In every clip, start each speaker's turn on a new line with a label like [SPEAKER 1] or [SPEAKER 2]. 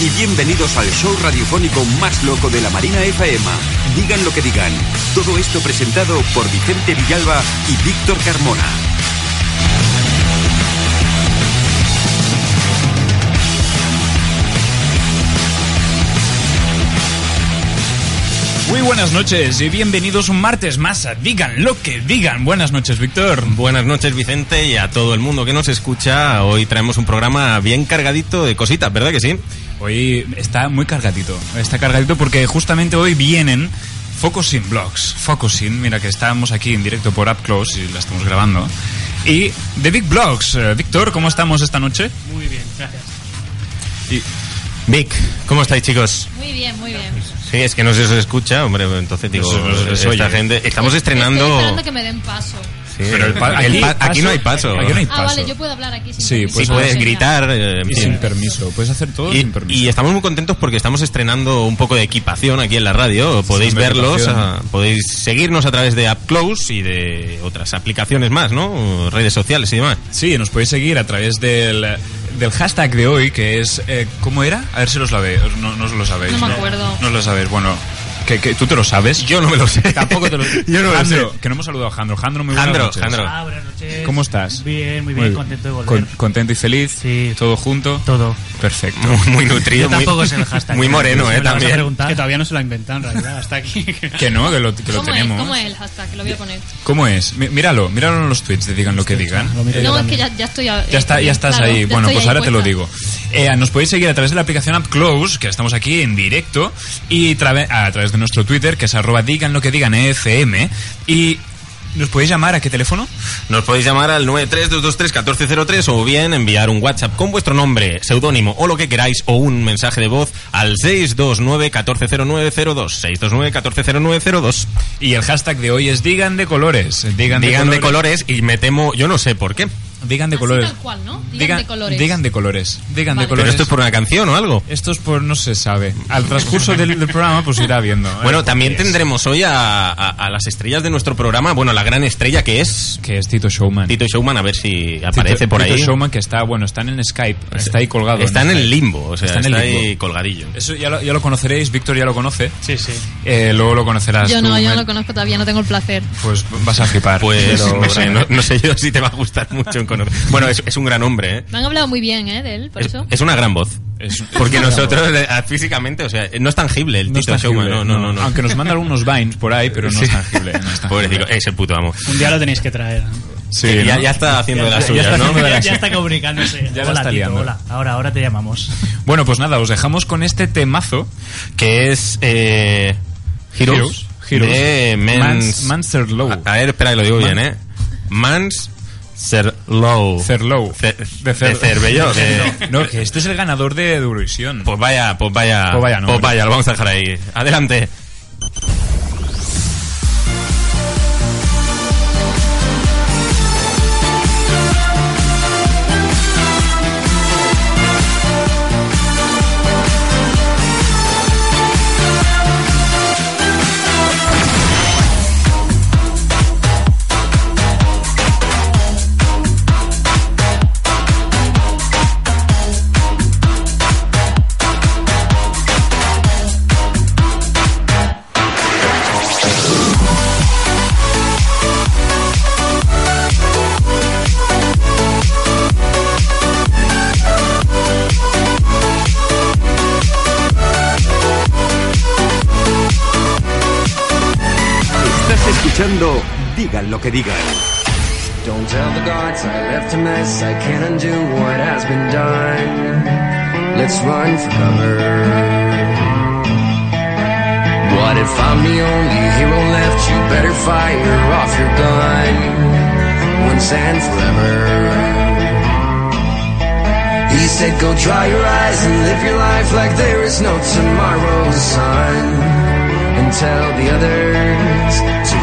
[SPEAKER 1] y bienvenidos al show radiofónico más loco de la Marina FM. Digan lo que digan. Todo esto presentado por Vicente Villalba y Víctor Carmona.
[SPEAKER 2] Muy buenas noches y bienvenidos un martes más a Digan lo que digan. Buenas noches, Víctor.
[SPEAKER 3] Buenas noches, Vicente, y a todo el mundo que nos escucha. Hoy traemos un programa bien cargadito de cositas, ¿verdad que sí?
[SPEAKER 2] Hoy está muy cargadito. Está cargadito porque justamente hoy vienen Focusing Blogs. Focusing, mira que estamos aquí en directo por Up Close y la estamos grabando. Y The Big Blogs. Víctor, ¿cómo estamos esta noche?
[SPEAKER 4] Muy bien, gracias.
[SPEAKER 3] Y Vic, ¿cómo estáis, chicos?
[SPEAKER 5] Muy bien, muy bien.
[SPEAKER 3] Sí, es que no se os escucha, hombre, entonces digo,
[SPEAKER 2] Eso, eso,
[SPEAKER 3] esta
[SPEAKER 2] oye.
[SPEAKER 3] gente... Estamos
[SPEAKER 5] Estoy
[SPEAKER 3] estrenando...
[SPEAKER 5] esperando que me den paso.
[SPEAKER 3] Sí, el pa- el pa- aquí no hay paso.
[SPEAKER 2] Aquí no hay
[SPEAKER 5] Ah,
[SPEAKER 2] paso.
[SPEAKER 5] vale, yo puedo hablar aquí sin
[SPEAKER 2] Sí,
[SPEAKER 5] permiso.
[SPEAKER 3] Sí,
[SPEAKER 2] Pues
[SPEAKER 3] puedes
[SPEAKER 2] ahora-
[SPEAKER 3] gritar, eh, en
[SPEAKER 2] Y
[SPEAKER 3] fin.
[SPEAKER 2] sin permiso. Puedes hacer todo
[SPEAKER 3] Y,
[SPEAKER 2] sin permiso.
[SPEAKER 3] y estamos muy contentos porque estamos estrenando un poco de equipación aquí en la radio. Podéis
[SPEAKER 2] hombre,
[SPEAKER 3] verlos,
[SPEAKER 2] equipación.
[SPEAKER 3] a- podéis seguirnos a través de AppClose y de otras aplicaciones más, ¿no? Redes sociales y demás.
[SPEAKER 2] Sí, nos podéis seguir a través del, del hashtag de hoy, que es... eh, ¿Cómo era? A ver si lo sabéis. No, no os lo sabéis.
[SPEAKER 5] No me acuerdo.
[SPEAKER 2] No os lo sabéis. Bueno, Que, que tú te lo sabes.
[SPEAKER 3] Yo no me lo sé.
[SPEAKER 2] Tampoco te lo
[SPEAKER 3] Yo no me lo
[SPEAKER 2] Jandro,
[SPEAKER 3] sé.
[SPEAKER 2] que no hemos saludado a Jandro. Jandro, muy buenas
[SPEAKER 3] Jandro,
[SPEAKER 2] noches.
[SPEAKER 3] Jandro.
[SPEAKER 4] Ah, buenas noches.
[SPEAKER 2] ¿Cómo estás?
[SPEAKER 4] Bien, muy bien, contento de volver.
[SPEAKER 2] Con- contento y feliz.
[SPEAKER 4] Sí.
[SPEAKER 2] Todo junto.
[SPEAKER 4] Todo.
[SPEAKER 2] Perfecto.
[SPEAKER 3] Muy, muy nutrido.
[SPEAKER 4] Yo tampoco
[SPEAKER 3] muy,
[SPEAKER 4] sé el hashtag.
[SPEAKER 3] Muy moreno,
[SPEAKER 4] Si me
[SPEAKER 3] eh,
[SPEAKER 4] lo vas a
[SPEAKER 3] también.
[SPEAKER 4] preguntar.
[SPEAKER 6] Que todavía no se lo ha inventado en realidad, hasta aquí.
[SPEAKER 2] Que no, que lo, que lo
[SPEAKER 5] ¿Cómo es?
[SPEAKER 2] tenemos.
[SPEAKER 5] ¿Cómo es el hashtag? Que lo voy a poner.
[SPEAKER 2] ¿Cómo es? Mi- Míralo, míralo en los tweets, te digan lo que digan. Eh,
[SPEAKER 6] Lo miro yo
[SPEAKER 5] No, es que
[SPEAKER 6] también.
[SPEAKER 5] ya, ya estoy. a-
[SPEAKER 2] Ya, está, ya estás
[SPEAKER 5] claro,
[SPEAKER 2] ahí.
[SPEAKER 5] ya
[SPEAKER 2] Bueno,
[SPEAKER 5] estoy
[SPEAKER 2] pues
[SPEAKER 5] ahí
[SPEAKER 2] ahora te lo
[SPEAKER 5] puesta.
[SPEAKER 2] digo. Eh, nos podéis seguir a través de la aplicación App Close, que estamos aquí en directo, y trabe- a través de nuestro Twitter, que es arroba digan lo que digan FM. Y nos podéis llamar a qué teléfono?
[SPEAKER 3] Nos podéis llamar al 93223-1403 o bien enviar un WhatsApp con vuestro nombre, seudónimo o lo que queráis o un mensaje de voz al 629-140902. 629-140902.
[SPEAKER 2] Y el hashtag de hoy es digan de colores. Digan,
[SPEAKER 3] Digan de colores y me temo, yo no sé por qué.
[SPEAKER 2] Digan de
[SPEAKER 5] Así
[SPEAKER 2] colores.
[SPEAKER 5] tal cual, Ah, ¿no? Digan
[SPEAKER 2] Digan
[SPEAKER 5] de colores.
[SPEAKER 2] Digan de colores. Digan de
[SPEAKER 5] Vale.
[SPEAKER 3] Pero
[SPEAKER 2] colores.
[SPEAKER 3] esto es por una canción o algo.
[SPEAKER 2] Esto es por- no se sabe. Al transcurso del, del programa pues irá viendo.
[SPEAKER 3] Bueno,
[SPEAKER 2] Eh,
[SPEAKER 3] también
[SPEAKER 2] es-
[SPEAKER 3] tendremos hoy a, a- a las estrellas de nuestro programa, bueno, la gran estrella que es
[SPEAKER 2] Que es Tito Showman.
[SPEAKER 3] Tito Showman, a ver si aparece
[SPEAKER 2] Tito-
[SPEAKER 3] por ahí.
[SPEAKER 2] Tito Showman que está, bueno, están en Skype, está ahí colgado.
[SPEAKER 3] Está en el
[SPEAKER 2] Skype.
[SPEAKER 3] limbo, o sea,
[SPEAKER 2] Está
[SPEAKER 3] está,
[SPEAKER 2] en el limbo.
[SPEAKER 3] ahí colgadillo.
[SPEAKER 2] Eso ya lo, ya lo conoceréis, Víctor ya lo conoce.
[SPEAKER 6] Sí, sí.
[SPEAKER 2] Eh, luego lo conocerás.
[SPEAKER 5] Yo
[SPEAKER 2] tú,
[SPEAKER 5] no, yo no
[SPEAKER 2] Mel.
[SPEAKER 5] lo conozco todavía, no tengo el placer.
[SPEAKER 2] Pues vas a flipar.
[SPEAKER 3] Pues
[SPEAKER 2] Pero-
[SPEAKER 3] no, sé, no- no sé yo si te va a gustar mucho en conocer. Bueno, es, es un gran hombre, ¿eh?
[SPEAKER 5] Me han hablado muy bien, ¿eh? De él, por
[SPEAKER 3] Es,
[SPEAKER 5] eso.
[SPEAKER 3] es una gran voz.
[SPEAKER 2] Es-
[SPEAKER 3] Porque nosotros eh, físicamente, o sea, no es tangible el
[SPEAKER 2] No es
[SPEAKER 3] Tito
[SPEAKER 2] tangible,
[SPEAKER 3] Showman, no, no, no. no.
[SPEAKER 2] Aunque nos manda algunos vines por ahí, pero no es tangible. no es tangible.
[SPEAKER 3] Pobrecito, ese puto amo.
[SPEAKER 6] Un día lo tenéis que traer. ¿no?
[SPEAKER 2] Sí,
[SPEAKER 3] Eh, ya,
[SPEAKER 2] ¿no?
[SPEAKER 3] ya está haciendo de
[SPEAKER 2] ya
[SPEAKER 3] las
[SPEAKER 2] está
[SPEAKER 3] suyas, ¿no?
[SPEAKER 2] haciendo de
[SPEAKER 6] ya,
[SPEAKER 2] las-
[SPEAKER 6] ya está comunicándose.
[SPEAKER 2] Ya la
[SPEAKER 6] hola,
[SPEAKER 2] está
[SPEAKER 6] Tito,
[SPEAKER 2] liando.
[SPEAKER 6] hola. Ahora, ahora te llamamos.
[SPEAKER 2] Bueno, pues nada, os dejamos con este temazo.
[SPEAKER 3] Que es eh, Heroes,
[SPEAKER 2] Heroes.
[SPEAKER 3] de
[SPEAKER 2] Mans,
[SPEAKER 3] Mans...
[SPEAKER 2] Manser Low.
[SPEAKER 3] a, a ver, espera que lo digo bien, ¿eh? Mans Serlow.
[SPEAKER 2] Cerlow.
[SPEAKER 3] Ce-
[SPEAKER 2] De Cer-
[SPEAKER 3] de Cervelló, de-
[SPEAKER 2] No, que este es el ganador de Eurovisión.
[SPEAKER 3] Pues vaya, pues vaya,
[SPEAKER 2] Pues vaya nombre.
[SPEAKER 3] pues vaya, lo vamos a dejar ahí. Adelante.
[SPEAKER 1] Estás escuchando Digan lo que digan.
[SPEAKER 7] Don't tell the gods I left a mess. I can't undo what has been done. Let's run for cover. What if I'm the only hero left? You better fire off your gun. Once and forever. He said, Go dry your eyes and live your life like there is no tomorrow, sun and tell the others to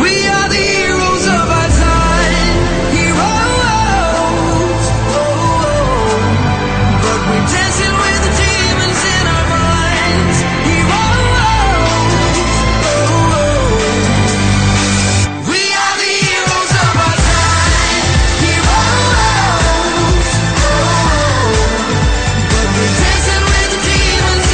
[SPEAKER 7] We are the heroes of our time, heroes. But we're dancing with the demons in our minds. Heroes. We are the heroes of our time. Heroes. But we're dancing with the demons.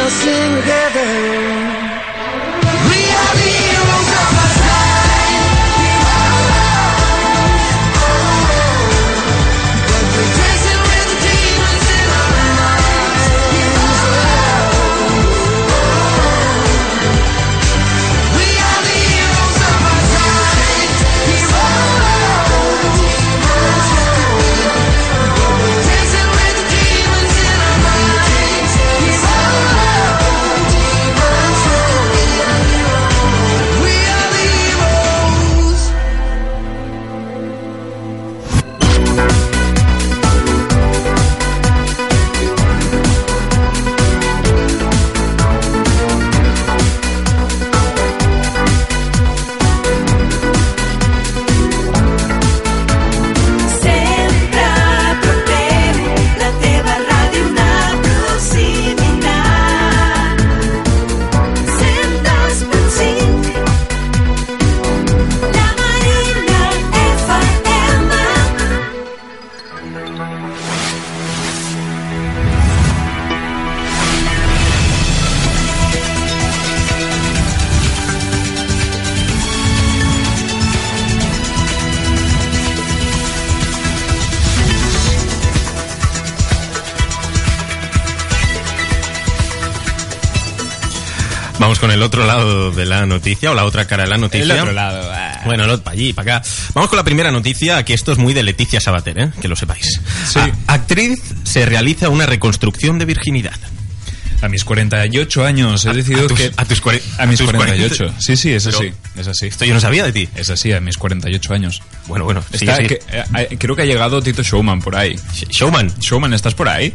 [SPEAKER 7] us in heaven. We are the heroes of our time. We are alone. Oh, but we're dancing with the demons in our eyes. We are alone. Oh, we are the heroes of our time. We are alone. Oh, but we're dancing with the demons in our minds. We are alone. We are the heroes.
[SPEAKER 8] Central Propel, la teva ràdio de proximitat. 102.5, la Marina FM.
[SPEAKER 3] Vamos con el otro lado de la noticia o la otra cara de la noticia.
[SPEAKER 2] El otro lado, ah.
[SPEAKER 3] Bueno, el otro, pa' allí, para acá. Vamos con la primera noticia, que esto es muy de Leticia Sabater, ¿eh? que lo sepáis.
[SPEAKER 2] Sí.
[SPEAKER 3] A- actriz se realiza una reconstrucción de virginidad.
[SPEAKER 2] A mis 48 años he
[SPEAKER 3] A-
[SPEAKER 2] decidido
[SPEAKER 3] a tus-
[SPEAKER 2] que...
[SPEAKER 3] a tus cuare-
[SPEAKER 2] A mis
[SPEAKER 3] a tus
[SPEAKER 2] 48.
[SPEAKER 3] cuarenta-
[SPEAKER 2] Sí, sí, es
[SPEAKER 3] Pero-
[SPEAKER 2] así. Es así.
[SPEAKER 3] Esto yo no sabía de ti.
[SPEAKER 2] Es así, a mis 48 años.
[SPEAKER 3] Bueno, bueno,
[SPEAKER 2] Está-
[SPEAKER 3] sigue,
[SPEAKER 2] que-
[SPEAKER 3] sigue.
[SPEAKER 2] eh, eh, creo que ha llegado Tito Showman por ahí.
[SPEAKER 3] Sh- Showman.
[SPEAKER 2] Showman, ¿estás por ahí?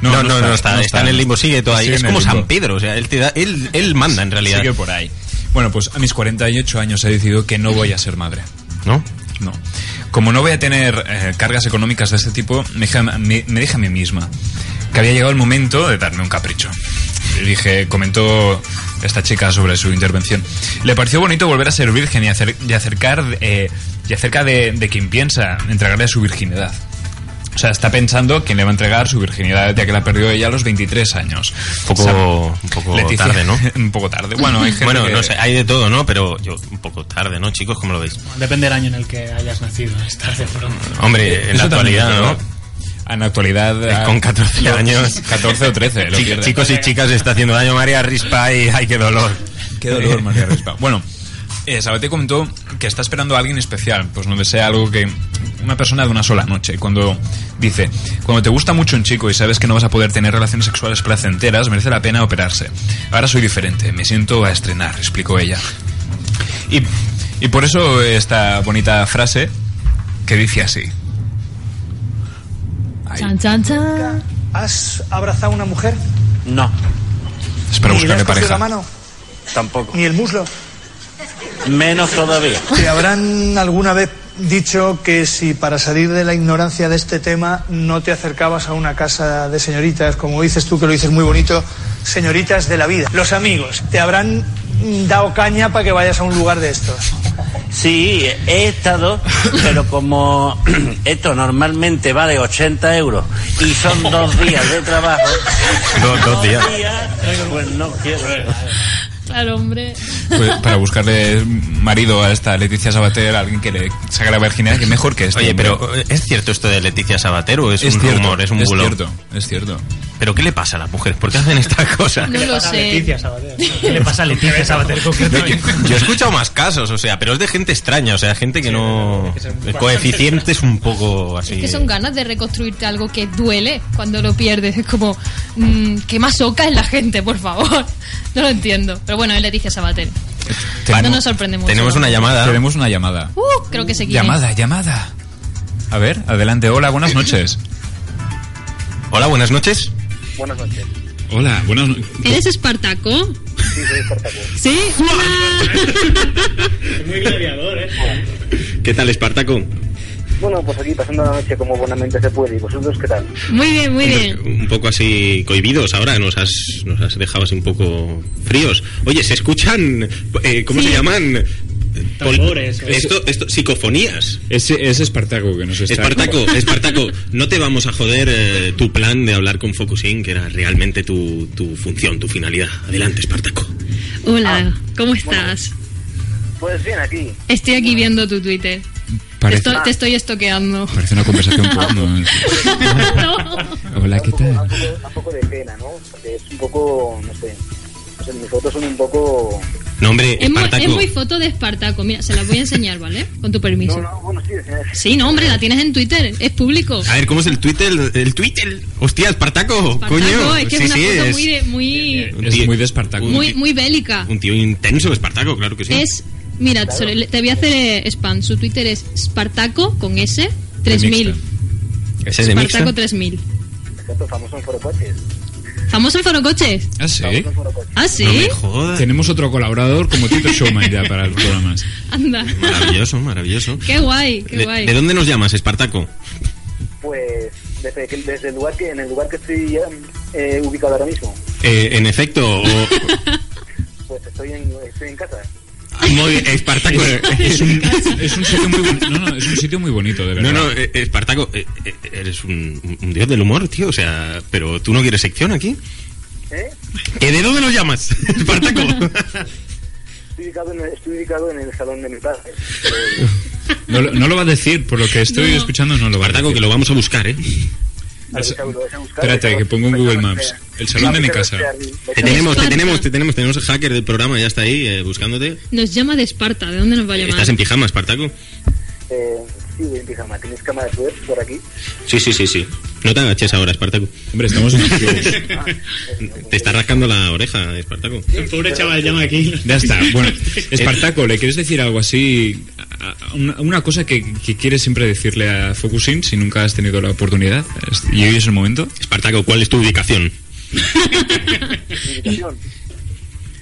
[SPEAKER 3] No, no, no, está, está en el limbo, sigue todo ahí.
[SPEAKER 2] Sigue
[SPEAKER 3] es
[SPEAKER 2] en
[SPEAKER 3] como
[SPEAKER 2] el limbo.
[SPEAKER 3] San Pedro, o sea, él, te da- él, él manda en realidad.
[SPEAKER 2] Sigue por ahí. Bueno, pues a mis 48 años he decidido que no voy a ser madre.
[SPEAKER 3] ¿No?
[SPEAKER 2] No. Como no voy a tener eh, cargas económicas de este tipo, me dije, a- me, me dije a mí misma que había llegado el momento de darme un capricho. Y dije, comentó esta chica sobre su intervención. Le pareció bonito volver a ser virgen y, acer- y acercar eh, y acerca de, de quien piensa entregarle su virginidad. O sea, está pensando quién le va a entregar su virginidad ya que la perdió ella a los 23 años.
[SPEAKER 3] Un poco-
[SPEAKER 2] Sa-
[SPEAKER 3] un poco tarde, ¿no?
[SPEAKER 2] un poco tarde. Bueno, hay gente
[SPEAKER 3] Bueno,
[SPEAKER 2] que-
[SPEAKER 3] no sé, hay de todo, ¿no? Pero yo, un poco tarde, ¿no, chicos? ¿Cómo lo veis?
[SPEAKER 6] Depende del año en el que hayas nacido. Es tarde pronto.
[SPEAKER 3] Hombre, en la
[SPEAKER 2] Eh, Eso también
[SPEAKER 3] actualidad,
[SPEAKER 2] es
[SPEAKER 3] ¿no? Eh,
[SPEAKER 2] verdad. En la actualidad... ah,
[SPEAKER 3] Con 14
[SPEAKER 2] lo-
[SPEAKER 3] años.
[SPEAKER 2] 14 o 13, lo
[SPEAKER 3] Chi-
[SPEAKER 2] pierde.
[SPEAKER 3] chicos y chicas, se está haciendo daño María Rispa y ¡ay, qué dolor!
[SPEAKER 2] Qué dolor, María Respa. Bueno, eh, Sabate comentó que está esperando a alguien especial, pues no desea algo que una persona de una sola noche. Cuando dice, cuando te gusta mucho un chico y sabes que no vas a poder tener relaciones sexuales placenteras, merece la pena operarse. Ahora soy diferente, me siento a estrenar, explicó ella. Y, y por eso esta bonita frase que dice así. Ay,
[SPEAKER 5] Chan, chan, chan.
[SPEAKER 9] ¿Has abrazado a una mujer?
[SPEAKER 10] No,
[SPEAKER 2] es para
[SPEAKER 9] ¿Ni le
[SPEAKER 2] buscarle
[SPEAKER 9] has cogido
[SPEAKER 2] pareja.
[SPEAKER 9] la mano?
[SPEAKER 10] tampoco.
[SPEAKER 9] ¿Ni el muslo?
[SPEAKER 10] Menos todavía.
[SPEAKER 9] ¿Te habrán alguna vez dicho que si para salir de la ignorancia de este tema no te acercabas a una casa de señoritas, como dices tú que lo dices muy bonito, señoritas de la vida? Los amigos, ¿te habrán dado caña para que vayas a un lugar de estos?
[SPEAKER 10] Sí, he estado, pero como esto normalmente vale 80 euros y son dos días de trabajo.
[SPEAKER 3] Dos- dos días.
[SPEAKER 10] Pues no quiero.
[SPEAKER 5] Claro, hombre.
[SPEAKER 2] Pues, para buscarle marido a esta Leticia Sabater, a alguien que le saque la virginidad, que mejor que este.
[SPEAKER 3] Oye,
[SPEAKER 2] hombre.
[SPEAKER 3] pero eh, ¿es cierto esto de Leticia Sabater o es, un
[SPEAKER 2] cierto,
[SPEAKER 3] rumor, es un bulo?
[SPEAKER 2] cierto, es cierto.
[SPEAKER 3] ¿Pero qué le pasa a las mujeres? ¿Por qué hacen estas cosas?
[SPEAKER 5] No lo
[SPEAKER 6] Pasa
[SPEAKER 5] sé.
[SPEAKER 6] Leticia Sabater. ¿Qué le pasa a Leticia Sabater concretamente?
[SPEAKER 3] Yo he escuchado más casos, o sea, pero es de gente extraña, o sea, gente que no...
[SPEAKER 6] que son
[SPEAKER 3] El
[SPEAKER 6] bastante
[SPEAKER 3] coeficiente es un poco así...
[SPEAKER 5] Que
[SPEAKER 2] eh,
[SPEAKER 5] son ganas de reconstruirte algo que duele cuando lo pierdes. Es como, mm, qué masoca es la gente, por favor. No lo entiendo. Pero bueno, es Leticia Sabater.
[SPEAKER 3] Vale.
[SPEAKER 5] No nos sorprende mucho.
[SPEAKER 3] Tenemos una llamada.
[SPEAKER 2] Tenemos una llamada.
[SPEAKER 5] Uh, creo que se quiere.
[SPEAKER 2] llamada, llamada. A ver, adelante. Hola, buenas noches.
[SPEAKER 3] Hola, buenas noches.
[SPEAKER 9] Buenas noches.
[SPEAKER 2] Hola, buenas noches.
[SPEAKER 5] ¿Eres Espartaco? Sí, soy Espartaco. ¿Sí?
[SPEAKER 3] ¿Qué tal, Espartaco?
[SPEAKER 9] Bueno, pues aquí pasando la noche como buenamente se puede. ¿Y vosotros qué tal?
[SPEAKER 5] Muy bien, muy bien.
[SPEAKER 3] Un poco así cohibidos ahora, nos has, nos has dejado así un poco fríos. Oye, se escuchan, eh, ¿cómo
[SPEAKER 5] Sí.
[SPEAKER 3] se llaman? Pol-
[SPEAKER 6] Tambores, o-
[SPEAKER 3] esto, esto, psicofonías.
[SPEAKER 2] Es, Espartaco que nos está...
[SPEAKER 3] Espartaco, Espartaco, no te vamos a joder eh, tu plan de hablar con Focusing, que era realmente tu, tu función, tu finalidad. Adelante, Espartaco. Ah,
[SPEAKER 5] Hola, ¿cómo estás?
[SPEAKER 11] Pues bien, aquí.
[SPEAKER 5] Estoy aquí viendo tu Twitter. Te
[SPEAKER 2] Parece-
[SPEAKER 5] estoy, te estoy estoqueando.
[SPEAKER 2] Parece una conversación
[SPEAKER 3] ¿eh?
[SPEAKER 2] porno. Hola, ¿qué tal?
[SPEAKER 11] Un poco de pena, ¿no? Porque es un poco, no sé. no sé, mis fotos son un poco.
[SPEAKER 3] No, hombre,
[SPEAKER 5] Es muy,
[SPEAKER 3] Espartaco.
[SPEAKER 5] es muy foto de Espartaco. Mira, se las voy a enseñar, ¿vale? Con tu permiso.
[SPEAKER 11] No, no, bueno, sí, es-
[SPEAKER 5] Sí, no, hombre, la tienes en Twitter. Es público.
[SPEAKER 3] A ver, ¿cómo es el Twitter? El Twitter. Hostia, Espartaco,
[SPEAKER 5] Espartaco,
[SPEAKER 3] coño.
[SPEAKER 5] es que es
[SPEAKER 3] Sí,
[SPEAKER 5] una
[SPEAKER 3] sí,
[SPEAKER 5] foto
[SPEAKER 3] es
[SPEAKER 5] muy, de- muy,
[SPEAKER 3] un tío-
[SPEAKER 2] muy de Espartaco.
[SPEAKER 5] muy, muy bélica.
[SPEAKER 3] Un tío intenso, Espartaco, claro que sí.
[SPEAKER 5] Es, mira, sobre- le- te voy a hacer eh, spam. Su Twitter es Espartaco con S 3000.
[SPEAKER 3] Ese es de mixta.
[SPEAKER 5] Espartaco 3000.
[SPEAKER 11] Exacto, famoso en forocoches.
[SPEAKER 5] Famoso en Forocoches.
[SPEAKER 2] Ah, sí.
[SPEAKER 5] Ah, sí.
[SPEAKER 2] Tenemos otro colaborador como Tito Showman ya para los programas.
[SPEAKER 5] Anda.
[SPEAKER 3] Maravilloso, maravilloso.
[SPEAKER 5] Qué guay, qué
[SPEAKER 3] ¿De,
[SPEAKER 5] guay.
[SPEAKER 3] de dónde nos llamas, Espartaco?
[SPEAKER 11] Pues desde, que- desde el lugar que, en el lugar que estoy eh, eh, ubicado ahora mismo.
[SPEAKER 3] Eh, en efecto, o-
[SPEAKER 11] Pues estoy en, estoy en casa.
[SPEAKER 3] Muy bien, Espartaco. eh,
[SPEAKER 2] Es un, es un sitio muy bonito. No, no, es un sitio muy bonito, de
[SPEAKER 3] No,
[SPEAKER 2] verdad.
[SPEAKER 3] no, eh, Espartaco, eh, eh, eres un, un dios del humor, tío. O sea, pero tú no quieres sección aquí.
[SPEAKER 2] ¿Eh?
[SPEAKER 3] ¿Que ¿De dónde nos llamas, Espartaco?
[SPEAKER 11] Estoy ubicado en el, estoy ubicado en el salón de mi padre.
[SPEAKER 2] No, lo- no lo va a decir, por lo que estoy
[SPEAKER 11] No.
[SPEAKER 2] escuchando no lo va a decir. que
[SPEAKER 3] lo vamos a buscar, ¿eh?
[SPEAKER 2] Espérate, que pongo en Google Maps. El salón de mi casa.
[SPEAKER 3] Te tenemos, te
[SPEAKER 5] Esparta.
[SPEAKER 3] tenemos, te tenemos, tenemos el hacker del programa, ya está ahí eh, buscándote.
[SPEAKER 5] Nos llama de Esparta. ¿De dónde nos va a llamar?
[SPEAKER 3] Estás en pijama, Espartaco.
[SPEAKER 11] Eh, sí, voy en pijama. ¿Tenéis cama de poder por aquí?
[SPEAKER 3] Sí, sí, sí, sí. No te agaches ahora, Espartaco.
[SPEAKER 2] Hombre, estamos en
[SPEAKER 11] Ah,
[SPEAKER 3] Te está rascando la oreja, Espartaco.
[SPEAKER 6] El pobre chaval llama aquí. Eh,
[SPEAKER 2] Ya está. Bueno, Espartaco, ¿le quieres decir algo así? A- a- Una, una cosa que, que quieres siempre decirle a Focusing si nunca has tenido la oportunidad. Es- Y hoy es el momento.
[SPEAKER 3] Espartaco, ¿cuál es tu ubicación?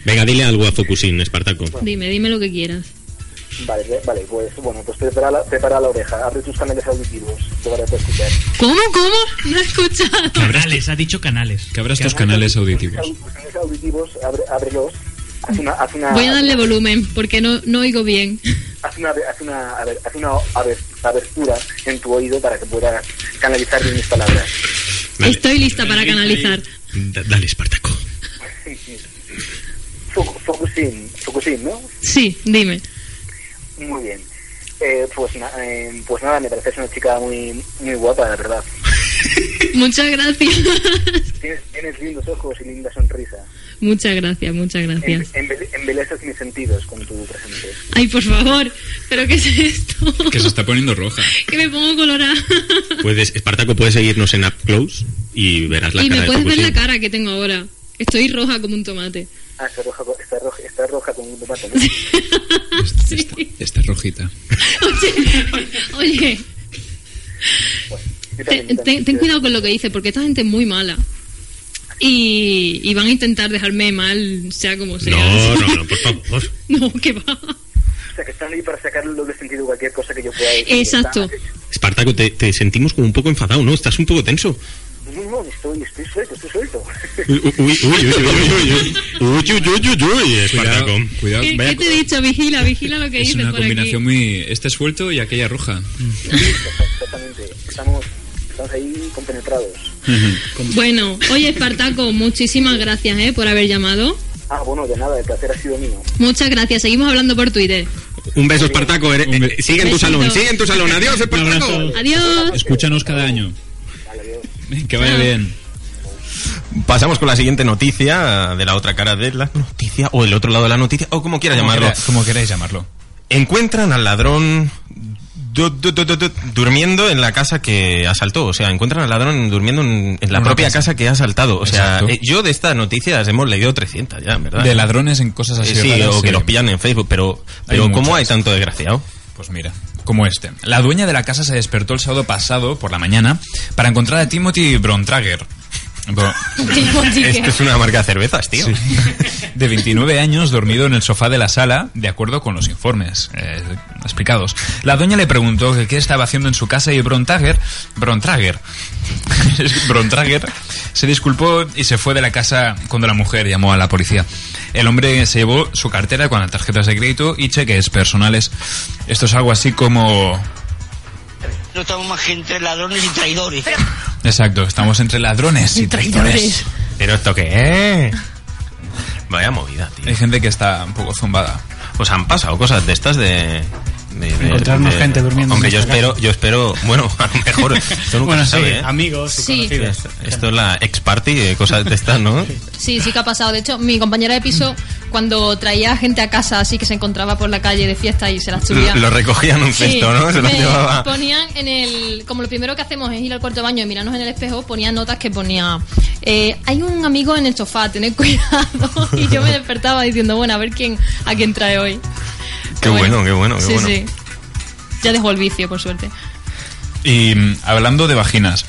[SPEAKER 3] Venga, dile algo a Focusin, Espartaco.
[SPEAKER 5] Dime, dime lo que quieras.
[SPEAKER 11] Vale, ve- vale, pues bueno, pues prepara la, prepara la oreja, abre tus canales auditivos, te vas a escuchar.
[SPEAKER 5] ¿Cómo, cómo? No he escuchado.
[SPEAKER 4] Canales, ha dicho canales.
[SPEAKER 2] Que abras tus canales auditivos.
[SPEAKER 11] Tus canales auditivos, abre, ábrelos, haz una, haz una,
[SPEAKER 5] Voy a darle volumen porque no, no oigo bien.
[SPEAKER 11] haz una, haz una, a ver, haz una abe- abertura en tu oído para que puedas canalizar bien mis palabras.
[SPEAKER 5] Estoy lista para canalizar.
[SPEAKER 3] dale, Espartaco.
[SPEAKER 11] Foc- Focusing, focusing, ¿no?
[SPEAKER 5] Sí, dime.
[SPEAKER 11] Muy bien. Eh, pues, na- eh, pues nada, me pareces una chica muy, muy guapa, la verdad.
[SPEAKER 5] Muchas gracias.
[SPEAKER 11] Tienes, tienes lindos ojos y linda sonrisa.
[SPEAKER 5] Muchas gracias, muchas
[SPEAKER 11] En,
[SPEAKER 5] gracias.
[SPEAKER 11] embele- embeleces mis sentidos con tu presente.
[SPEAKER 5] Ay, por favor, ¿pero qué es esto?
[SPEAKER 2] Que se está poniendo roja.
[SPEAKER 5] Que me pongo colorada.
[SPEAKER 3] Puedes, Espartaco, puedes seguirnos en Up Close y verás la
[SPEAKER 5] Y
[SPEAKER 3] cara
[SPEAKER 5] me
[SPEAKER 3] de
[SPEAKER 5] puedes ver
[SPEAKER 3] Focusin.
[SPEAKER 5] la cara que tengo ahora. Estoy roja como un tomate.
[SPEAKER 11] Ah, está roja, co- está roja, está roja con un tomate.
[SPEAKER 2] Está rojita.
[SPEAKER 5] Oye, te- ten, ten cuidado con lo que dices, porque esta gente es muy mala. Y, y van a intentar dejarme mal, sea como sea.
[SPEAKER 3] No, no, no, por favor.
[SPEAKER 5] No, que va.
[SPEAKER 11] O sea, que están ahí para sacarle el doble sentido a cualquier cosa que yo pueda decir.
[SPEAKER 5] Exacto.
[SPEAKER 3] Espartaco, te, te sentimos como un poco enfadado, ¿no? Estás un poco tenso.
[SPEAKER 11] Está- No, no, estoy, estoy suelto, estoy suelto.
[SPEAKER 3] Uy, uy, uy, uy, uy, uy, uy, uy, uy, uy, uy, uy, Espartaco.
[SPEAKER 2] Cuidado.
[SPEAKER 5] ¿Qué,
[SPEAKER 2] vaya
[SPEAKER 5] qué te he dicho? Vigila, vigila lo
[SPEAKER 2] Es
[SPEAKER 5] que dices
[SPEAKER 2] una
[SPEAKER 5] por aquí.
[SPEAKER 2] combinación muy. Este es suelto y aquella roja.
[SPEAKER 11] Exactamente. Estamos, estamos ahí compenetrados.
[SPEAKER 5] Bueno, oye, Espartaco, muchísimas gracias eh, por haber llamado.
[SPEAKER 11] Ah, bueno, de nada, el placer ha sido mío.
[SPEAKER 5] Muchas gracias. Seguimos hablando por Twitter.
[SPEAKER 3] Un beso, Espartaco. Ere- eh, sigue en tu
[SPEAKER 5] Besito.
[SPEAKER 3] salón, sigue en tu salón. Adiós, Espartaco.
[SPEAKER 5] Adiós.
[SPEAKER 2] Escúchanos cada año. Que vaya bien.
[SPEAKER 3] Pasamos con la siguiente noticia, de la otra cara de la noticia, o el otro lado de la noticia, o como quieras llamarlo.
[SPEAKER 2] queráis- Como queráis llamarlo.
[SPEAKER 3] Encuentran al ladrón du- du- du- du- du- durmiendo en la casa que asaltó. O sea, encuentran al ladrón durmiendo en, en la
[SPEAKER 2] Una
[SPEAKER 3] propia
[SPEAKER 2] casa.
[SPEAKER 3] casa. que ha asaltado. O sea,
[SPEAKER 2] Exacto.
[SPEAKER 3] eh, yo de estas noticias hemos leído 300 ya, ¿verdad?
[SPEAKER 2] De ladrones en cosas así.
[SPEAKER 3] Eh, sí,
[SPEAKER 2] raras,
[SPEAKER 3] o que
[SPEAKER 2] sí.
[SPEAKER 3] los pillan en Facebook, pero,
[SPEAKER 2] Hay
[SPEAKER 3] pero ¿cómo
[SPEAKER 2] muchas.
[SPEAKER 3] hay tanto desgraciado?
[SPEAKER 2] Pues mira, como este. La dueña de la casa se despertó el sábado pasado por la mañana para encontrar a Timothy Brontrager.
[SPEAKER 3] Esto es una marca de cervezas, tío.
[SPEAKER 2] de 29 años dormido en el sofá de la sala, de acuerdo con los informes eh, explicados. La doña le preguntó que qué estaba haciendo en su casa y Brontrager, Brontrager, es Brontrager se disculpó y se fue de la casa cuando la mujer llamó a la policía. El hombre se llevó su cartera con las tarjetas de crédito y cheques personales. Esto es algo así como
[SPEAKER 12] No estamos más que entre ladrones y traidores.
[SPEAKER 2] Exacto, estamos entre ladrones y traidores.
[SPEAKER 3] Pero esto qué es. Vaya movida, tío.
[SPEAKER 2] Hay gente que está un poco zumbada.
[SPEAKER 3] Pues han pasado cosas de estas de. de- de-
[SPEAKER 6] Encontrarnos
[SPEAKER 3] de-
[SPEAKER 6] gente durmiendo en
[SPEAKER 3] Hombre, yo
[SPEAKER 6] nuestra
[SPEAKER 3] espero, yo espero. Bueno, a lo mejor. Esto nunca
[SPEAKER 6] Bueno,
[SPEAKER 3] se
[SPEAKER 6] sí,
[SPEAKER 3] sabe, ¿eh?
[SPEAKER 6] amigos y
[SPEAKER 5] Sí.
[SPEAKER 6] conocidos.
[SPEAKER 3] Esto es la ex party de cosas de estas, ¿no?
[SPEAKER 5] Sí, sí que ha pasado. De hecho, mi compañera de piso, cuando traía gente a casa así que se encontraba por la calle de fiesta y se las subía.
[SPEAKER 3] Lo- lo recogía en un cesto, ¿no? Se lo
[SPEAKER 5] me
[SPEAKER 3] llevaba.
[SPEAKER 5] Ponían en el. Como lo primero que hacemos es ir al cuarto de baño y mirarnos en el espejo, ponían notas que ponía. eh, hay un amigo en el sofá, tened cuidado. Y yo me despertaba diciendo, bueno, a ver quién a quién trae hoy.
[SPEAKER 3] Qué bueno, qué bueno, qué
[SPEAKER 5] sí,
[SPEAKER 3] bueno.
[SPEAKER 5] sí. Ya dejó el vicio, por suerte.
[SPEAKER 2] Y mm, hablando de vaginas.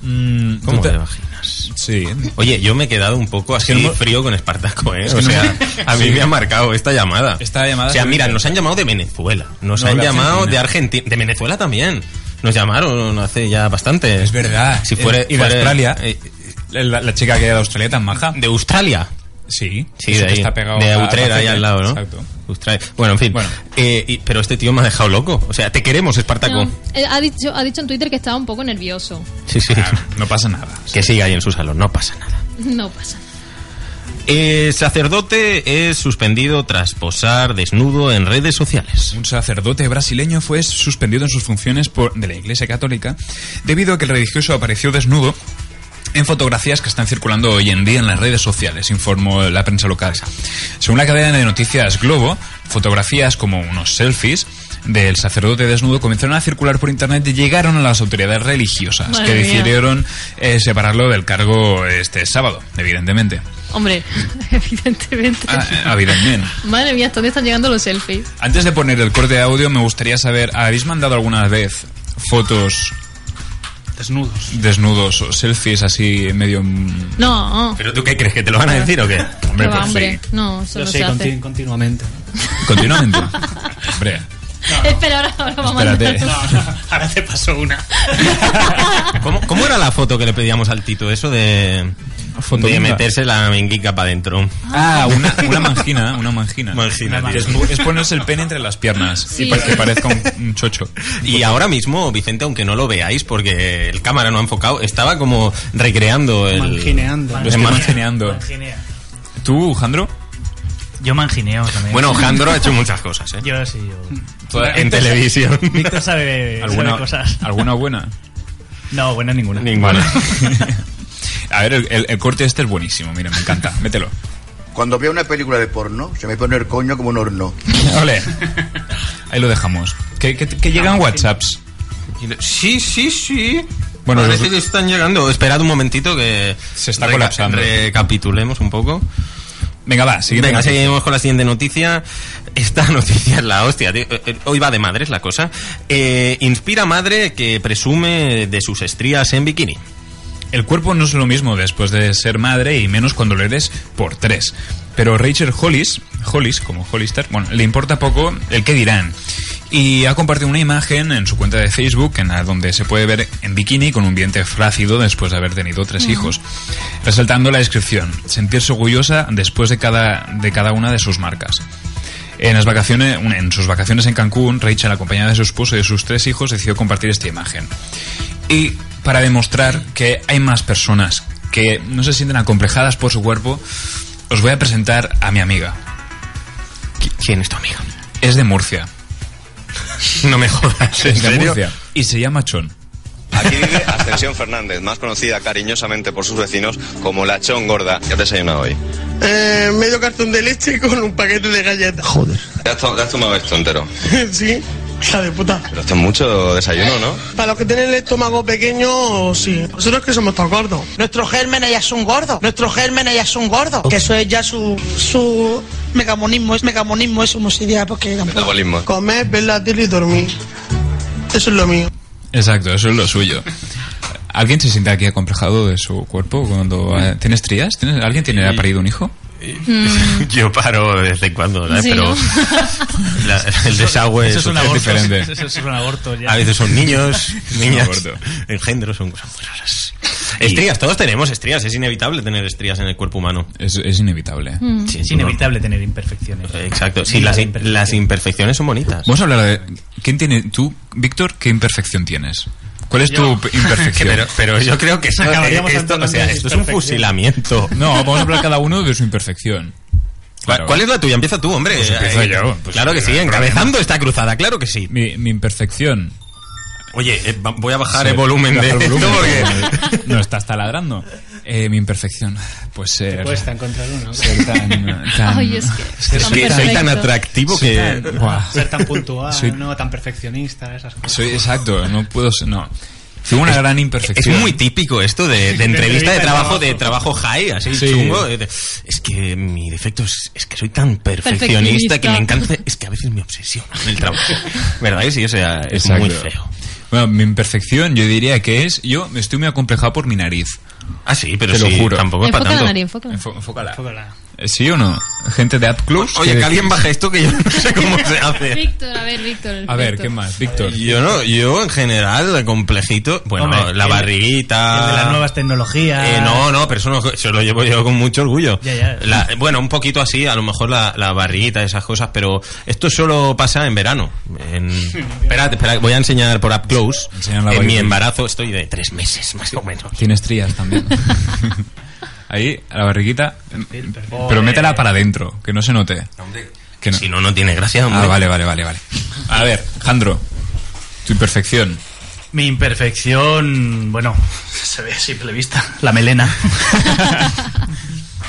[SPEAKER 2] Mm,
[SPEAKER 3] ¿Cómo
[SPEAKER 2] ¿tú te-
[SPEAKER 3] te imaginas?
[SPEAKER 2] Sí.
[SPEAKER 3] Oye, yo me he quedado un poco así
[SPEAKER 2] que no me-
[SPEAKER 3] frío con Espartaco, ¿eh?
[SPEAKER 2] Es que
[SPEAKER 3] o
[SPEAKER 2] no
[SPEAKER 3] sea,
[SPEAKER 2] me-
[SPEAKER 3] a mí
[SPEAKER 2] Sí.
[SPEAKER 3] me ha marcado esta llamada.
[SPEAKER 2] Esta llamada
[SPEAKER 3] O sea,
[SPEAKER 2] se-
[SPEAKER 3] mira, nos han llamado de Venezuela, nos
[SPEAKER 2] No,
[SPEAKER 3] han
[SPEAKER 2] de
[SPEAKER 3] llamado
[SPEAKER 2] Argentina.
[SPEAKER 3] de Argentina, de Venezuela también. Nos llamaron hace ya bastante. Es
[SPEAKER 2] verdad.
[SPEAKER 3] Si fuera,
[SPEAKER 2] Eh, y de
[SPEAKER 3] fuera-
[SPEAKER 2] Australia. La, la chica que era de Australia tan maja.
[SPEAKER 3] eh, ¿De Australia?
[SPEAKER 2] Sí.
[SPEAKER 3] Sí,
[SPEAKER 2] Eso
[SPEAKER 3] de
[SPEAKER 2] que
[SPEAKER 3] ahí.
[SPEAKER 2] Está pegado
[SPEAKER 3] de
[SPEAKER 2] a- a
[SPEAKER 3] Utrera, ahí
[SPEAKER 2] Albacete.
[SPEAKER 3] al lado, ¿no?
[SPEAKER 2] Exacto.
[SPEAKER 3] Australia. Bueno, en fin. Eh, y- pero este tío me ha dejado loco. O sea, te queremos, Espartaco.
[SPEAKER 5] No, eh, ha, dicho, ha dicho en Twitter que estaba un poco nervioso.
[SPEAKER 3] Sí, sí.
[SPEAKER 2] no pasa nada.
[SPEAKER 3] Que siga ahí en su salón, no pasa nada.
[SPEAKER 5] No pasa.
[SPEAKER 3] Eh, sacerdote es suspendido tras posar desnudo en redes sociales.
[SPEAKER 2] Un sacerdote brasileño fue suspendido en sus funciones por, de la Iglesia Católica debido a que el religioso apareció desnudo en fotografías que están circulando hoy en día en las redes sociales, informó la prensa local. Según la cadena de noticias Globo, fotografías como unos selfies del sacerdote desnudo comenzaron a circular por internet y llegaron a las autoridades religiosas,
[SPEAKER 5] Madre
[SPEAKER 2] que
[SPEAKER 5] mía.
[SPEAKER 2] decidieron eh, separarlo del cargo este sábado, evidentemente.
[SPEAKER 5] Hombre, evidentemente.
[SPEAKER 2] Ah, eh, evidentemente.
[SPEAKER 5] Madre mía, ¿hasta dónde están llegando los selfies?
[SPEAKER 2] Antes de poner el corte de audio, me gustaría saber, ¿habéis mandado alguna vez fotos
[SPEAKER 6] desnudos,
[SPEAKER 2] desnudos o selfies así medio... mm,
[SPEAKER 5] No.
[SPEAKER 3] ¿Pero tú qué crees? ¿Que te lo van a decir o qué?
[SPEAKER 5] Hombre,
[SPEAKER 2] pues
[SPEAKER 5] hombre. No, eso
[SPEAKER 6] Yo
[SPEAKER 5] no
[SPEAKER 6] sí,
[SPEAKER 5] se hace.
[SPEAKER 6] continu- continuamente.
[SPEAKER 2] sí. Continuamente. hombre,
[SPEAKER 5] Espera, ahora, ahora vamos
[SPEAKER 2] Espérate.
[SPEAKER 5] a mandar.
[SPEAKER 6] Ahora te paso una.
[SPEAKER 3] ¿Cómo, cómo era la foto que le pedíamos al Tito? Eso de, de meterse la menguica para adentro.
[SPEAKER 2] Ah, una, una mangina, una mangina.
[SPEAKER 3] Mangina,
[SPEAKER 2] Una
[SPEAKER 3] tío.
[SPEAKER 2] Es, es ponerse el pene entre las piernas y para que parezca un, un chocho.
[SPEAKER 3] Y ahora mismo, Vicente, aunque no lo veáis porque el cámara no ha enfocado, estaba como recreando el...
[SPEAKER 4] Mangineando.
[SPEAKER 2] Lo estoy mangineando. ¿Tú, Jandro?
[SPEAKER 4] Yo mangineo también.
[SPEAKER 3] Bueno, Jandro ha hecho muchas cosas, ¿eh?
[SPEAKER 4] Yo sí, yo.
[SPEAKER 3] Toda- en televisión.
[SPEAKER 4] Víctor sabe,
[SPEAKER 2] ¿Alguna,
[SPEAKER 4] sabe cosas.
[SPEAKER 2] ¿Alguna buena?
[SPEAKER 4] No, buena ninguna.
[SPEAKER 3] Ninguna.
[SPEAKER 2] A ver, el, el- el corte este es buenísimo, mira, me encanta. Mételo.
[SPEAKER 13] Cuando veo una película de porno, se me pone el coño como un horno.
[SPEAKER 2] Ole. Ahí lo dejamos. Que, que- que llegan WhatsApps.
[SPEAKER 3] Sí, sí, sí.
[SPEAKER 2] Bueno,
[SPEAKER 3] Bueno,
[SPEAKER 2] los-
[SPEAKER 3] parece que están llegando. Esperad un momentito que se
[SPEAKER 2] está colapsando.
[SPEAKER 3] Recapitulemos un poco.
[SPEAKER 2] Venga, va, siguiente
[SPEAKER 3] Venga,
[SPEAKER 2] noticia.
[SPEAKER 3] seguimos con la siguiente noticia. Esta noticia es la hostia. tío. Eh, eh, Hoy va de madres la cosa. Eh, inspira madre que presume de sus estrías en bikini.
[SPEAKER 2] El cuerpo no es lo mismo después de ser madre y menos cuando lo eres por tres. Pero Rachel Hollis, Hollis como Hollister, bueno, le importa poco el qué dirán. Y ha compartido una imagen en su cuenta de Facebook en la donde se puede ver en bikini con un vientre flácido después de haber tenido tres
[SPEAKER 14] Ujú.
[SPEAKER 2] hijos, resaltando la descripción, sentirse orgullosa después de cada, de cada una de sus marcas. En, las vacaciones, en sus vacaciones en Cancún, Rachel, acompañada de su esposo y de sus tres hijos, decidió compartir esta imagen y para demostrar que hay más personas que no se sienten acomplejadas por su cuerpo, os voy a presentar a mi amiga.
[SPEAKER 3] ¿Quién es tu amiga?
[SPEAKER 2] Es de Murcia.
[SPEAKER 3] No me jodas,
[SPEAKER 2] es de
[SPEAKER 15] serio?
[SPEAKER 2] Murcia. Y se llama Chon.
[SPEAKER 15] Aquí vive Ascensión Fernández, más conocida cariñosamente por sus vecinos como la Chon Gorda. ¿Qué has desayunado hoy?
[SPEAKER 16] Eh, medio cartón de leche con un paquete de galletas.
[SPEAKER 15] Joder. ¿Te has, to- te has tomado esto entero?
[SPEAKER 16] sí, hija de puta.
[SPEAKER 15] Pero esto es mucho desayuno, ¿no?
[SPEAKER 16] Para los que tienen el estómago pequeño, sí. Nosotros que somos tan gordos. Nuestros gérmenes ya son gordos. Nuestros gérmenes ya son gordos. Que eso es ya su, su megamonismo. Es megamonismo, eso como sería porque... tampoco-
[SPEAKER 15] Metabolismo.
[SPEAKER 16] Comer, ver la tele y dormir. Eso es lo mío.
[SPEAKER 2] Exacto, eso es lo suyo. ¿Alguien se siente aquí acomplejado de su cuerpo cuando eh, tienes trías? ¿Tienes- ¿Alguien tiene ha parido un hijo?
[SPEAKER 3] Yo paro de vez en cuando, ¿sabes?
[SPEAKER 2] Sí,
[SPEAKER 3] pero la- el desagüe
[SPEAKER 2] eso es un aborto,
[SPEAKER 3] diferente.
[SPEAKER 4] Eso es un aborto ya.
[SPEAKER 3] A veces son niños,
[SPEAKER 4] Es un
[SPEAKER 3] niñas,
[SPEAKER 4] aborto.
[SPEAKER 3] engendros, son cosas muy raras. Estrías, todos tenemos estrías, es inevitable tener estrías en el cuerpo humano.
[SPEAKER 2] Es, inevitable.
[SPEAKER 4] Mm. es inevitable tener imperfecciones.
[SPEAKER 3] Exacto, sí, las, las imperfecciones son bonitas.
[SPEAKER 2] Vamos a hablar de... ¿Quién tiene... Tú, Víctor, ¿qué imperfección tienes? ¿Cuál es
[SPEAKER 3] Yo.
[SPEAKER 2] tu imperfección?
[SPEAKER 3] pero, pero yo creo que esto, eh,
[SPEAKER 2] Acabaríamos
[SPEAKER 3] esto- o
[SPEAKER 2] hablando
[SPEAKER 3] sea,
[SPEAKER 2] de
[SPEAKER 3] esto es un
[SPEAKER 2] imperfección.
[SPEAKER 3] fusilamiento.
[SPEAKER 2] No, vamos a hablar cada uno de su imperfección. Claro.
[SPEAKER 3] ¿Cuál es la tuya? Empieza tú, hombre.
[SPEAKER 2] Pues empiezo
[SPEAKER 3] Eh,
[SPEAKER 2] yo. Pues
[SPEAKER 3] claro que
[SPEAKER 2] no
[SPEAKER 3] sí,
[SPEAKER 2] hay problema.
[SPEAKER 3] encabezando esta cruzada, claro que sí.
[SPEAKER 2] Mi, mi imperfección.
[SPEAKER 3] Oye, eh, va- voy a bajar
[SPEAKER 2] Sí,
[SPEAKER 3] el volumen
[SPEAKER 2] baja
[SPEAKER 3] de
[SPEAKER 2] el
[SPEAKER 3] esto
[SPEAKER 2] volumen,
[SPEAKER 3] porque...
[SPEAKER 2] porque No, está hasta ladrando. Eh, mi imperfección. Pues ser...
[SPEAKER 6] Cuesta encontrar uno.
[SPEAKER 2] Ser tan... tan-
[SPEAKER 6] Ay, es que-
[SPEAKER 2] soy-
[SPEAKER 6] que soy tan atractivo
[SPEAKER 2] Soy
[SPEAKER 6] que-
[SPEAKER 2] tan- Buah.
[SPEAKER 6] Ser tan puntual,
[SPEAKER 2] Soy-
[SPEAKER 6] ¿no? Tan perfeccionista, esas cosas.
[SPEAKER 2] Soy exacto, no puedo ser, no. Tengo una gran imperfección.
[SPEAKER 3] Es muy típico esto de, de entrevista de trabajo, de trabajo high, así
[SPEAKER 2] Sí.
[SPEAKER 3] chungo. eh, de- Es que mi defecto es, es que soy tan
[SPEAKER 2] Perfeccionista.
[SPEAKER 3] perfeccionista que me encanta. Es que a veces me obsesiona en el trabajo. ¿Verdad? que Sí, o sea, es
[SPEAKER 2] Exacto.
[SPEAKER 3] muy feo.
[SPEAKER 2] Bueno, mi imperfección yo diría que es, yo estoy muy acomplejado por mi nariz.
[SPEAKER 3] Ah, sí, pero
[SPEAKER 2] Te lo
[SPEAKER 3] sí,
[SPEAKER 2] juro. Eh,
[SPEAKER 3] tampoco
[SPEAKER 5] Enfócala, Nari, enfócala.
[SPEAKER 6] Enfócala.
[SPEAKER 2] ¿Sí o no? Gente de App Close.
[SPEAKER 3] Oye, que alguien baje esto que yo no sé cómo se hace.
[SPEAKER 5] Víctor, a ver, Víctor. el
[SPEAKER 3] A ver,
[SPEAKER 5] Víctor.
[SPEAKER 2] ¿Qué más, Víctor?
[SPEAKER 3] Yo no, yo en general, complejito. Bueno,
[SPEAKER 4] Hombre,
[SPEAKER 3] la
[SPEAKER 4] el-
[SPEAKER 3] barriguita.
[SPEAKER 4] el de las nuevas tecnologías.
[SPEAKER 3] Ah. Eh, no, no, pero eso, no- eso lo llevo yo con mucho orgullo.
[SPEAKER 4] Ya, ya.
[SPEAKER 3] La- bueno, un poquito así, a lo mejor la, la barriguita, esas cosas, pero esto solo pasa en verano. En- Espera, espera, voy a enseñar por up close.
[SPEAKER 2] Enseña la
[SPEAKER 3] en mi
[SPEAKER 2] barriguita.
[SPEAKER 3] embarazo estoy de tres meses, más o menos.
[SPEAKER 2] Tiene estrías también. Ahí, a la barriguita. Pero métela para adentro, que no se note. Que
[SPEAKER 3] Si no, no tiene gracia, hombre.
[SPEAKER 2] Ah, vale, vale, vale, vale. A ver, Jandro, tu imperfección.
[SPEAKER 4] Mi imperfección, bueno, se ve a simple vista. La melena.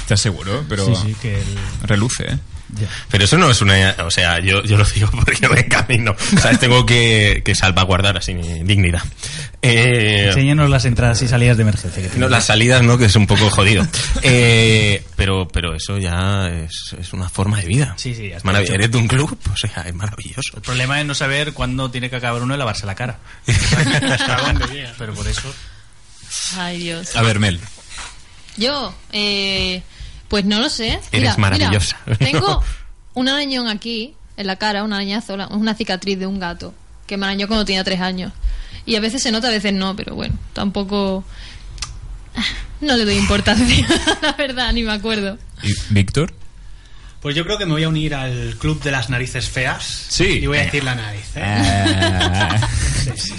[SPEAKER 2] ¿Estás seguro? Pero
[SPEAKER 4] Sí, sí, que el-
[SPEAKER 2] reluce, ¿eh?
[SPEAKER 3] Pero eso no es una... O sea, yo, yo lo digo porque me camino. ¿Sabes? Tengo que, que salvaguardar así mi dignidad. Eh,
[SPEAKER 4] Enséñanos las entradas y salidas de emergencia. que
[SPEAKER 3] No,
[SPEAKER 4] tienes.
[SPEAKER 3] las salidas no, que es un poco jodido. Eh, pero, pero eso ya es, es una forma de vida.
[SPEAKER 4] Sí, sí, ya está
[SPEAKER 3] Marav-
[SPEAKER 4] hecho.
[SPEAKER 3] Eres de un club, o sea, es maravilloso.
[SPEAKER 4] El problema es no saber cuándo tiene que acabar uno de lavarse la cara. Pero por eso.
[SPEAKER 5] Ay, Dios.
[SPEAKER 2] A ver, Mel.
[SPEAKER 5] Yo, eh, pues no lo sé.
[SPEAKER 2] Eres
[SPEAKER 5] Mira, mira,
[SPEAKER 2] maravillosa.
[SPEAKER 5] tengo un arañón aquí, en la cara, un arañazo, la- una cicatriz de un gato, que me arañó cuando tenía tres años. Y a veces se nota, a veces no, pero bueno, tampoco... ah, No le doy importancia, la verdad, ni me acuerdo.
[SPEAKER 2] ¿Y Víctor?
[SPEAKER 6] Pues yo creo que me voy a unir al club de las narices feas.
[SPEAKER 2] Sí.
[SPEAKER 6] Y voy a decir la nariz. ¿eh?
[SPEAKER 2] Ah,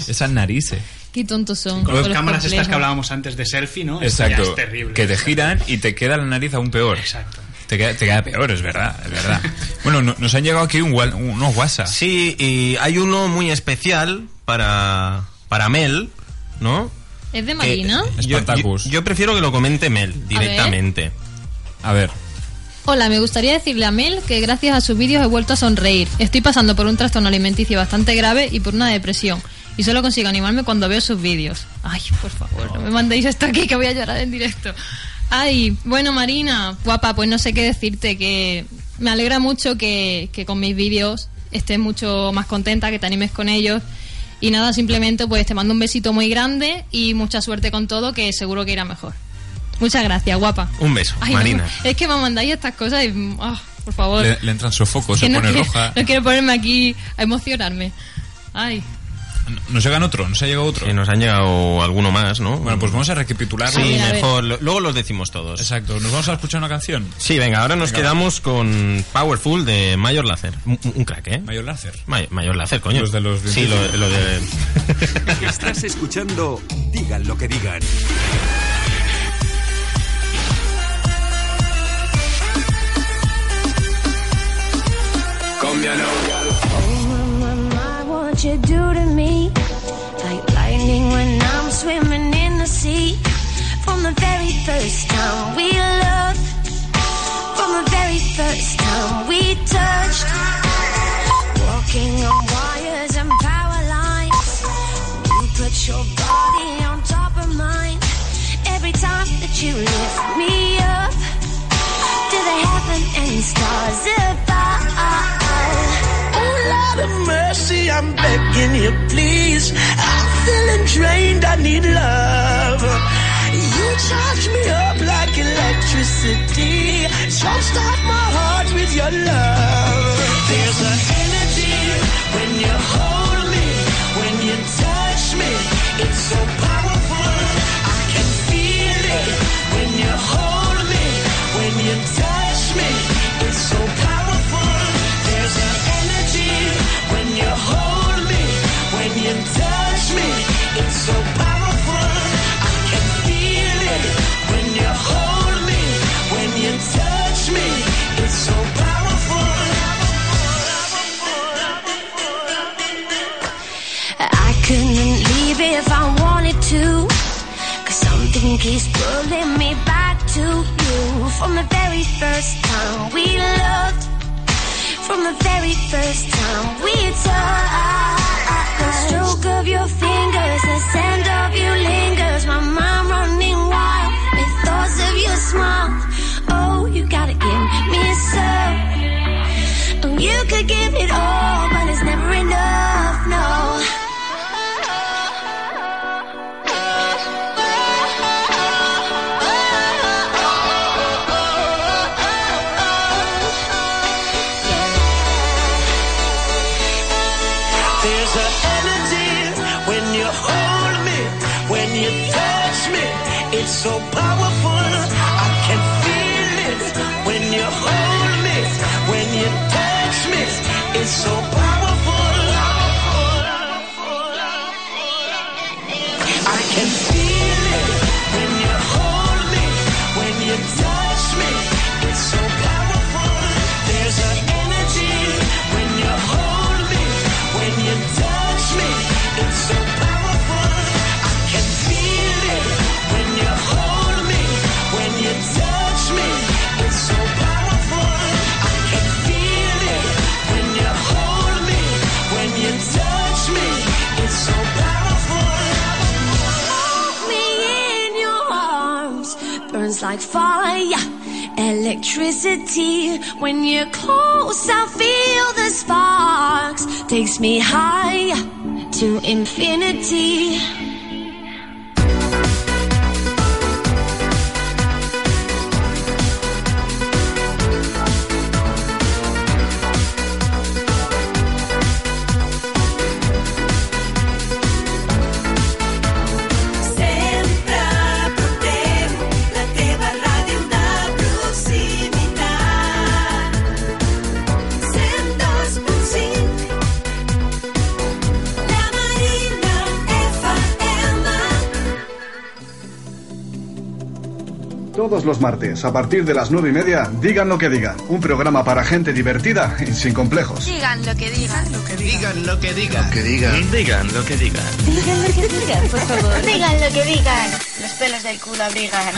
[SPEAKER 2] esas narices.
[SPEAKER 5] Qué tontos son.
[SPEAKER 6] Con las
[SPEAKER 5] los
[SPEAKER 6] cámaras estas
[SPEAKER 5] complejos.
[SPEAKER 6] que hablábamos antes de selfie, ¿no? Esto ya
[SPEAKER 2] Exacto.
[SPEAKER 6] es terrible.
[SPEAKER 2] Que te giran y te queda la nariz aún peor. Exacto. Te queda, te queda peor, es verdad, es verdad. Bueno, no- nos han llegado aquí un, wa- unos WhatsApp.
[SPEAKER 3] Sí, y hay uno muy especial para, para Mel, ¿no?
[SPEAKER 5] ¿Es de Marina?
[SPEAKER 2] eh,
[SPEAKER 3] Que- yo, yo- yo prefiero que lo comente Mel directamente.
[SPEAKER 2] A ver.
[SPEAKER 5] Hola, me gustaría decirle a Mel que gracias a sus vídeos he vuelto a sonreír. Estoy pasando por un trastorno alimenticio bastante grave y por una depresión. Y solo consigo animarme cuando veo sus vídeos. Ay, por favor, no me mandéis esto aquí que voy a llorar en directo. Ay, bueno, Marina, guapa, pues no sé qué decirte, que me alegra mucho que, que con mis vídeos estés mucho más contenta, que te animes con ellos. Y nada, simplemente pues te mando un besito muy grande y mucha suerte con todo, que seguro que irá mejor. Muchas gracias, guapa.
[SPEAKER 3] Un beso,
[SPEAKER 5] Ay,
[SPEAKER 3] Marina.
[SPEAKER 5] no, es que me mandáis estas cosas y. mm, ah, por favor.
[SPEAKER 2] Le, le entran sofocos,
[SPEAKER 5] Que
[SPEAKER 2] se
[SPEAKER 5] no
[SPEAKER 2] pone
[SPEAKER 5] quiero-
[SPEAKER 2] roja.
[SPEAKER 5] No quiero ponerme aquí a emocionarme. Ay.
[SPEAKER 2] Nos llegan otro, nos ha llegado otro.
[SPEAKER 3] Que nos han llegado alguno más, ¿no?
[SPEAKER 2] Bueno, pues vamos a recapitular.
[SPEAKER 3] Sí, mejor. Lo- Luego los decimos todos.
[SPEAKER 2] Exacto. ¿Nos vamos a escuchar una canción?
[SPEAKER 3] Sí, venga, ahora nos
[SPEAKER 2] Venga,
[SPEAKER 3] quedamos con Powerful de Mayor Láser. Un, un crack, ¿eh?
[SPEAKER 2] Mayor Láser.
[SPEAKER 3] Mayor, Láser, coño.
[SPEAKER 2] Los de los
[SPEAKER 3] Sí, lo, lo de...
[SPEAKER 1] Estás escuchando Digan lo que digan.
[SPEAKER 17] what you do to me. Like lightning when I'm swimming in the sea. From the very first time we loved, from the very first time we touched. Walking on wires and power lines. You put your body on top of mine. Every time that you lift me up to the heaven and stars above.
[SPEAKER 8] Oh Lord of mercy, I'm begging you, please. I feeling drained, I need love. You charge me up like electricity. Jumpstart my heart with your love. There's an energy when you hold me, when you touch me. It's so powerful, I can feel it. When you hold me, when you touch me, it's so powerful. There's an energy when you hold me, when you touch me, it's so powerful. I can feel it when you hold me, when you touch me, it's so powerful.
[SPEAKER 17] I couldn't leave if I wanted to. Cause something keeps pulling me back to you. From the very first time we loved. From the very first time we touched. The stroke of your fingers, the scent of you lingers. My mind running wild with thoughts of your smile. Oh, you gotta give me some. You could give it all, but it's never enough, no.
[SPEAKER 8] There's an energy when you hold me, when you touch me. It's so powerful, I can feel it. When you hold me, when you touch me, it's so powerful. I can feel it when you hold me, when you touch me, it's so powerful. There's an energy when you hold me. When you touch me, it's so powerful. I can feel it when you hold me. When you touch me, it's so powerful. I can feel it when you hold me. When you touch me, it's so powerful.
[SPEAKER 17] me in your arms burns like fire electricity when you're close i feel the sparks takes me high to infinity
[SPEAKER 8] Sempre portem la teva ràdio de proximitat. 102.5 La Marina FM.
[SPEAKER 13] Todos los martes, a partir de las nueve y media, digan lo que digan. Un programa para gente divertida y sin complejos.
[SPEAKER 17] Digan lo que digan. Lo que
[SPEAKER 13] Digan lo que digan. Lo que digan. Digan lo que digan.
[SPEAKER 17] Digan lo que digan, por favor. Digan lo que digan. Los pelos del culo abrigan.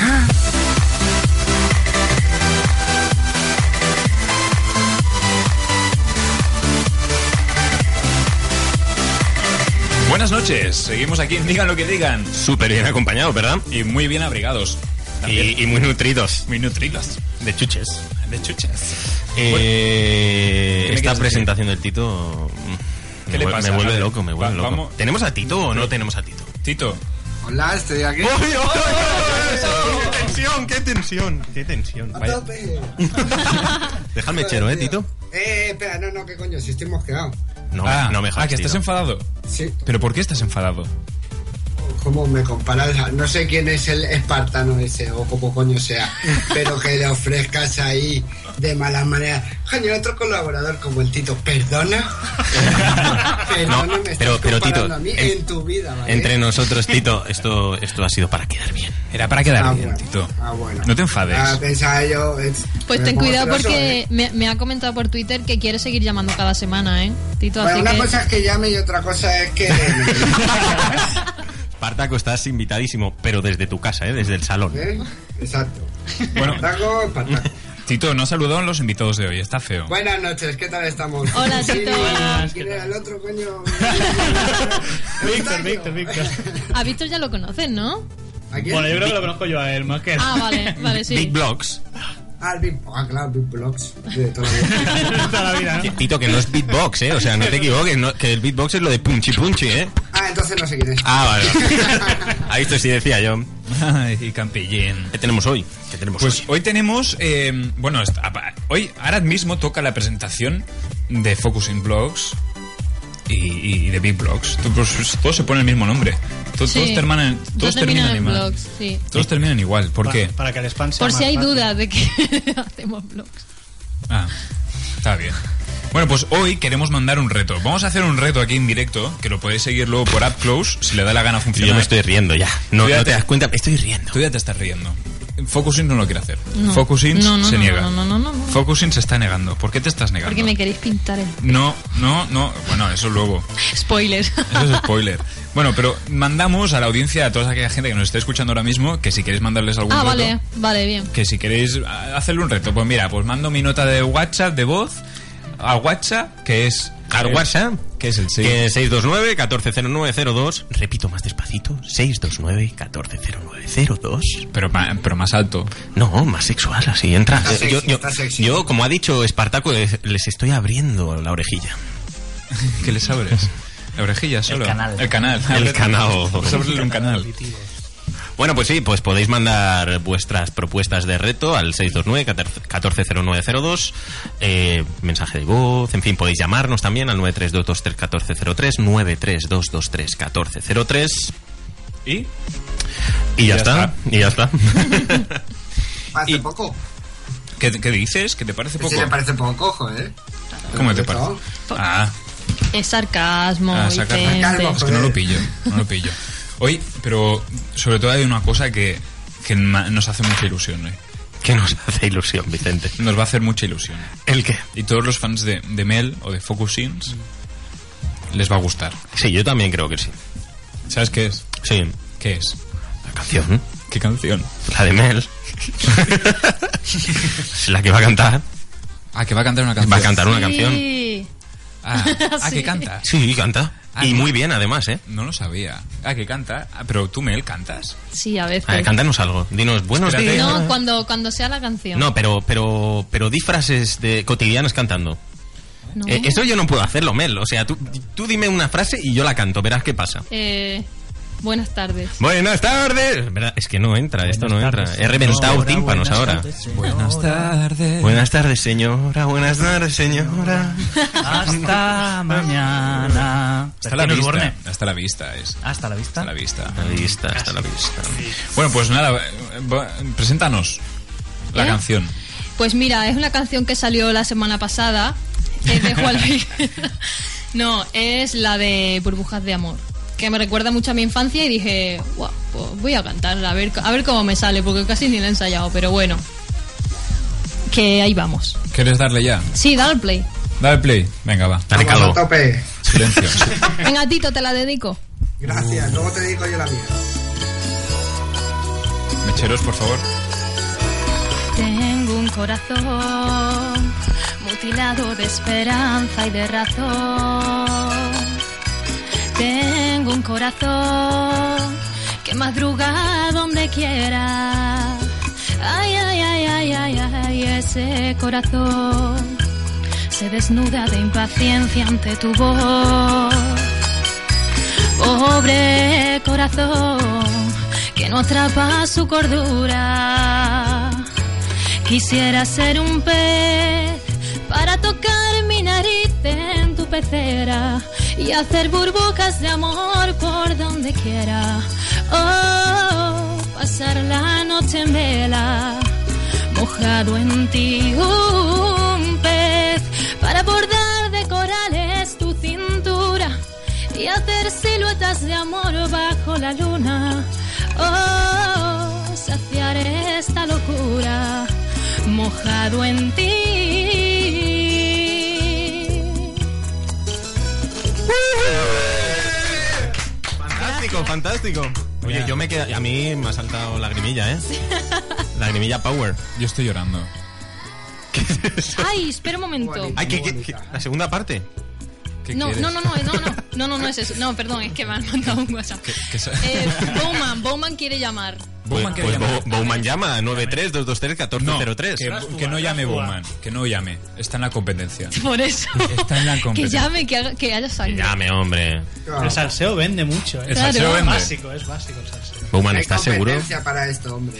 [SPEAKER 2] Buenas noches, seguimos aquí en Digan lo que digan.
[SPEAKER 3] Súper bien acompañados, ¿verdad?
[SPEAKER 2] Y muy bien abrigados.
[SPEAKER 3] Y, y muy nutridos.
[SPEAKER 2] Muy nutridos.
[SPEAKER 3] De chuches.
[SPEAKER 2] De chuches.
[SPEAKER 3] Eh,
[SPEAKER 2] ¿Qué me
[SPEAKER 3] esta
[SPEAKER 2] quieres
[SPEAKER 3] presentación del Tito.
[SPEAKER 2] ¿Qué
[SPEAKER 3] mm,
[SPEAKER 2] le
[SPEAKER 3] me vuel-
[SPEAKER 2] pasa?
[SPEAKER 3] Me
[SPEAKER 2] A
[SPEAKER 3] vuelve
[SPEAKER 2] ver,
[SPEAKER 3] loco, me vuelve
[SPEAKER 2] va-
[SPEAKER 3] loco.
[SPEAKER 2] vamos-
[SPEAKER 3] ¿Tenemos a Tito o no tenemos a Tito?
[SPEAKER 2] Tito.
[SPEAKER 18] Hola, estoy aquí.
[SPEAKER 3] este ¡Qué tensión, qué tensión! ¡Qué tensión!
[SPEAKER 18] A
[SPEAKER 3] Vaya.
[SPEAKER 18] tope.
[SPEAKER 3] Déjame chero, ¿eh, Tito?
[SPEAKER 18] Eh, espera, no, no, qué coño, si estoy mosqueado.
[SPEAKER 3] No,
[SPEAKER 2] ah,
[SPEAKER 3] me- no me jodas,
[SPEAKER 2] ah, que estás
[SPEAKER 3] tío.
[SPEAKER 2] enfadado.
[SPEAKER 18] Sí.
[SPEAKER 2] ¿Pero por qué estás enfadado?
[SPEAKER 18] ¿Cómo me comparas? No sé quién es el espartano ese o como coño sea, pero que le ofrezcas ahí de mala manera. Coño, otro colaborador como el Tito, perdona. perdona, me estás
[SPEAKER 3] pero- pero,
[SPEAKER 18] comparando
[SPEAKER 3] Tito,
[SPEAKER 18] a mí
[SPEAKER 3] en-
[SPEAKER 18] en tu vida, ¿vale?
[SPEAKER 3] Entre nosotros, Tito, esto, esto ha sido para quedar bien.
[SPEAKER 2] Era para quedar
[SPEAKER 18] Ah,
[SPEAKER 2] bien,
[SPEAKER 18] bueno.
[SPEAKER 2] Tito.
[SPEAKER 18] Ah, bueno.
[SPEAKER 2] No te enfades.
[SPEAKER 18] Ah, pensaba yo. es-
[SPEAKER 5] Pues
[SPEAKER 18] me
[SPEAKER 5] ten
[SPEAKER 18] pongo
[SPEAKER 5] cuidado
[SPEAKER 18] celoso,
[SPEAKER 5] porque
[SPEAKER 18] ¿eh?
[SPEAKER 5] me, me ha comentado por Twitter que quiere seguir llamando cada semana, ¿eh? Tito,
[SPEAKER 18] Bueno,
[SPEAKER 5] así
[SPEAKER 18] una
[SPEAKER 5] que...
[SPEAKER 18] cosa es que llame y otra cosa es que.
[SPEAKER 3] Espartaco, estás invitadísimo, pero desde tu casa, ¿eh? desde el salón.
[SPEAKER 18] ¿eh? Exacto.
[SPEAKER 2] Bueno.
[SPEAKER 18] Espartaco, espartaco.
[SPEAKER 2] Tito, no saludó a los invitados de hoy, está feo.
[SPEAKER 18] Buenas noches, ¿qué tal estamos?
[SPEAKER 5] Hola,
[SPEAKER 18] Sí,
[SPEAKER 5] Tito.
[SPEAKER 18] ¿Quién era el otro, coño?
[SPEAKER 6] Víctor, Víctor, Víctor.
[SPEAKER 5] A Víctor ya lo conocen, ¿no?
[SPEAKER 18] ¿A quién?
[SPEAKER 6] Bueno, yo creo que lo conozco yo a él más que él.
[SPEAKER 5] Ah, vale, vale, sí.
[SPEAKER 3] Blogs.
[SPEAKER 18] Ah, el Big- ah, claro, Big Blocks. De toda la vida.
[SPEAKER 6] Toda la vida, ¿no?
[SPEAKER 3] Tito, que no es beatbox, ¿eh? O sea, no te equivoques, no- que el beatbox es lo de punchi punchi, ¿eh?
[SPEAKER 18] Ah, entonces no sé quién es.
[SPEAKER 3] Ah, vale. vale. Ahí esto sí decía yo.
[SPEAKER 2] y Campillín.
[SPEAKER 3] ¿Qué tenemos hoy? ¿Qué tenemos
[SPEAKER 2] Pues
[SPEAKER 3] hoy?
[SPEAKER 2] hoy tenemos, eh, bueno, est- apa- hoy ahora mismo toca la presentación de Focusing Blogs y, y de Big Blogs. Tú- pues, Todos se ponen el mismo nombre. To- Todos,
[SPEAKER 5] Sí.
[SPEAKER 2] terminan,
[SPEAKER 5] Todos
[SPEAKER 2] todos
[SPEAKER 5] terminan
[SPEAKER 2] terminan
[SPEAKER 5] en
[SPEAKER 2] igual.
[SPEAKER 5] blogs, sí.
[SPEAKER 2] Todos terminan igual. ¿Por
[SPEAKER 6] Pa-
[SPEAKER 2] qué?
[SPEAKER 6] Para que el spam sea
[SPEAKER 5] Por si
[SPEAKER 6] más
[SPEAKER 5] hay
[SPEAKER 6] fácil.
[SPEAKER 5] duda de que hacemos blogs.
[SPEAKER 2] Ah, está bien. Bueno, pues hoy queremos mandar un reto. Vamos a hacer un reto aquí en directo, que lo podéis seguir luego por AppClose, si le da la gana funcionar.
[SPEAKER 3] Yo me estoy riendo ya. No,
[SPEAKER 2] Tú ya
[SPEAKER 3] no te das cuenta, estoy riendo.
[SPEAKER 2] Tú ya te estás riendo. Focusing no lo quiere hacer.
[SPEAKER 5] No.
[SPEAKER 2] Focusing
[SPEAKER 5] No, no,
[SPEAKER 2] se
[SPEAKER 5] no,
[SPEAKER 2] niega.
[SPEAKER 5] no, no, no, no, no.
[SPEAKER 2] Focusing se está negando. ¿Por qué te estás negando?
[SPEAKER 5] Porque me queréis pintar el
[SPEAKER 2] No, no, no. Bueno, eso luego.
[SPEAKER 5] spoiler.
[SPEAKER 2] Eso es spoiler. Bueno, pero mandamos a la audiencia, a toda aquella gente que nos está escuchando ahora mismo, que si queréis mandarles algún
[SPEAKER 5] ah,
[SPEAKER 2] reto,
[SPEAKER 5] vale, vale, bien.
[SPEAKER 2] que si queréis ah, hacerle un reto, pues mira, pues mando mi nota de WhatsApp, de voz, a WhatsApp, que es...
[SPEAKER 3] Al WhatsApp,
[SPEAKER 2] que es el
[SPEAKER 3] que es 629-140902. Repito más despacito: 629-140902.
[SPEAKER 2] Pero, ma- pero más alto.
[SPEAKER 3] No, más sexual, así entra.
[SPEAKER 18] Está
[SPEAKER 3] Eh,
[SPEAKER 18] sexy,
[SPEAKER 3] yo, yo-
[SPEAKER 18] está sexy.
[SPEAKER 3] yo, como ha dicho Espartaco, les, les estoy abriendo la orejilla.
[SPEAKER 2] ¿Qué les abres? La orejilla solo.
[SPEAKER 3] canal.
[SPEAKER 2] El canal.
[SPEAKER 3] El canal.
[SPEAKER 2] Pues ábrele un canal.
[SPEAKER 3] Bueno, pues sí, pues podéis mandar vuestras propuestas de reto al 629-140902, eh, mensaje de voz, en fin, podéis llamarnos también al 932231403, 932231403
[SPEAKER 2] ¿Y?
[SPEAKER 3] y ya,
[SPEAKER 2] Ya
[SPEAKER 3] está,
[SPEAKER 2] está.
[SPEAKER 3] y ya está.
[SPEAKER 18] Hace poco.
[SPEAKER 2] ¿Qué, qué dices? ¿Que te parece poco?
[SPEAKER 18] Sí, le parece poco cojo, ¿eh?
[SPEAKER 2] ¿Cómo te parece? Ah,
[SPEAKER 5] Es sarcasmo,
[SPEAKER 2] ah, saca-
[SPEAKER 5] Vicente.
[SPEAKER 2] Es que no lo pillo, no lo pillo. Hoy, pero sobre todo hay una cosa que, que ma- nos hace mucha ilusión hoy.
[SPEAKER 3] que nos hace ilusión, Vicente.
[SPEAKER 2] Nos va a hacer mucha ilusión.
[SPEAKER 3] ¿El qué?
[SPEAKER 2] Y todos los fans de, de Mel o de Focus Sins les va a gustar.
[SPEAKER 3] Sí, yo también creo que sí.
[SPEAKER 2] ¿Sabes qué es?
[SPEAKER 3] Sí,
[SPEAKER 2] ¿Qué es?
[SPEAKER 3] la canción,
[SPEAKER 2] ¿Qué canción?
[SPEAKER 3] la de Mel. Es la que va a cantar,
[SPEAKER 2] Ah, que va a cantar una canción.
[SPEAKER 3] va a cantar una
[SPEAKER 5] Sí.
[SPEAKER 3] canción.
[SPEAKER 2] Ah, ah,
[SPEAKER 5] Sí.
[SPEAKER 2] que canta.
[SPEAKER 3] Sí, canta.
[SPEAKER 2] Ah,
[SPEAKER 3] Y
[SPEAKER 2] no.
[SPEAKER 3] muy bien, además, ¿eh?
[SPEAKER 2] No lo sabía. Ah, que canta. Ah, pero tú, Mel, cantas.
[SPEAKER 5] Sí, a veces.
[SPEAKER 3] A ver, cántanos algo. Dinos buenos
[SPEAKER 2] Espérate.
[SPEAKER 3] días.
[SPEAKER 5] No, cuando, cuando sea la canción.
[SPEAKER 3] No, pero, pero, pero di frases de cotidianas cantando.
[SPEAKER 5] No.
[SPEAKER 3] Eh, eso yo no puedo hacerlo, Mel. O sea, tú, tú dime una frase y yo la canto. Verás qué pasa.
[SPEAKER 5] Eh, buenas tardes.
[SPEAKER 3] Buenas tardes. Verdad, Es que no entra, esto no entra. He reventado tímpanos ahora.
[SPEAKER 5] eh.
[SPEAKER 2] Buenas tardes.
[SPEAKER 3] Buenas tardes, señora. Buenas tardes, señora. Ah,
[SPEAKER 4] Hasta mañana.
[SPEAKER 2] Hasta la
[SPEAKER 4] ¿Quién nos
[SPEAKER 2] vista.
[SPEAKER 4] duerme?
[SPEAKER 2] Hasta la vista es.
[SPEAKER 5] Ah.
[SPEAKER 4] Hasta la
[SPEAKER 2] Hasta
[SPEAKER 4] vista.
[SPEAKER 2] la vista.
[SPEAKER 3] Hasta la vista, hasta la vista.
[SPEAKER 2] Bueno, pues nada, eh, va- preséntanos la
[SPEAKER 5] ¿Eh?
[SPEAKER 2] canción.
[SPEAKER 5] Pues mira, es una canción que salió la semana pasada. Es de Juan Luis. no, es la de Burbujas de Amor. Que me recuerda mucho a mi infancia y dije, "Guau, pues voy a cantarla, a ver, a ver cómo me sale, porque casi ni la he ensayado, pero bueno. Que ahí vamos.
[SPEAKER 2] ¿Quieres darle ya?
[SPEAKER 5] Sí, dale al play.
[SPEAKER 2] Dale play. Venga, va.
[SPEAKER 3] Dale
[SPEAKER 18] Vamos
[SPEAKER 3] calor.
[SPEAKER 18] a tope.
[SPEAKER 2] Silencio.
[SPEAKER 5] Venga, Tito, te la dedico.
[SPEAKER 18] Gracias, luego te digo yo la mía.
[SPEAKER 2] Mecheros, por favor.
[SPEAKER 5] Tengo un corazón mutilado de esperanza y de razón. Tengo un corazón que madruga donde quiera. Ay, ay, ay, ay, ay, ay, ese corazón se desnuda de impaciencia ante tu voz. Pobre corazón que no atrapa su cordura. Quisiera ser un pez para tocar mi nariz en tu pecera y hacer burbujas de amor por donde quiera. Oh, pasar la noche en vela, mojado en ti un pez para bordar de corales tu cintura y hacer siluetas de amor bajo la luna. Oh, saciar esta locura mojado en ti.
[SPEAKER 3] Fantástico, fantástico. Oye, yo me quedo. A mí me ha saltado lagrimilla, ¿eh? Lagrimilla Power.
[SPEAKER 2] Yo estoy llorando.
[SPEAKER 5] Ay, espera un momento.
[SPEAKER 3] Ay, ¿qué- qué- qué- la segunda parte.
[SPEAKER 2] ¿Qué
[SPEAKER 5] No,
[SPEAKER 2] quieres?
[SPEAKER 5] no, no, no, no, no, no, no, no es eso. No, perdón, es que me han mandado un WhatsApp.
[SPEAKER 2] ¿Qué- qué sa-
[SPEAKER 5] Eh, Bowman, Bowman quiere llamar.
[SPEAKER 3] Bowman,
[SPEAKER 2] que
[SPEAKER 3] pues,
[SPEAKER 2] llame.
[SPEAKER 3] Bow- Bowman llama a 93-223-1403.
[SPEAKER 2] que,
[SPEAKER 5] eh.
[SPEAKER 2] que no llame Bowman, que no llame. Está en la competencia.
[SPEAKER 5] Por eso.
[SPEAKER 2] Está en la
[SPEAKER 5] que
[SPEAKER 2] competencia.
[SPEAKER 5] llame, que, haga- que haya sangre.
[SPEAKER 3] Llame, hombre.
[SPEAKER 6] El salseo vende mucho, ¿eh?
[SPEAKER 3] El Claro. salseo
[SPEAKER 6] es
[SPEAKER 3] vende.
[SPEAKER 6] básico, es básico el salseo.
[SPEAKER 3] Bowman, ¿estás seguro?
[SPEAKER 18] competencia para esto, hombre.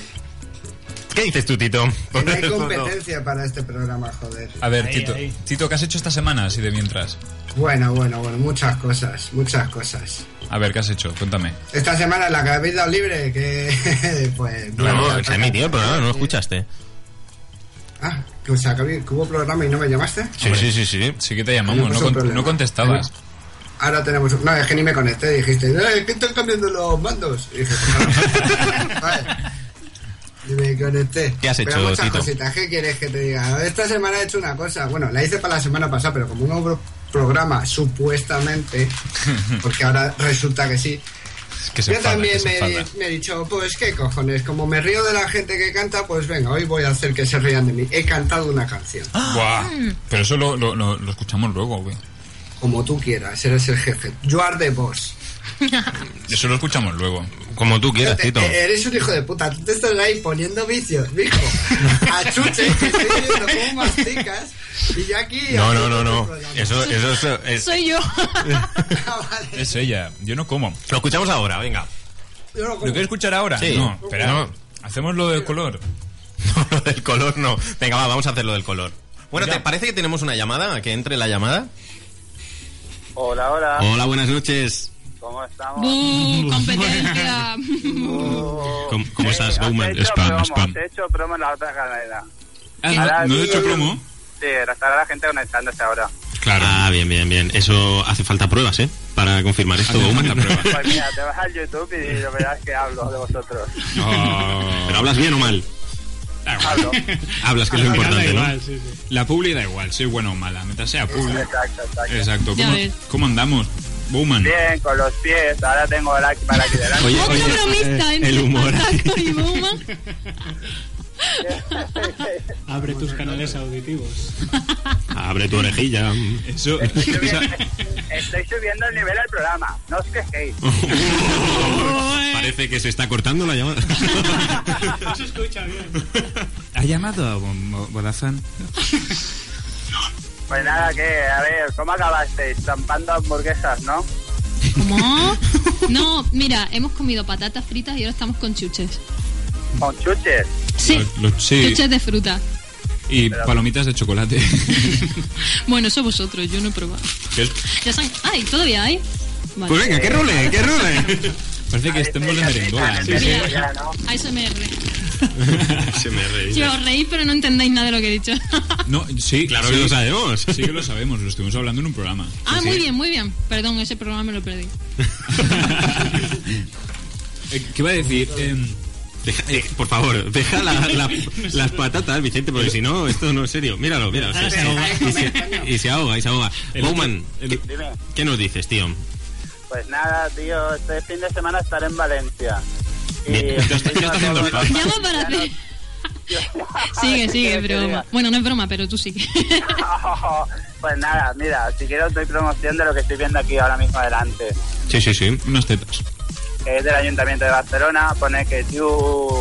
[SPEAKER 3] ¿Qué dices tú, Tito?
[SPEAKER 18] Que no hay competencia para este programa, joder.
[SPEAKER 2] A ver, Tito, Tito, ¿qué has hecho esta semana así de mientras?
[SPEAKER 18] Bueno, bueno, bueno, muchas cosas, muchas cosas.
[SPEAKER 2] A ver, ¿qué has hecho? Cuéntame.
[SPEAKER 18] Esta semana la que habéis dado libre, que pues...
[SPEAKER 3] No,
[SPEAKER 18] bueno,
[SPEAKER 3] no, se ha emitido el programa, no lo escuchaste.
[SPEAKER 18] Ah, que, o sea, que había- que hubo programa y no me llamaste.
[SPEAKER 2] Sí, sí, sí, sí. Sí que te llamamos, no,
[SPEAKER 18] Tenemos un
[SPEAKER 2] cont-
[SPEAKER 18] problema.
[SPEAKER 2] no contestabas.
[SPEAKER 18] Ahora tenemos... No, es que ni me conecté, dijiste, "Eh, que están cambiando los mandos. Y dije, pues, vale. Vale. Y me conecté.
[SPEAKER 3] ¿Qué has
[SPEAKER 18] Pero
[SPEAKER 3] hecho,
[SPEAKER 18] muchas
[SPEAKER 3] Tito?
[SPEAKER 18] cositas, ¿qué quieres que te diga? Esta semana he hecho una cosa, bueno, la hice para la semana pasada, pero como no hubo programa, supuestamente, porque ahora resulta que sí,
[SPEAKER 2] que se
[SPEAKER 18] yo
[SPEAKER 2] enfada,
[SPEAKER 18] también
[SPEAKER 2] que se
[SPEAKER 18] me,
[SPEAKER 2] enfada.
[SPEAKER 18] di- me he dicho, pues qué cojones, como me río de la gente que canta, pues venga, hoy voy a hacer que se rían de mí. He cantado una canción. Ah.
[SPEAKER 2] Buah. Pero eso lo, lo- lo- lo escuchamos luego, güey.
[SPEAKER 18] Como tú quieras, eres el jefe. You are the boss.
[SPEAKER 2] Eso lo escuchamos luego.
[SPEAKER 3] Como tú quieras,
[SPEAKER 18] Te-
[SPEAKER 3] Tito.
[SPEAKER 18] e- eres un hijo de puta, tú te estás ahí poniendo vicios, mijo. A chuche, que estoy viendo cómo masticas. Y yo aquí. eh,
[SPEAKER 3] No, no, no, no. Eso, eso, eso es.
[SPEAKER 5] Soy yo.
[SPEAKER 2] Es ella. Yo no como.
[SPEAKER 3] Lo escuchamos ahora, venga.
[SPEAKER 18] Yo no
[SPEAKER 2] ¿Lo quieres escuchar ahora?
[SPEAKER 3] Sí.
[SPEAKER 2] No, espera.
[SPEAKER 3] No.
[SPEAKER 2] Hacemos lo del color.
[SPEAKER 3] lo del color no. Venga, va, vamos a hacerlo del color. Bueno, ¿te parece que tenemos una llamada? ¿Que entre la llamada?
[SPEAKER 19] Hola, hola.
[SPEAKER 3] Hola, buenas noches.
[SPEAKER 19] ¿Cómo estamos?
[SPEAKER 5] Bu, competencia.
[SPEAKER 3] ¿Cómo, cómo estás, Bowman?
[SPEAKER 19] Has hecho
[SPEAKER 3] Spam,
[SPEAKER 19] promo,
[SPEAKER 3] spam.
[SPEAKER 19] te he hecho promo en la otra cadena.
[SPEAKER 2] Ah, ¿no-
[SPEAKER 19] Ahora
[SPEAKER 3] no he hecho
[SPEAKER 19] sí,
[SPEAKER 3] promo?
[SPEAKER 19] Sí, estará la gente conectándose ahora.
[SPEAKER 3] Claro. Ah, bien, bien, bien. Eso hace falta pruebas, ¿eh? Para confirmar esto, Bowman.
[SPEAKER 19] Pues mira, te vas al YouTube y lo verás que hablo de vosotros.
[SPEAKER 3] ¿Pero hablas bien o mal?
[SPEAKER 19] Hablo.
[SPEAKER 3] Hablas, que es lo
[SPEAKER 2] Hablar da
[SPEAKER 3] importante, ¿no?
[SPEAKER 2] igual, sí, sí. La publi da igual, soy buena o mala. Mientras sea publi.
[SPEAKER 19] Exacto, exacto.
[SPEAKER 2] Exacto.
[SPEAKER 19] Ya
[SPEAKER 2] ¿Cómo,
[SPEAKER 19] ves.
[SPEAKER 2] cómo andamos? Bowman.
[SPEAKER 19] Bien, con los pies. Ahora tengo el aquí para aquí delante.
[SPEAKER 2] Oye, Otro oye, bromista, eh, ¿eh? el humor.
[SPEAKER 3] eh,
[SPEAKER 6] Abre tus canales auditivos.
[SPEAKER 3] Abre tu orejilla.
[SPEAKER 2] Eso.
[SPEAKER 19] Estoy subiendo el nivel al programa. No os quejéis.
[SPEAKER 3] Parece que se está cortando la llamada.
[SPEAKER 6] No se escucha bien.
[SPEAKER 2] ¿Ha llamado a Vo- Vo- Vodafone?
[SPEAKER 19] Pues nada, que, a ver, ¿cómo acabasteis? Zampando hamburguesas, ¿no?
[SPEAKER 5] ¿Cómo? No, mira, hemos comido patatas fritas y ahora estamos con chuches.
[SPEAKER 19] Con chuches.
[SPEAKER 5] Sí.
[SPEAKER 2] Lo- sí.
[SPEAKER 5] Chuches de fruta.
[SPEAKER 2] Y palomitas de chocolate.
[SPEAKER 5] Bueno, eso vosotros, yo no he probado.
[SPEAKER 2] ¿Qué es?
[SPEAKER 5] Ya saben. ¡Ay, todavía hay! Vale.
[SPEAKER 2] Pues venga, que rule, que rule. Parece que estemos de merengona.
[SPEAKER 5] Mira, ASMR.
[SPEAKER 3] Se me reí.
[SPEAKER 5] Yo os reís, pero no entendéis nada de lo que he dicho.
[SPEAKER 2] No, sí.
[SPEAKER 3] Claro
[SPEAKER 2] sí.
[SPEAKER 3] que lo sabemos.
[SPEAKER 2] Sí que lo sabemos, lo estuvimos hablando en un programa.
[SPEAKER 5] Ah, muy bien, muy bien. Perdón, ese programa me lo perdí.
[SPEAKER 2] Eh, ¿Qué iba a decir? Em,
[SPEAKER 3] Deja- eh, por favor, deja la- la- las patatas, Vicente, porque si no, esto no es serio. Míralo, míralo.
[SPEAKER 19] Ahora
[SPEAKER 3] se-
[SPEAKER 19] se
[SPEAKER 3] se-
[SPEAKER 19] ahoga.
[SPEAKER 3] y, se, y se ahoga, y se ahoga.
[SPEAKER 19] El otro-
[SPEAKER 3] Bowman, ¿qué,
[SPEAKER 19] Dime.
[SPEAKER 3] qué nos dices, tío?
[SPEAKER 19] Pues nada, tío, este fin de semana estaré en Valencia.
[SPEAKER 3] Bien, ya está- ya está haciendo el plan.
[SPEAKER 5] Llama para hacer. Sigue, sigue,
[SPEAKER 19] ¿Qué quería?
[SPEAKER 5] broma. Bueno, no es broma, pero tú sigue.
[SPEAKER 19] Pues nada, mira, si quiero doy promoción de lo que estoy viendo aquí ahora mismo adelante.
[SPEAKER 3] Sí, sí, sí. Unas tetas.
[SPEAKER 19] Que es del Ayuntamiento de Barcelona, pone que you,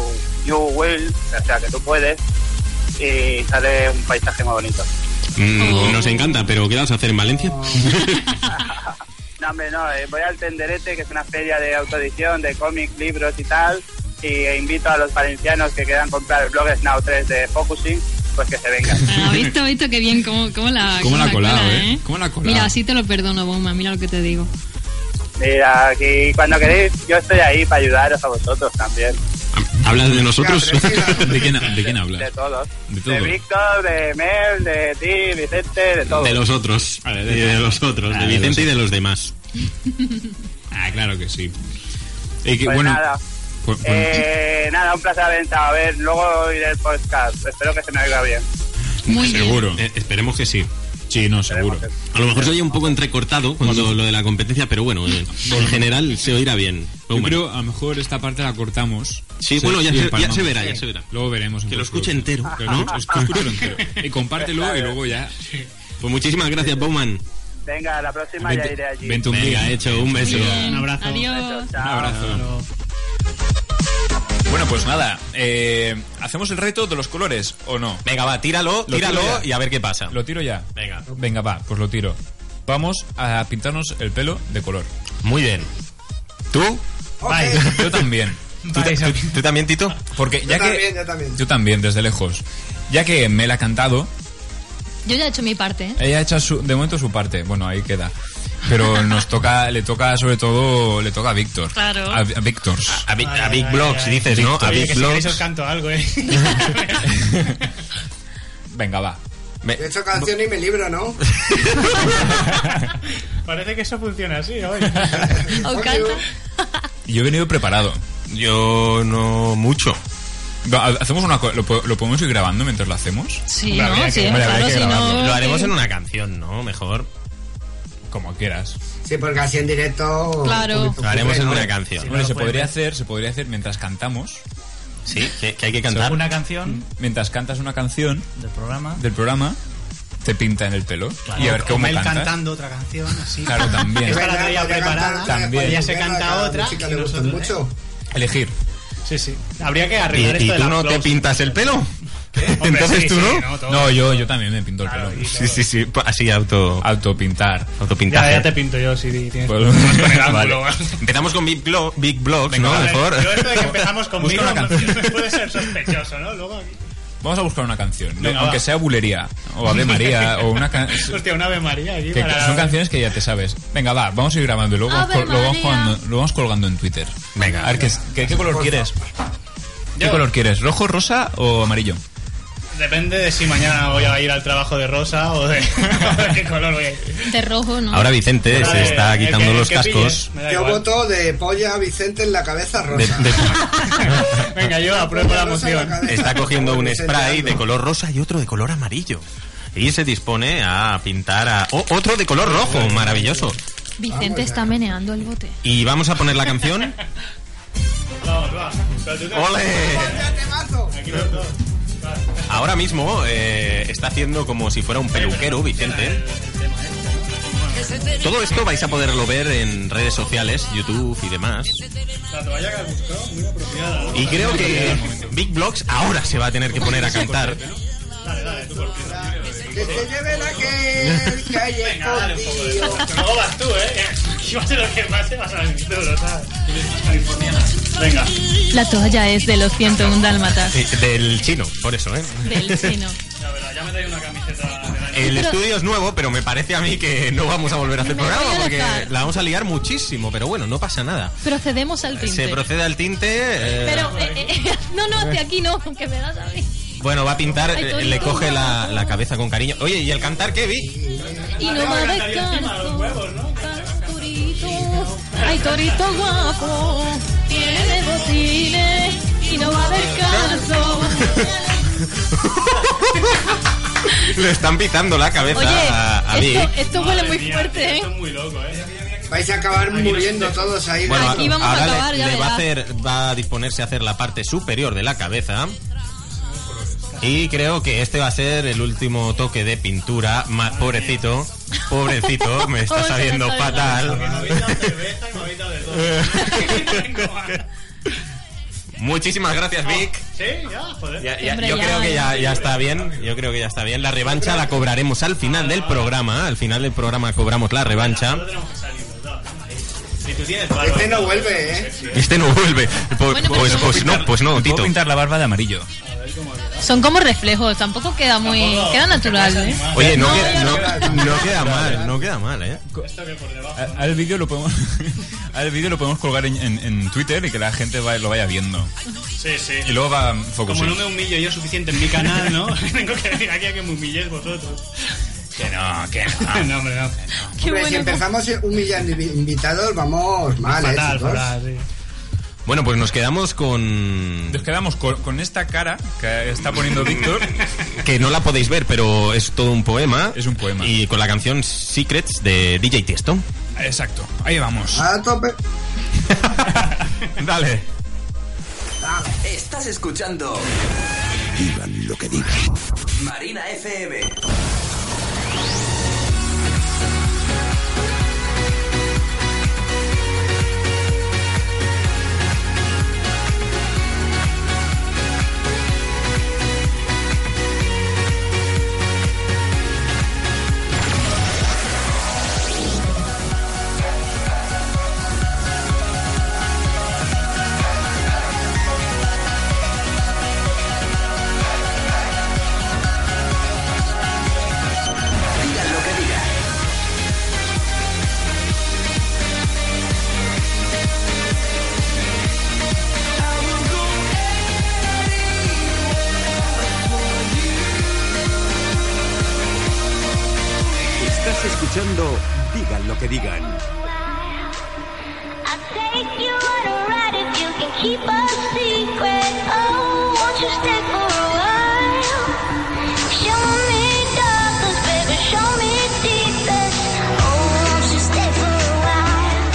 [SPEAKER 19] you will, o sea, que tú puedes, y sale un paisaje muy bonito.
[SPEAKER 3] Mm, Nos encanta, pero ¿qué vas a hacer en Valencia?
[SPEAKER 19] No, hombre, no, eh, voy al Tenderete, que es una feria de autoedición, de cómics, libros y tal, y eh, invito a los valencianos que quieran comprar el blog Snow 3 de Focusing, pues que se vengan.
[SPEAKER 5] ¿Has visto, visto qué bien? ¿Cómo, cómo la,
[SPEAKER 19] Cómo la ha colado,
[SPEAKER 5] cola,
[SPEAKER 19] eh? Cómo la ha colado.
[SPEAKER 5] Mira, así te lo perdono, Boma, mira lo que te digo.
[SPEAKER 19] Mira, aquí cuando queréis, yo estoy ahí para ayudaros a vosotros también.
[SPEAKER 3] ¿Hablas de nosotros?
[SPEAKER 19] Ya, pero es que-
[SPEAKER 3] ¿De quién, de quién
[SPEAKER 19] De
[SPEAKER 3] hablas?
[SPEAKER 19] todos.
[SPEAKER 3] De
[SPEAKER 19] De
[SPEAKER 3] todos.
[SPEAKER 19] Víctor, de Mel, de ti, Vicente, de todos.
[SPEAKER 3] De los otros. Y de los otros. De Vicente y de los demás.
[SPEAKER 2] Ah, claro que sí. Y que,
[SPEAKER 19] Pues
[SPEAKER 2] bueno,
[SPEAKER 19] nada.
[SPEAKER 2] pues- pues-
[SPEAKER 19] Eh, nada, un placer haber entrado. A ver, luego iré al podcast. Espero que se me oiga bien.
[SPEAKER 3] seguro. Eh, esperemos que sí. Sí, no, seguro. A lo mejor se oye un poco entrecortado cuando lo de la competencia, pero bueno, eh, en general se oirá bien.
[SPEAKER 2] yo
[SPEAKER 3] Bowman.
[SPEAKER 2] creo a lo mejor esta parte la cortamos.
[SPEAKER 3] Sí, bueno, ya
[SPEAKER 2] y
[SPEAKER 3] se- ya
[SPEAKER 2] empalmamos.
[SPEAKER 3] se verá, ya se verá.
[SPEAKER 2] Luego veremos.
[SPEAKER 3] Que lo escuche entero,
[SPEAKER 2] Que
[SPEAKER 3] ¿no?
[SPEAKER 2] lo escuche entero. Y compártelo y luego ya.
[SPEAKER 3] Pues muchísimas gracias, Bowman.
[SPEAKER 19] Venga, la próxima ya
[SPEAKER 3] Vente-
[SPEAKER 19] iré allí.
[SPEAKER 3] vente un Venga, día. hecho, un beso. Bien, Un
[SPEAKER 19] abrazo. Adiós.
[SPEAKER 3] abrazo.
[SPEAKER 2] Bueno, pues nada, eh, hacemos el reto de los colores, ¿o no?
[SPEAKER 3] Venga, va, tíralo,
[SPEAKER 2] Lo
[SPEAKER 3] tíralo
[SPEAKER 2] tiro ya.
[SPEAKER 3] y a ver qué pasa.
[SPEAKER 2] Lo tiro ya.
[SPEAKER 3] Venga.
[SPEAKER 2] Venga, va, pues lo tiro. Vamos a pintarnos el pelo de color.
[SPEAKER 3] Muy bien. ¿Tú?
[SPEAKER 2] Bye. Yo también.
[SPEAKER 3] ¿Tú, ta- tú- tú también, Tito?
[SPEAKER 2] Porque
[SPEAKER 3] Yo
[SPEAKER 2] ya
[SPEAKER 18] también,
[SPEAKER 2] que.
[SPEAKER 18] yo también.
[SPEAKER 2] Yo también, desde lejos. Ya que me la ha cantado,
[SPEAKER 5] Yo ya he hecho mi parte, ¿eh?
[SPEAKER 2] ella ha hecho su- de momento su parte. Bueno, ahí queda. Pero nos toca, le toca sobre todo, le toca a Víctor.
[SPEAKER 5] Claro.
[SPEAKER 2] A, a Víctors.
[SPEAKER 3] A, Vic- a Vic Blogs, dices, ¿no? A Vic Blogs.
[SPEAKER 2] canto algo, eh. Venga, va.
[SPEAKER 18] Yo he hecho canciones y me libro, ¿no?
[SPEAKER 19] Parece que eso funciona así hoy.
[SPEAKER 2] Yo he venido preparado. Yo no mucho. Hacemos una co- lo, po- lo podemos ir grabando mientras lo hacemos?
[SPEAKER 5] Sí,
[SPEAKER 2] Hombre,
[SPEAKER 5] ¿no?
[SPEAKER 2] habría que-
[SPEAKER 5] Sí,
[SPEAKER 2] hombre, habría
[SPEAKER 5] claro,
[SPEAKER 2] que
[SPEAKER 5] si no-
[SPEAKER 2] grabarlo.
[SPEAKER 3] Lo haremos en una canción, ¿no? Mejor.
[SPEAKER 2] Como quieras.
[SPEAKER 18] Sí, porque así en directo. un poquito
[SPEAKER 3] Lo haremos en
[SPEAKER 18] ocurre,
[SPEAKER 3] una
[SPEAKER 18] ¿no?
[SPEAKER 3] canción.
[SPEAKER 2] Hombre, se podría hacer, se podría hacer mientras cantamos.
[SPEAKER 3] Sí, que, hay que cantar.
[SPEAKER 2] Una canción. Mientras cantas una canción
[SPEAKER 4] del programa.
[SPEAKER 2] del programa, te pinta en el pelo.
[SPEAKER 4] Claro.
[SPEAKER 2] Y a ver
[SPEAKER 4] O
[SPEAKER 2] cómo
[SPEAKER 4] Mel
[SPEAKER 2] canta.
[SPEAKER 19] Cantando otra canción, así.
[SPEAKER 2] Claro, también.
[SPEAKER 19] Esta la traía
[SPEAKER 18] podría
[SPEAKER 19] preparada.
[SPEAKER 18] cantar,
[SPEAKER 2] También.
[SPEAKER 19] Ella se
[SPEAKER 18] Venga,
[SPEAKER 19] canta
[SPEAKER 18] cada
[SPEAKER 19] otra.
[SPEAKER 18] música
[SPEAKER 19] y
[SPEAKER 18] le gusta
[SPEAKER 19] nosotros- ¿eh?
[SPEAKER 18] mucho.
[SPEAKER 2] Elegir.
[SPEAKER 19] Sí, sí. Habría que
[SPEAKER 3] ¿Y,
[SPEAKER 19] arreglar
[SPEAKER 3] y
[SPEAKER 19] esto de
[SPEAKER 3] tú
[SPEAKER 19] la
[SPEAKER 3] no te
[SPEAKER 19] Flows.
[SPEAKER 3] pintas el pelo?
[SPEAKER 19] Hombre,
[SPEAKER 3] Entonces
[SPEAKER 19] sí,
[SPEAKER 3] tú
[SPEAKER 19] sí,
[SPEAKER 3] no.
[SPEAKER 19] no, todo.
[SPEAKER 2] No, yo, yo también me pinto el pelo.
[SPEAKER 3] Sí, sí, sí. pa- Así auto.
[SPEAKER 2] Autopintar.
[SPEAKER 3] Autopintaje.
[SPEAKER 19] Ya, ya te pinto yo si tienes
[SPEAKER 2] Pues-
[SPEAKER 19] problemas con el
[SPEAKER 3] Vale.
[SPEAKER 19] ángulo.
[SPEAKER 3] Empezamos con Big, Blo- Big Blogs,
[SPEAKER 2] Venga,
[SPEAKER 3] ¿no?
[SPEAKER 2] vale.
[SPEAKER 3] Mejor.
[SPEAKER 19] Yo esto de que empezamos conmigo
[SPEAKER 2] una canción.
[SPEAKER 19] puede ser sospechoso, ¿no? Luego aquí.
[SPEAKER 2] Vamos a buscar una canción,
[SPEAKER 19] Venga,
[SPEAKER 2] aunque
[SPEAKER 19] va.
[SPEAKER 2] sea bulería o Ave María o una can-
[SPEAKER 19] Hostia, una Ave María aquí.
[SPEAKER 2] que- que
[SPEAKER 19] para-
[SPEAKER 2] son canciones que ya te sabes. Venga, va, vamos a ir grabando y luego vamos
[SPEAKER 19] Ave
[SPEAKER 2] col- lo vamos,
[SPEAKER 19] María.
[SPEAKER 2] colgando, lo vamos colgando en Twitter. Venga, a ver qué, qué- qué color
[SPEAKER 19] Por
[SPEAKER 2] quieres. ¿Qué
[SPEAKER 19] Yo.
[SPEAKER 2] color quieres? ¿Rojo, rosa o amarillo?
[SPEAKER 19] Depende de si mañana voy a ir al trabajo de rosa o de, o de qué color voy a ir.
[SPEAKER 5] De Este rojo, ¿no?
[SPEAKER 3] Ahora Vicente
[SPEAKER 19] Ahora,
[SPEAKER 3] se
[SPEAKER 19] eh,
[SPEAKER 3] está
[SPEAKER 19] el que-
[SPEAKER 3] quitando
[SPEAKER 19] el
[SPEAKER 3] los
[SPEAKER 19] que
[SPEAKER 3] cascos.
[SPEAKER 19] pilles, me da
[SPEAKER 18] Yo
[SPEAKER 19] igual.
[SPEAKER 18] voto de polla a Vicente en la cabeza rosa.
[SPEAKER 19] Venga, yo apruebo la moción.
[SPEAKER 3] Está cogiendo un
[SPEAKER 19] Vicente
[SPEAKER 3] spray
[SPEAKER 19] Alba.
[SPEAKER 3] de color rosa y otro de color amarillo. Y se dispone a pintar a o- otro de color rojo, maravilloso.
[SPEAKER 19] Ah,
[SPEAKER 5] Vicente está meneando el bote.
[SPEAKER 3] Y vamos a poner la canción.
[SPEAKER 19] Vamos, va. Pero tú te-
[SPEAKER 3] ¡Ole!
[SPEAKER 19] Aquí los dos.
[SPEAKER 3] Ahora mismo eh, está haciendo como si fuera un peluquero, Vicente. Todo esto vais a poderlo ver en redes sociales, YouTube y demás.
[SPEAKER 19] La toalla que has buscado, muy apropiada. ¿no?
[SPEAKER 3] Y creo que Big Blocks ahora se va a tener que poner a cantar.
[SPEAKER 19] Dale, dale, tú por ti.
[SPEAKER 18] Que se lleven aquel que hay
[SPEAKER 19] Venga, dale un poco de
[SPEAKER 18] escondido.
[SPEAKER 19] Luego vas tú, ¿eh? Si vas a lo que pase, vas a venir duro, ¿sabes? Californiana. Venga.
[SPEAKER 5] La toalla es de los 101 dálmatas.
[SPEAKER 3] Eh, Del chino, por eso, ¿eh?
[SPEAKER 5] Del chino.
[SPEAKER 19] Ya me doy una camiseta.
[SPEAKER 3] El
[SPEAKER 5] Pero-
[SPEAKER 3] estudio es nuevo, pero me parece a mí que no vamos a volver a hacer
[SPEAKER 5] Me voy a
[SPEAKER 3] programa porque
[SPEAKER 5] alejar.
[SPEAKER 3] la vamos a liar muchísimo, pero bueno, no pasa nada.
[SPEAKER 5] Procedemos al tinte.
[SPEAKER 3] Se procede al tinte. eh,
[SPEAKER 5] Pero, eh, eh, no, no, de aquí no, que me das a mí.
[SPEAKER 3] Bueno, va a pintar,
[SPEAKER 5] Ay,
[SPEAKER 3] eh,
[SPEAKER 5] Tony,
[SPEAKER 3] le
[SPEAKER 5] Tony.
[SPEAKER 3] coge la, la cabeza con cariño. Oye, ¿y el cantar qué vi?
[SPEAKER 5] Y no me descanso. Torito, ay, torito guapo. Tiene botines y no va a haber caso.
[SPEAKER 3] Le están pitando la cabeza a, a
[SPEAKER 5] Oye,
[SPEAKER 3] Vic.
[SPEAKER 5] esto, esto huele muy fuerte, ¿eh?
[SPEAKER 18] Vais a acabar muriendo todos ahí.
[SPEAKER 3] Bueno,
[SPEAKER 5] Aquí vamos a
[SPEAKER 3] ahora le-
[SPEAKER 5] acabar,
[SPEAKER 3] le,
[SPEAKER 5] ya
[SPEAKER 3] va a
[SPEAKER 5] verás.
[SPEAKER 3] hacer, va a disponerse a hacer la parte superior de la cabeza. Y creo que este va a ser el último toque de pintura. Ma- pobrecito, pobrecito, me está
[SPEAKER 19] Vamos a
[SPEAKER 3] saliendo
[SPEAKER 19] dejar de
[SPEAKER 3] fatal.
[SPEAKER 19] hablar. Cerveza y babita de todo.
[SPEAKER 3] Muchísimas gracias, Vic.
[SPEAKER 19] Sí, ya, joder.
[SPEAKER 3] Ya- ya- yo creo que ya, ya está bien. Yo creo que ya está bien. La revancha la cobraremos al final del programa. Al final del programa cobramos la revancha.
[SPEAKER 19] Si tú tienes palo,
[SPEAKER 18] Este no vuelve, ¿eh?
[SPEAKER 3] Este no vuelve. Po-
[SPEAKER 5] Bueno, pero
[SPEAKER 3] Pues,
[SPEAKER 5] yo-
[SPEAKER 3] pues no, pues no, Tito.
[SPEAKER 2] pintar la barba de amarillo.
[SPEAKER 5] Son como reflejos, tampoco queda muy. queda natural, ¿eh?
[SPEAKER 3] Oye, no,
[SPEAKER 5] ya
[SPEAKER 3] queda,
[SPEAKER 5] no.
[SPEAKER 3] no, no queda mal, no queda mal, ¿eh?
[SPEAKER 2] A- Al vídeo lo podemos al vídeo lo podemos colgar en, en- en Twitter y que la gente va- lo vaya viendo.
[SPEAKER 19] Sí, sí.
[SPEAKER 2] Y luego va
[SPEAKER 19] Como
[SPEAKER 2] Focusing.
[SPEAKER 19] no me humillo yo suficiente en mi canal, ¿no? Tengo que venir aquí a que me humilléis vosotros.
[SPEAKER 2] Que no, que
[SPEAKER 19] no. hombre, no.
[SPEAKER 18] Hombre, si empezamos humillando invitados, vamos mal, ¿eh?
[SPEAKER 19] Fatal,
[SPEAKER 18] chicos?
[SPEAKER 19] fatal, sí.
[SPEAKER 3] Bueno, pues nos quedamos con...
[SPEAKER 2] Nos quedamos con, con esta cara que está poniendo Víctor.
[SPEAKER 3] Que no la podéis ver, pero es todo un poema. Es
[SPEAKER 2] un poema.
[SPEAKER 3] Y con la canción Secrets de DJ Tiesto.
[SPEAKER 2] Exacto, ahí vamos.
[SPEAKER 18] A tope.
[SPEAKER 3] Dale.
[SPEAKER 8] Estás escuchando
[SPEAKER 20] Digan lo que digan.
[SPEAKER 8] Marina FM.
[SPEAKER 21] Marina
[SPEAKER 1] escuchando Digan lo que digan.
[SPEAKER 8] Keep a secret, oh, won't you stick for a while? Show me darkness, baby, show me deepest, oh, won't you stay for a while?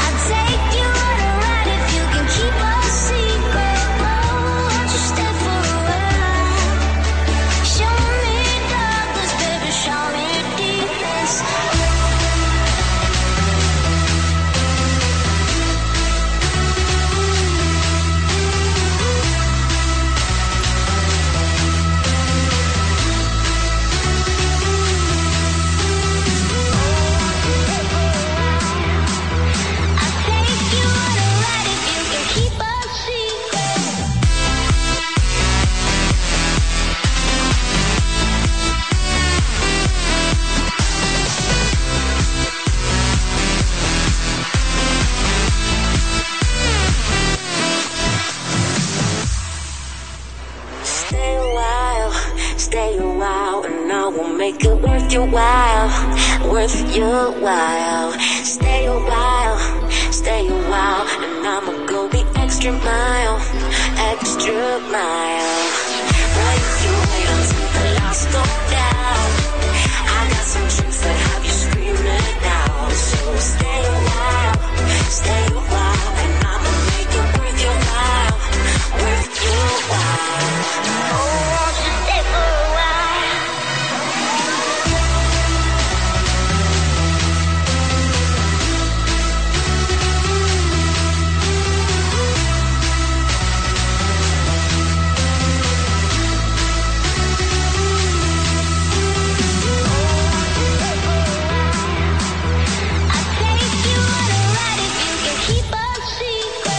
[SPEAKER 8] I'll take you on a ride if you can keep a secret, oh, won't you stay for a while? Show me darkness, baby, show me deepest, keep a secret.
[SPEAKER 17] Stay a while, stay a while, and I will make it worth your while, worth your while. Stay a while, stay a while, and I'ma go the extra mile, extra mile. Boy, if you wait until the lights go down. I got some tricks that have you screaming out. So stay a while, stay a while, and I'ma make it worth your while, worth your while.
[SPEAKER 8] Keep a secret.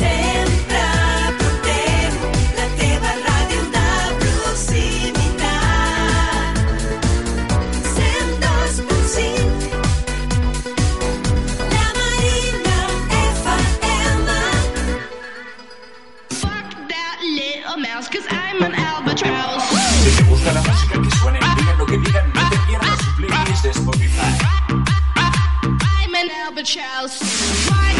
[SPEAKER 15] Sempre portem la teva ràdio de proximitat. 102.5 La Marina FM Fuck that little mouse, cause I'm an albatross.
[SPEAKER 22] Si te gusta la música que suene, digan lo que digan, no te pierdas su playlist de Spotify.
[SPEAKER 15] I'm an albatross. Why?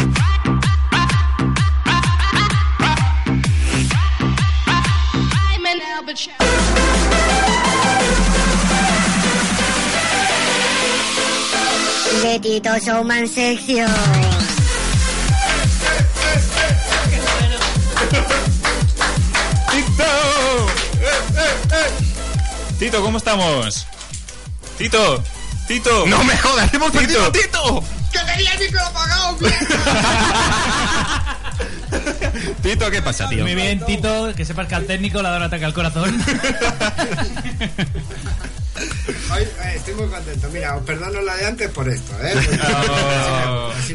[SPEAKER 15] I'm an albatross.
[SPEAKER 23] De Tito Showman Sección.
[SPEAKER 2] ¡Tito! Tito, ¿cómo estamos? Tito, Tito. No me jodas, hemos perdido Tito.
[SPEAKER 15] ¡Que tenía el micro apagado,
[SPEAKER 3] Tito, ¿qué pasa, tío?
[SPEAKER 4] Muy bien, Tito, que sepas que al técnico le ha dado un ataque al corazón.
[SPEAKER 18] Hoy eh, estoy muy contento. Mira, os perdono la de antes por esto, ¿eh?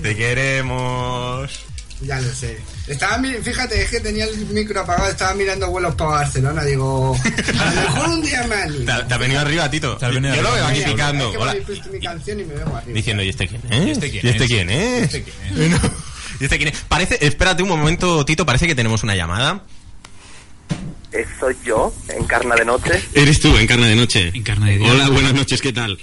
[SPEAKER 3] Te queremos.
[SPEAKER 18] Ya lo sé. Estaba, mi- fíjate, es que tenía el micro apagado, estaba mirando vuelos para Barcelona. Digo, a lo mejor un día más.
[SPEAKER 3] Te, te has venido arriba, Tito. Yo lo veo aquí picando.
[SPEAKER 18] Es que me
[SPEAKER 3] Hola.
[SPEAKER 18] habéis puesto mi canción y me veo arriba.
[SPEAKER 3] Diciendo, ¿y este quién es?
[SPEAKER 18] ¿Y este quién
[SPEAKER 3] ¿Y este
[SPEAKER 18] es?
[SPEAKER 3] quién
[SPEAKER 18] ¿Y
[SPEAKER 3] es?
[SPEAKER 18] este
[SPEAKER 3] No. ¿Y este quién es? Parece, espérate un momento, Tito, parece que tenemos una llamada.
[SPEAKER 19] Eh, Soy yo, Encarna de Noche.
[SPEAKER 3] Eres tú, Encarna de Noche.
[SPEAKER 19] Encarna de Día.
[SPEAKER 24] Hola, buenas noches, ¿qué tal?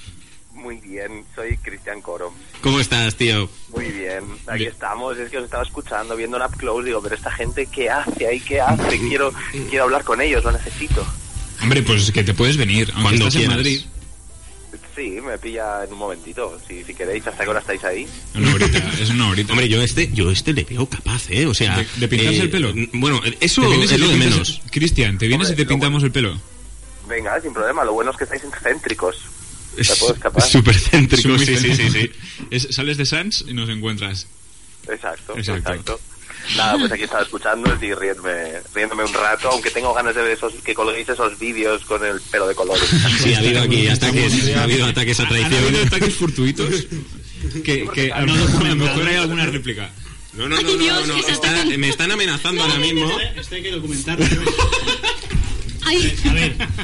[SPEAKER 19] Muy bien, soy Cristian Coro.
[SPEAKER 24] ¿Cómo estás, tío?
[SPEAKER 19] Muy bien, aquí estamos. Es que os estaba escuchando, viendo un up close. Digo, pero esta gente, ¿qué hace ahí? ¿Qué hace? Quiero, quiero hablar con ellos, lo necesito.
[SPEAKER 2] Hombre, pues que te puedes venir. Aunque
[SPEAKER 24] Cuando
[SPEAKER 2] estás en
[SPEAKER 24] quieras.
[SPEAKER 2] Madrid.
[SPEAKER 19] sí, me pilla en un momentito. Si, si queréis, hasta que ahora estáis ahí.
[SPEAKER 3] Una horita, es una horita. Hombre, yo este, yo este le veo capaz, ¿eh? O sea.
[SPEAKER 2] ¿De, de pintarse
[SPEAKER 3] eh,
[SPEAKER 2] el pelo?
[SPEAKER 3] Bueno, eso
[SPEAKER 2] ¿Te vienes y
[SPEAKER 3] es lo
[SPEAKER 2] te
[SPEAKER 3] de
[SPEAKER 2] pintas-
[SPEAKER 3] menos.
[SPEAKER 2] Cristian, ¿te vienes y te pintamos el pelo?
[SPEAKER 19] Venga, sin problema. Lo bueno es que estáis céntricos. Me puedo escapar.
[SPEAKER 2] Supercéntrico,
[SPEAKER 3] sí, sí, sí, sí.
[SPEAKER 2] Es- sales de Sans y nos encuentras.
[SPEAKER 19] Exacto,
[SPEAKER 2] Exacto.
[SPEAKER 19] exacto. Nada, pues aquí estaba escuchando y riéndome, riéndome un rato, aunque tengo ganas de ver esos, que colguéis esos vídeos con el pelo de colores.
[SPEAKER 3] Sí, ha habido aquí ataques, ha habido ataques a
[SPEAKER 2] ¿Han
[SPEAKER 3] traición.
[SPEAKER 2] habido ataques fortuitos? que que a, lo mejor, a lo mejor hay alguna réplica.
[SPEAKER 3] No, no, no, no, no, no, está- me están amenazando ahora mismo.
[SPEAKER 4] Esto hay que documentarlo.
[SPEAKER 5] Hay,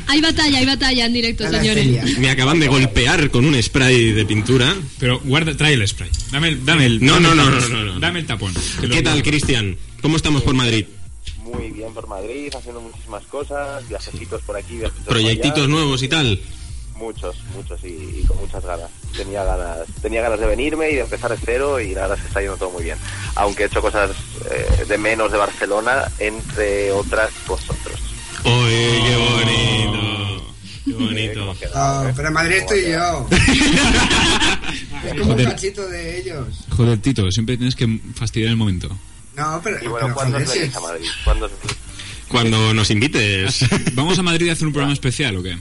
[SPEAKER 5] hay batalla, hay batalla en directo, señores.
[SPEAKER 3] Me acaban de golpear con un spray de pintura.
[SPEAKER 2] Pero guarda, trae el spray. Dame el, dame el,
[SPEAKER 3] No,
[SPEAKER 2] dame
[SPEAKER 3] no,
[SPEAKER 2] el
[SPEAKER 3] no, no,
[SPEAKER 2] tapón.
[SPEAKER 3] no, no.
[SPEAKER 2] Dame el tapón. Te lo
[SPEAKER 3] ¿Qué tal,
[SPEAKER 2] juro.
[SPEAKER 3] Cristian? ¿Cómo estamos por Madrid?
[SPEAKER 19] Muy bien por Madrid, haciendo muchísimas cosas, viajecitos por aquí, viajecitos por
[SPEAKER 3] ¿Proyectitos
[SPEAKER 19] allá.
[SPEAKER 3] nuevos y tal?
[SPEAKER 19] Muchos, muchos y, y con muchas ganas. Tenía ganas tenía ganas de venirme y de empezar de cero y la verdad es que está yendo todo muy bien. Aunque he hecho cosas eh, de menos de Barcelona, entre otras vosotros.
[SPEAKER 3] Oye, qué bonito. Qué bonito.
[SPEAKER 18] Oh, pero en Madrid estoy yo. Es como un
[SPEAKER 2] Joder.
[SPEAKER 18] cachito de ellos.
[SPEAKER 2] Joder, Tito, siempre tienes que fastidiar el momento.
[SPEAKER 18] No, pero.
[SPEAKER 19] Y bueno,
[SPEAKER 18] pero
[SPEAKER 19] ¿cuándo
[SPEAKER 18] joder,
[SPEAKER 19] os
[SPEAKER 18] sí.
[SPEAKER 19] venís a Madrid? ¿Cuándo os venís?
[SPEAKER 3] Cuando nos invites.
[SPEAKER 2] ¿Vamos a Madrid a hacer un programa especial o qué?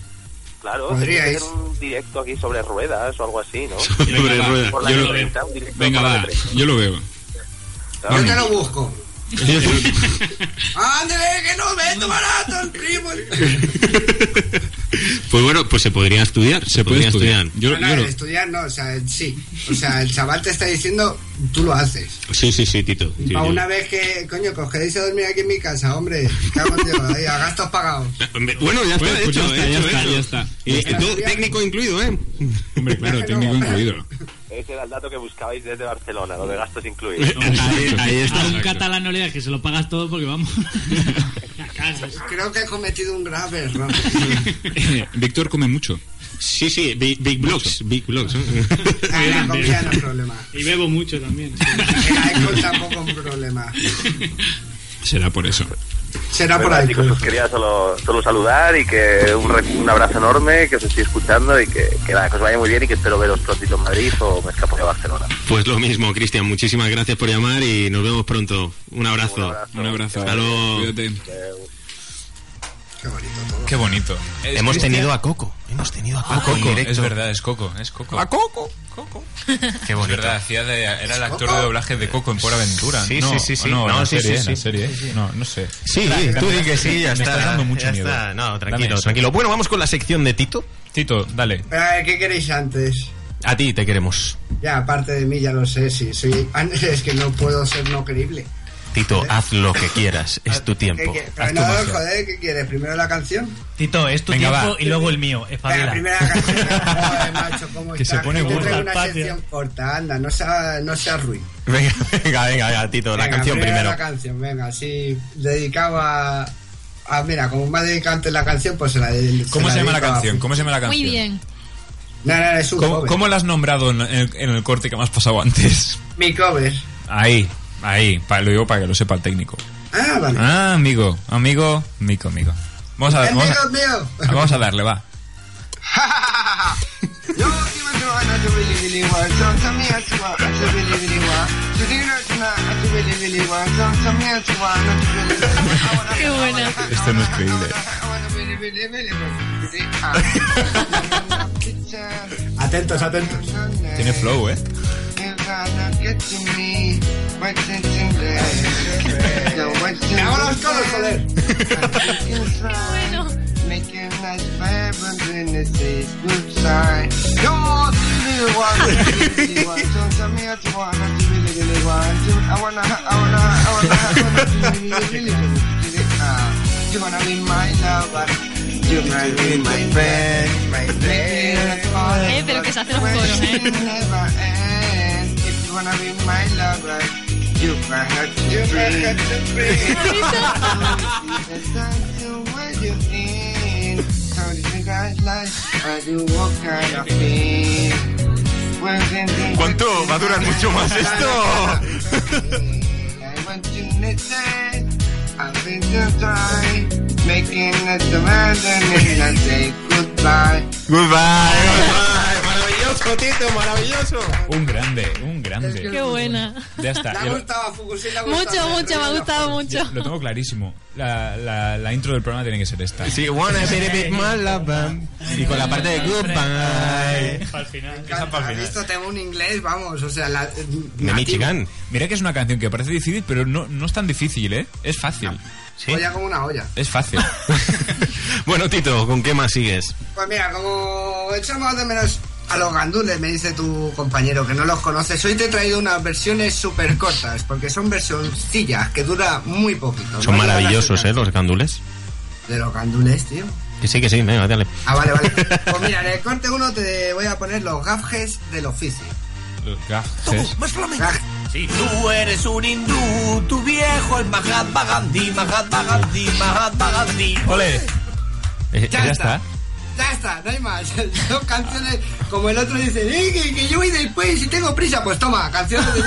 [SPEAKER 19] Claro,
[SPEAKER 2] Podríais.
[SPEAKER 19] tenéis que hacer un directo aquí sobre ruedas o algo así, ¿no?
[SPEAKER 2] Sobre
[SPEAKER 19] Por
[SPEAKER 2] ruedas.
[SPEAKER 19] la
[SPEAKER 2] Yo lo-
[SPEAKER 19] imprenta, un directo
[SPEAKER 2] Venga,
[SPEAKER 19] por la
[SPEAKER 2] va, yo lo veo.
[SPEAKER 18] Yo
[SPEAKER 2] Vamos.
[SPEAKER 18] te lo busco. ¡Ándale, que no vendo barato el primo!
[SPEAKER 3] Pues bueno, pues se podría estudiar. Se,
[SPEAKER 2] puede
[SPEAKER 3] podría
[SPEAKER 2] estudiar.
[SPEAKER 3] estudiar.
[SPEAKER 18] No, no, estudiar no, o sea, sí. O sea, el chaval te está diciendo, tú lo haces.
[SPEAKER 3] Sí, sí, sí, Tito. Sí,
[SPEAKER 18] Pa'
[SPEAKER 3] yo-
[SPEAKER 18] una vez que, coño, que os quedéis a dormir aquí en mi casa, hombre. Cago en Dios, ahí, a gastos pagados.
[SPEAKER 3] Bueno, ya está,
[SPEAKER 18] Bueno, pues
[SPEAKER 3] hecho,
[SPEAKER 18] ya está,
[SPEAKER 3] eh,
[SPEAKER 18] ya
[SPEAKER 3] hecho,
[SPEAKER 18] está,
[SPEAKER 3] hecho.
[SPEAKER 18] ya está.
[SPEAKER 3] Y
[SPEAKER 18] Ya está.
[SPEAKER 3] todo técnico incluido, ¿eh?
[SPEAKER 2] Hombre, claro, técnico incluido.
[SPEAKER 19] Ese era el dato que buscabais desde Barcelona, lo de gastos incluidos.
[SPEAKER 3] Ahí- ahí está.
[SPEAKER 4] A un catalán no le das que se lo pagas todo porque vamos.
[SPEAKER 18] Creo que he cometido un grave error.
[SPEAKER 2] Víctor come mucho.
[SPEAKER 3] Sí, sí, Big, big Blocks. Big Blocks. ¿eh?
[SPEAKER 18] Ah, la comida no es problema.
[SPEAKER 4] Y bebo mucho también.
[SPEAKER 18] El alcohol tampoco es un problema.
[SPEAKER 2] Será por eso.
[SPEAKER 18] Será por
[SPEAKER 19] Bueno,
[SPEAKER 18] ahí.
[SPEAKER 19] Chicos, os pues quería solo, solo saludar y que un, re- un abrazo enorme, que os estoy escuchando y que, que nada, que os vaya muy bien y que espero veros prontito en Madrid o me escapo de Barcelona.
[SPEAKER 3] Pues lo mismo, Cristian. Muchísimas gracias por llamar y nos vemos pronto. Un abrazo.
[SPEAKER 2] Un abrazo.
[SPEAKER 3] Hasta luego.
[SPEAKER 2] Cuídate.
[SPEAKER 18] Qué bonito todo.
[SPEAKER 2] Qué bonito. Ah,
[SPEAKER 25] Hemos tenido a Coco. Hemos tenido a
[SPEAKER 3] Ah,
[SPEAKER 25] Coco. en directo.
[SPEAKER 2] Es verdad, es Coco, es Coco.
[SPEAKER 25] A
[SPEAKER 2] Coco?
[SPEAKER 25] Qué
[SPEAKER 2] Es
[SPEAKER 25] bonito.
[SPEAKER 2] verdad, hacía de- era el actor
[SPEAKER 25] Coco?
[SPEAKER 2] de doblaje de Coco en Pura Aventura.
[SPEAKER 25] Sí,
[SPEAKER 2] no,
[SPEAKER 25] sí, sí, sí.
[SPEAKER 2] No, en
[SPEAKER 25] No,
[SPEAKER 2] la
[SPEAKER 25] sí,
[SPEAKER 2] serie,
[SPEAKER 25] sí,
[SPEAKER 2] en la
[SPEAKER 25] sí.
[SPEAKER 2] serie. No, no sé.
[SPEAKER 25] Sí, tú di que sí, ya
[SPEAKER 2] Me
[SPEAKER 25] está.
[SPEAKER 2] estás dando mucho
[SPEAKER 25] ya
[SPEAKER 2] miedo.
[SPEAKER 25] está. No,
[SPEAKER 2] Dame
[SPEAKER 25] tranquilo,
[SPEAKER 2] eso.
[SPEAKER 25] tranquilo. Bueno, vamos con la sección de Tito.
[SPEAKER 2] Tito, dale.
[SPEAKER 18] Pero a ver, ¿qué queréis antes?
[SPEAKER 25] A ti te queremos.
[SPEAKER 18] Ya, aparte de mí, ya lo sé, sí, soy... Es que no puedo ser no creíble.
[SPEAKER 25] Tito, haz lo que quieras, es tu
[SPEAKER 18] ¿Qué,
[SPEAKER 25] tiempo.
[SPEAKER 18] qué?
[SPEAKER 25] Haz
[SPEAKER 18] Pero
[SPEAKER 25] tu
[SPEAKER 18] no,
[SPEAKER 25] magia.
[SPEAKER 18] joder, ¿qué quieres? ¿Primero la canción?
[SPEAKER 26] Tito, es tu
[SPEAKER 25] Venga,
[SPEAKER 26] tiempo
[SPEAKER 25] va.
[SPEAKER 26] y luego el mío.
[SPEAKER 18] La
[SPEAKER 26] Espabila.
[SPEAKER 18] primera canción. Joder, macho, ¿cómo
[SPEAKER 26] Que se
[SPEAKER 18] estás?
[SPEAKER 26] pone
[SPEAKER 18] Yo
[SPEAKER 26] gorda.
[SPEAKER 18] traigo una
[SPEAKER 26] Patio.
[SPEAKER 18] sección corta, anda, no sea, no sea ruin.
[SPEAKER 25] Venga, venga, venga, venga, Tito,
[SPEAKER 3] Pues
[SPEAKER 25] la
[SPEAKER 18] Venga,
[SPEAKER 25] canción primero.
[SPEAKER 18] La canción, venga, sí, dedicaba a... Mira, como me ha dedicado antes la canción, pues se la dedico
[SPEAKER 2] ¿Cómo se llama la
[SPEAKER 18] dedico a-
[SPEAKER 2] canción? ¿Cómo se llama la
[SPEAKER 5] Muy
[SPEAKER 2] canción?
[SPEAKER 5] bien.
[SPEAKER 18] No, no, no, es un
[SPEAKER 2] ¿Cómo,
[SPEAKER 18] cover.
[SPEAKER 2] cómo la has nombrado en en el, en el corte que me has pasado antes?
[SPEAKER 18] Mi cover.
[SPEAKER 2] Ahí, ahí. pa- lo digo para que lo sepa el técnico.
[SPEAKER 18] Ah, vale.
[SPEAKER 2] Ah, amigo, amigo, mico, amigo. Vamos a,
[SPEAKER 18] ¡Es
[SPEAKER 2] vamos, a,
[SPEAKER 18] mío!
[SPEAKER 2] vamos a darle, va.
[SPEAKER 5] Qué buena.
[SPEAKER 2] Esto no es creíble.
[SPEAKER 18] Atentos, atentos.
[SPEAKER 2] Tiene flow, ¿eh?
[SPEAKER 18] Me hago los coros, joder.
[SPEAKER 8] You're gonna be my lover. You're gonna be my friend, my friend.
[SPEAKER 5] Eh, pero que se hacen los coros, eh.
[SPEAKER 8] If you wanna be my lover, you might have to you have to
[SPEAKER 25] ¿Cuánto va a durar mucho más esto?
[SPEAKER 8] I've been to die, making a demand and then I say goodbye.
[SPEAKER 25] Goodbye, goodbye.
[SPEAKER 3] Cotito, maravilloso.
[SPEAKER 2] Un grande, un grande.
[SPEAKER 5] Es que Qué buena.
[SPEAKER 2] Ya está.
[SPEAKER 5] Le ha
[SPEAKER 2] ya lo-
[SPEAKER 18] Gustavo Fuku, sí, la
[SPEAKER 5] Mucho, mucho, me ha gustado
[SPEAKER 2] ya
[SPEAKER 5] mucho.
[SPEAKER 2] Lo tengo clarísimo. La, la, la intro del programa tiene que ser esta.
[SPEAKER 3] Sí, wanna be a bit more love, bam. Y con la parte de goodbye.
[SPEAKER 18] Al final.
[SPEAKER 2] Empieza pa'l
[SPEAKER 18] Has
[SPEAKER 2] final.
[SPEAKER 18] visto, tengo un inglés, vamos, o sea, la, eh,
[SPEAKER 2] De Michigan. Mira que es una canción que parece difícil, pero no, no es tan difícil, ¿eh? Es fácil.
[SPEAKER 18] olla como una olla.
[SPEAKER 2] Es fácil.
[SPEAKER 3] Bueno, Tito, ¿con qué más sigues?
[SPEAKER 18] Pues mira, como echamos de menos a los gandules, me dice tu compañero que no los conoces, hoy te he traído unas versiones súper cortas, porque son versioncillas que dura muy poquito.
[SPEAKER 3] Son
[SPEAKER 18] No llega a las
[SPEAKER 3] maravillosos, ¿eh? Los gandules.
[SPEAKER 18] horas De los gandules, tío.
[SPEAKER 3] Que sí, que sí, venga, dale.
[SPEAKER 18] Ah, vale, vale. Pues mira, en el corte uno te voy a poner los gajes del oficio.
[SPEAKER 2] Los
[SPEAKER 18] Más
[SPEAKER 8] Si tú eres un hindú, tu viejo es Mahatma Gandhi, Mahatma Gandhi, Mahatma Gandhi.
[SPEAKER 2] Ole. Eh,
[SPEAKER 18] Ya
[SPEAKER 2] ya
[SPEAKER 18] está.
[SPEAKER 2] está.
[SPEAKER 18] Ya está, no hay más. Son canciones como el otro dice, "Eh, que, que yo voy después y tengo prisa. Pues toma, canciones de...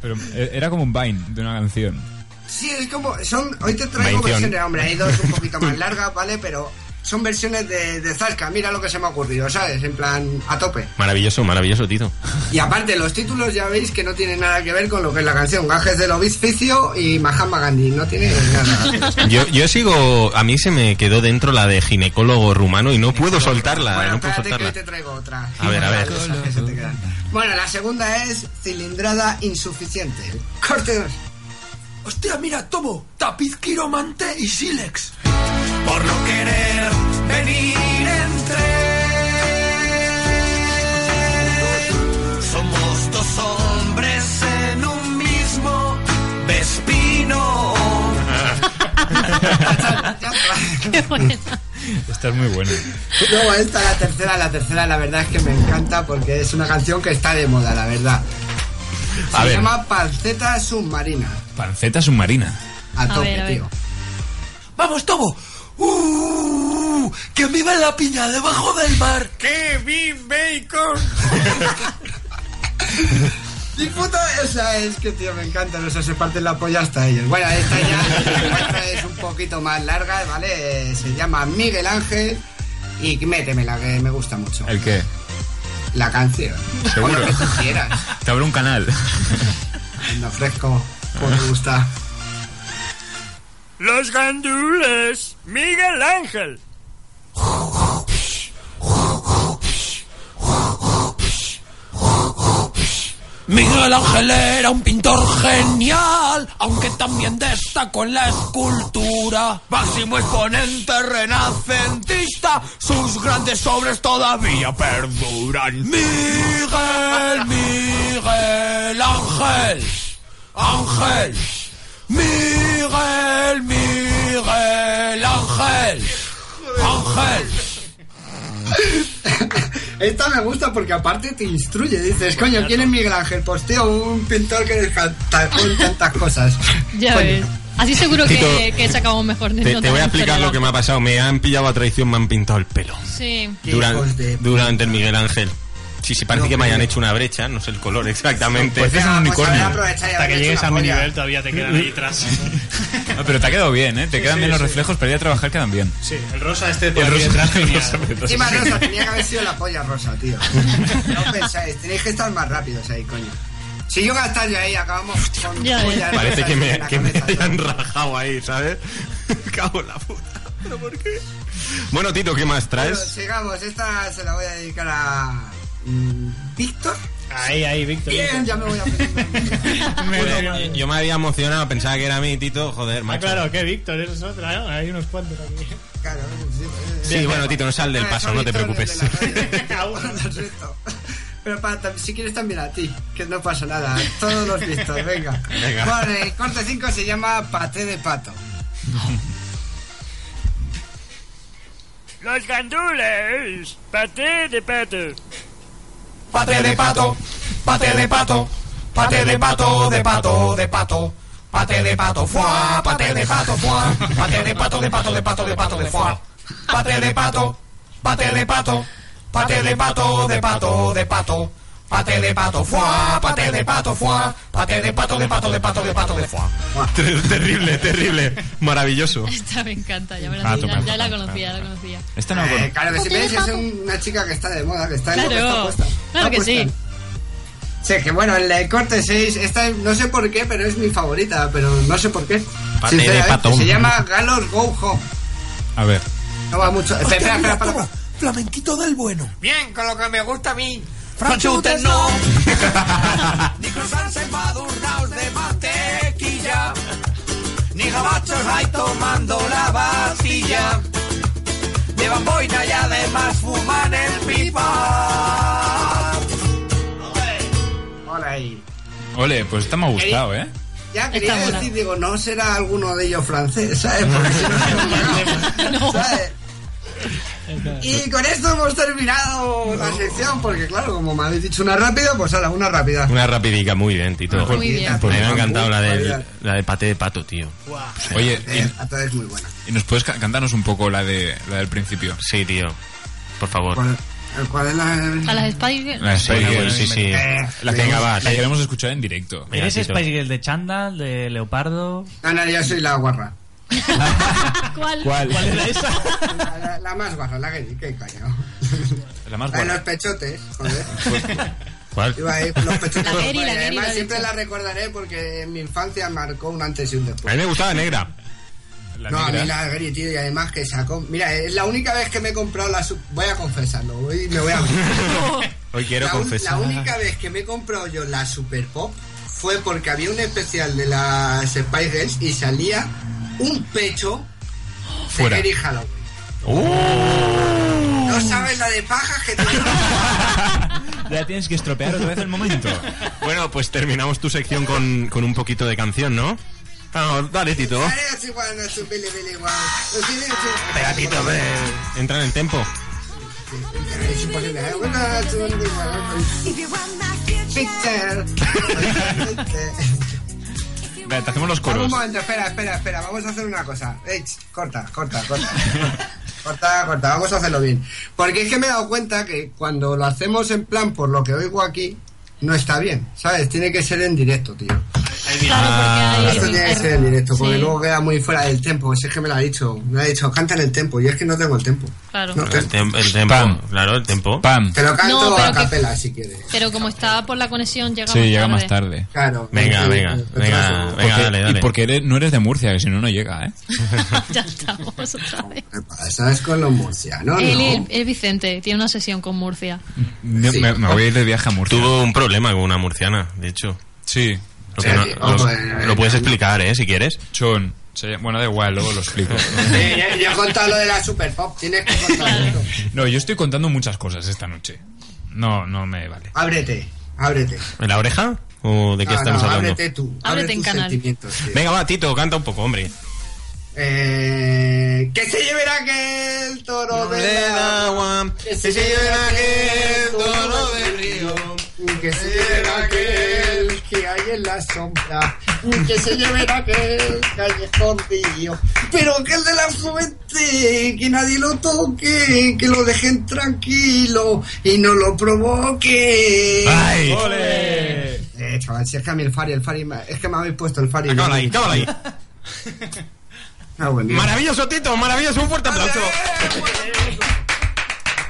[SPEAKER 2] Pero eh, era como un Vine de una canción.
[SPEAKER 18] Sí, es como. Son, hoy te traigo
[SPEAKER 2] Mención.
[SPEAKER 18] versiones, hombre, hay dos un poquito más largas, ¿vale? Pero son versiones de, de Zarka, mira lo que se me ha ocurrido, ¿sabes? En plan, a tope.
[SPEAKER 3] Maravilloso, maravilloso, Tito.
[SPEAKER 18] Y aparte, los títulos ya veis que no tienen nada que ver con lo que es la canción. Gajes del Obisficio y Mahatma Gandhi, no tiene nada.
[SPEAKER 3] Yo, yo sigo. A mí se me quedó dentro la de ginecólogo rumano y no puedo soltarla.
[SPEAKER 18] bueno,
[SPEAKER 3] no puedo
[SPEAKER 18] espérate que hoy
[SPEAKER 3] soltarla.
[SPEAKER 18] te traigo otra.
[SPEAKER 3] A ver, a ver.
[SPEAKER 18] Bueno, la segunda es Cilindrada Insuficiente. Corte dos.
[SPEAKER 8] Hostia, mira, tomo tapiz quiromante y sílex. Por no querer venir entre. Somos dos hombres en un mismo vespino.
[SPEAKER 2] Esta es muy buena.
[SPEAKER 18] Luego esta, la tercera, la tercera, la verdad es que me encanta porque es una canción que está de moda, la verdad. Se
[SPEAKER 2] A ver.
[SPEAKER 18] llama Panceta Submarina.
[SPEAKER 2] Panceta submarina.
[SPEAKER 18] A,
[SPEAKER 2] A
[SPEAKER 18] tope,
[SPEAKER 2] ver, a ver.
[SPEAKER 18] tío.
[SPEAKER 8] Vamos, Tobo. ¡Uh! ¡Que viva la piña debajo del mar! ¡Que vive bacon!
[SPEAKER 18] Y puta, o sea, es que tío, me encanta, no sé, se parten la polla hasta ellos. Bueno, esta ya esta es un poquito más larga, ¿vale? Se llama Miguel Ángel y métemela, que me gusta mucho.
[SPEAKER 2] ¿El qué?
[SPEAKER 18] La canción.
[SPEAKER 2] Seguro.
[SPEAKER 18] O lo que tú quieras.
[SPEAKER 2] Te abro un canal.
[SPEAKER 18] No fresco, como me gusta.
[SPEAKER 8] Los gandules, Miguel Ángel. Miguel Ángel era un pintor genial, aunque también destacó en la escultura. Máximo exponente renacentista, sus grandes obras todavía perduran. Miguel, Miguel Ángel, Ángel. Miguel, Miguel Ángel, Ángel.
[SPEAKER 18] Esta me gusta porque aparte te instruye. Dices, coño, ¿quién es Miguel Ángel? Pues tío, un pintor que descarta con tantas cosas.
[SPEAKER 5] Ya
[SPEAKER 18] Coño.
[SPEAKER 5] ves. Así seguro que,
[SPEAKER 3] Tito,
[SPEAKER 5] que sacamos mejor. de
[SPEAKER 3] Te,
[SPEAKER 5] nota
[SPEAKER 3] te voy a
[SPEAKER 5] la
[SPEAKER 3] explicar
[SPEAKER 5] historia.
[SPEAKER 3] lo que me ha pasado. Me han pillado a traición, me han pintado el pelo.
[SPEAKER 5] Sí.
[SPEAKER 3] Duran- durante el Miguel Ángel. Sí, sí, parece que me hayan hecho una brecha, no sé el color exactamente.
[SPEAKER 2] Pues es un Ah, pues unicornio. habrá
[SPEAKER 18] aprovechado y
[SPEAKER 6] Hasta que
[SPEAKER 18] habrá
[SPEAKER 6] llegues
[SPEAKER 18] hecho
[SPEAKER 6] a mi
[SPEAKER 18] una polla.
[SPEAKER 6] nivel todavía te quedan ahí tras.
[SPEAKER 2] No, pero te ha quedado bien, ¿eh? Te
[SPEAKER 6] Sí,
[SPEAKER 2] quedan
[SPEAKER 6] sí,
[SPEAKER 2] bien los
[SPEAKER 6] sí.
[SPEAKER 2] reflejos, para ir a trabajar quedan bien.
[SPEAKER 6] Sí, el rosa este
[SPEAKER 2] El
[SPEAKER 6] todavía
[SPEAKER 2] rosa-
[SPEAKER 6] detrás
[SPEAKER 2] el
[SPEAKER 6] genial.
[SPEAKER 2] rosa detrás.
[SPEAKER 18] Encima rosa, tenía que haber sido la polla rosa, tío. No pensáis, tenéis que estar más rápidos ahí, coño. Si yo gastar ya ahí, acabamos con
[SPEAKER 8] Ya ves.
[SPEAKER 18] polla
[SPEAKER 3] Parece
[SPEAKER 18] rosa
[SPEAKER 3] que me,
[SPEAKER 18] en la
[SPEAKER 3] que me
[SPEAKER 18] cabeza.
[SPEAKER 3] hayan rajado ahí, ¿sabes? Cago en la puta. ¿Pero por qué? Bueno, Tito, ¿qué más
[SPEAKER 18] Bueno,
[SPEAKER 3] traes?
[SPEAKER 18] sigamos, esta se la voy a dedicar a. mm, Víctor.
[SPEAKER 6] Ahí, ahí, Víctor.
[SPEAKER 18] Bien, ya me voy a eh.
[SPEAKER 3] Yo- Yo me había emocionado, pensaba que era mí, Tito. Joder,
[SPEAKER 6] Ah,
[SPEAKER 3] macho.
[SPEAKER 6] claro, que Víctor, eso es otra, ¿no? Hay unos cuantos aquí.
[SPEAKER 18] Claro,
[SPEAKER 3] Sí, bueno, Tito, no sal
[SPEAKER 18] Ah,
[SPEAKER 3] del paso, no te preocupes.
[SPEAKER 18] Pero para, tam- si quieres también a ti, que no pasa nada. Todos los vistos, venga.
[SPEAKER 3] Venga.
[SPEAKER 18] Bueno, el eh, corte 5 se llama Paté de Pato.
[SPEAKER 8] Los gandules, paté de pato.
[SPEAKER 27] Pate de pato, pate de pato, pate de pato, de pato, de pato. Pate de pato, fuá, pate de pato, fuá. Pate de pato, de pato, de pato, de pato, de fuá. Pate de pato, pate de pato, pate de pato, de pato, de pato. Pate de pato, fuá, pate de pato, fuá, pate de pato, de pato, de pato, de pato, de fuá.
[SPEAKER 3] Terrible, terrible. Maravilloso.
[SPEAKER 5] Esta me encanta, ya me
[SPEAKER 3] Ah,
[SPEAKER 5] la ya,
[SPEAKER 3] total,
[SPEAKER 5] ya la
[SPEAKER 3] total,
[SPEAKER 5] conocía, ya la conocía.
[SPEAKER 2] Esta
[SPEAKER 3] no la
[SPEAKER 18] Eh,
[SPEAKER 3] conozco.
[SPEAKER 18] claro, que si
[SPEAKER 5] Pate de
[SPEAKER 18] veis es
[SPEAKER 5] pato.
[SPEAKER 18] una chica que está de moda, que está en lo que está
[SPEAKER 5] Claro,
[SPEAKER 18] puesta.
[SPEAKER 5] claro que sí.
[SPEAKER 18] Sí, que bueno, el eh, corte 6, esta no sé por qué, pero es mi favorita, pero no sé por qué.
[SPEAKER 3] Pate de
[SPEAKER 18] Sinceramente,
[SPEAKER 3] pato.
[SPEAKER 18] Se llama Galos Go Home.
[SPEAKER 2] A ver.
[SPEAKER 18] No va mucho. Espera, espera, espera, espera.
[SPEAKER 27] Flamenquito del bueno.
[SPEAKER 18] Bien, con lo que me gusta a mí.
[SPEAKER 27] Franchutes no.
[SPEAKER 8] Ni cruzarse madurnaos de mantequilla, ni gabachos hay tomando la vacilla. Llevan boina y además fuman el pipa.
[SPEAKER 18] Hola ahí.
[SPEAKER 2] Ole, pues esta me ha gustado, ¿eh?
[SPEAKER 18] Ya quería
[SPEAKER 5] Está buena.
[SPEAKER 18] decir, digo, no será alguno de ellos francés, ¿sabes? Porque si no, no, ¿sabes? Y con esto hemos terminado la sección, porque claro, como me habéis dicho una rápida, pues ahora una rápida.
[SPEAKER 3] Una rapidica muy bien, Tito.
[SPEAKER 18] Muy Muy bien. bien.
[SPEAKER 3] A mí me ha encantado la
[SPEAKER 18] Muy
[SPEAKER 3] de,
[SPEAKER 18] bien.
[SPEAKER 3] la de pate de pato, tío.
[SPEAKER 2] Oye,
[SPEAKER 18] Eh, a todas es muy buena.
[SPEAKER 2] y, y nos puedes ca- cantarnos un poco la, de, la del principio?
[SPEAKER 3] Sí, tío. Por favor.
[SPEAKER 18] Eh, ¿Cuál es la...?
[SPEAKER 5] A las Spice Girls.
[SPEAKER 2] La de Spice
[SPEAKER 3] Sí,
[SPEAKER 2] Girl,
[SPEAKER 3] sí, sí.
[SPEAKER 18] Eh,
[SPEAKER 2] La,
[SPEAKER 3] Venga,
[SPEAKER 2] queremos-
[SPEAKER 3] va,
[SPEAKER 2] la
[SPEAKER 3] sí.
[SPEAKER 2] queremos escuchar en directo.
[SPEAKER 3] Mira,
[SPEAKER 4] ¿Eres
[SPEAKER 3] Tito.
[SPEAKER 4] Spice Girl de chándal, de leopardo?
[SPEAKER 18] No, no, yo soy la guarra.
[SPEAKER 5] ¿Cuál?
[SPEAKER 2] ¿Cuál? ¿Cuál
[SPEAKER 4] era esa?
[SPEAKER 18] La, la- la más guarra, la que, que coño.
[SPEAKER 2] La más
[SPEAKER 18] La de
[SPEAKER 2] buena.
[SPEAKER 18] los pechotes, joder.
[SPEAKER 2] Pues-
[SPEAKER 3] ¿Cuál?
[SPEAKER 18] Iba a ir con los
[SPEAKER 5] La
[SPEAKER 18] pechotes.
[SPEAKER 5] Geri, la Geri lo
[SPEAKER 18] Y
[SPEAKER 5] ha
[SPEAKER 18] Además, siempre
[SPEAKER 5] dicho.
[SPEAKER 18] la recordaré porque en mi infancia marcó un antes y un después.
[SPEAKER 3] A mí me gustaba negra.
[SPEAKER 2] La
[SPEAKER 18] no,
[SPEAKER 2] negra.
[SPEAKER 18] a mí la Gary, tío, y además que sacó. Mira, es la única vez que me he comprado la. Sub... Voy a confesarlo, voy, me voy a.
[SPEAKER 3] Hoy quiero
[SPEAKER 18] la, un-
[SPEAKER 3] confesar.
[SPEAKER 18] la única vez que me he comprado yo la Super Pop fue porque había un especial de las Spice Girls y salía un pecho
[SPEAKER 2] Fuera.
[SPEAKER 18] de Gary Halloween. No sabes la de paja que tiene.
[SPEAKER 2] Ya tienes que estropear otra vez el momento.
[SPEAKER 3] Bueno, pues terminamos tu sección con, con un poquito de canción, ¿no? Vamos, dale, Tito.
[SPEAKER 18] Espera,
[SPEAKER 3] Espera, Tito, ve. Entra en el tempo.
[SPEAKER 18] Es imposible. ¿eh? Bueno, tú no te igual. Picture.
[SPEAKER 2] Vale, te hacemos los
[SPEAKER 18] Un
[SPEAKER 2] coros.
[SPEAKER 18] momento, espera, espera, espera. Vamos a hacer una cosa. Ey, ch, corta, corta, corta. corta. Corta, corta, vamos a hacerlo bien. Porque es que me he dado cuenta que cuando lo hacemos en plan por lo que oigo aquí, no está bien, ¿sabes? Tiene que ser en directo, tío.
[SPEAKER 2] Ah.
[SPEAKER 5] Claro,
[SPEAKER 18] Esto
[SPEAKER 5] porque
[SPEAKER 18] tiene
[SPEAKER 5] hay...
[SPEAKER 18] que ser en directo, porque
[SPEAKER 5] Sí.
[SPEAKER 18] luego queda muy fuera del tempo. Si es que me lo ha dicho, me ha dicho, canta en el tempo. Y es que no tengo el tempo.
[SPEAKER 5] Claro.
[SPEAKER 18] No, te,
[SPEAKER 3] El, tem- el tempo.
[SPEAKER 2] Pam.
[SPEAKER 3] Claro, el tempo.
[SPEAKER 2] Pam.
[SPEAKER 18] te lo canto
[SPEAKER 5] No, pero
[SPEAKER 18] a
[SPEAKER 5] que-
[SPEAKER 18] capela si quieres.
[SPEAKER 5] Pero como está por la conexión, llega
[SPEAKER 2] Sí,
[SPEAKER 5] más
[SPEAKER 2] llega
[SPEAKER 5] tarde.
[SPEAKER 2] más tarde.
[SPEAKER 18] Claro.
[SPEAKER 3] Venga,
[SPEAKER 18] Eh,
[SPEAKER 3] venga,
[SPEAKER 18] eh,
[SPEAKER 3] venga,
[SPEAKER 18] otro-
[SPEAKER 3] venga,
[SPEAKER 2] Porque-
[SPEAKER 3] dale, dale.
[SPEAKER 2] Y porque eres- no eres de Murcia, que si no, no llega, ¿eh?
[SPEAKER 5] ya estamos otra vez.
[SPEAKER 18] ¿Qué pasa? Es con los murcianos,
[SPEAKER 5] Él,
[SPEAKER 18] ¿no?
[SPEAKER 5] él- él Vicente tiene una sesión con Murcia.
[SPEAKER 2] Me, me- me voy a ir de viaje a Murcia.
[SPEAKER 3] Tuvo un problema con una murciana, de hecho.
[SPEAKER 2] Sí.
[SPEAKER 3] Lo, que
[SPEAKER 18] Sí,
[SPEAKER 3] no-
[SPEAKER 18] sí.
[SPEAKER 3] lo-
[SPEAKER 18] Ojo, eh,
[SPEAKER 3] lo puedes explicar, ¿eh? Si quieres.
[SPEAKER 2] Chon. Se- Bueno, da igual, luego lo explico.
[SPEAKER 18] Sí, ya- ya he contado lo de la Super Pop, tienes que contar esto.
[SPEAKER 2] No, yo estoy contando muchas cosas esta noche. No, no me vale.
[SPEAKER 18] Ábrete, ábrete.
[SPEAKER 3] ¿En la oreja? ¿O de qué
[SPEAKER 18] No,
[SPEAKER 3] estamos
[SPEAKER 18] no,
[SPEAKER 3] hablando?
[SPEAKER 18] Ábrete tú,
[SPEAKER 5] Ábrete
[SPEAKER 18] ábrete
[SPEAKER 5] en
[SPEAKER 18] tus
[SPEAKER 5] canal.
[SPEAKER 18] sentimientos. tío.
[SPEAKER 3] Venga, va, Tito, canta un poco, hombre.
[SPEAKER 18] Eh, que se llevará aquel toro del agua, que se llevará aquel toro del río, que se llevará aquel que hay en la sombra, que se llevará aquel que hay escondido, pero que el de la fuente, que nadie lo toque, que lo dejen tranquilo y no lo provoque.
[SPEAKER 3] ¡Ay!
[SPEAKER 18] Eh, chaval, si es que a mí el Fari, el Fari, me- es que me habéis puesto el Fari.
[SPEAKER 3] Acábala ahí, acábala ahí.
[SPEAKER 18] Ah, bueno.
[SPEAKER 3] Maravilloso, Tito, maravilloso, un fuerte aplauso.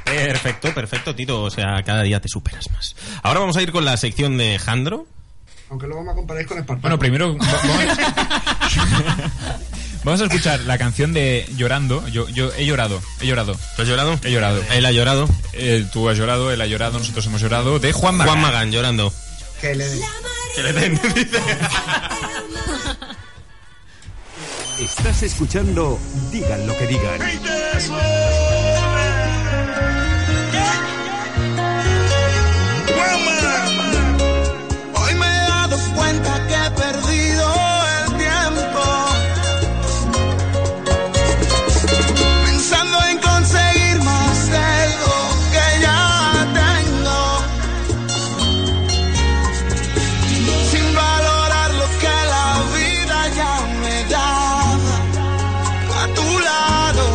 [SPEAKER 3] Perfecto, perfecto, Tito. O sea, cada día te superas más. Ahora vamos a ir con la sección de Jandro.
[SPEAKER 18] Aunque luego me comparáis con Espartano.
[SPEAKER 2] Bueno, primero va- vamos, vamos a escuchar la canción de Llorando. Yo, yo he llorado, he llorado,
[SPEAKER 3] ¿Tú has llorado?
[SPEAKER 2] he llorado.
[SPEAKER 3] Él ha llorado.
[SPEAKER 2] Eh, tú has llorado, él ha llorado, nosotros hemos llorado. De Juan Magán.
[SPEAKER 3] Juan Magán llorando.
[SPEAKER 18] Que le den.
[SPEAKER 3] Que le den, dice.
[SPEAKER 1] Estás escuchando Digan lo que digan.
[SPEAKER 8] Hoy me he dado cuenta que he perdido el tiempo Pensando en conseguir más de lo que ya tengo Sin valorar lo que la vida ya me da A tu lado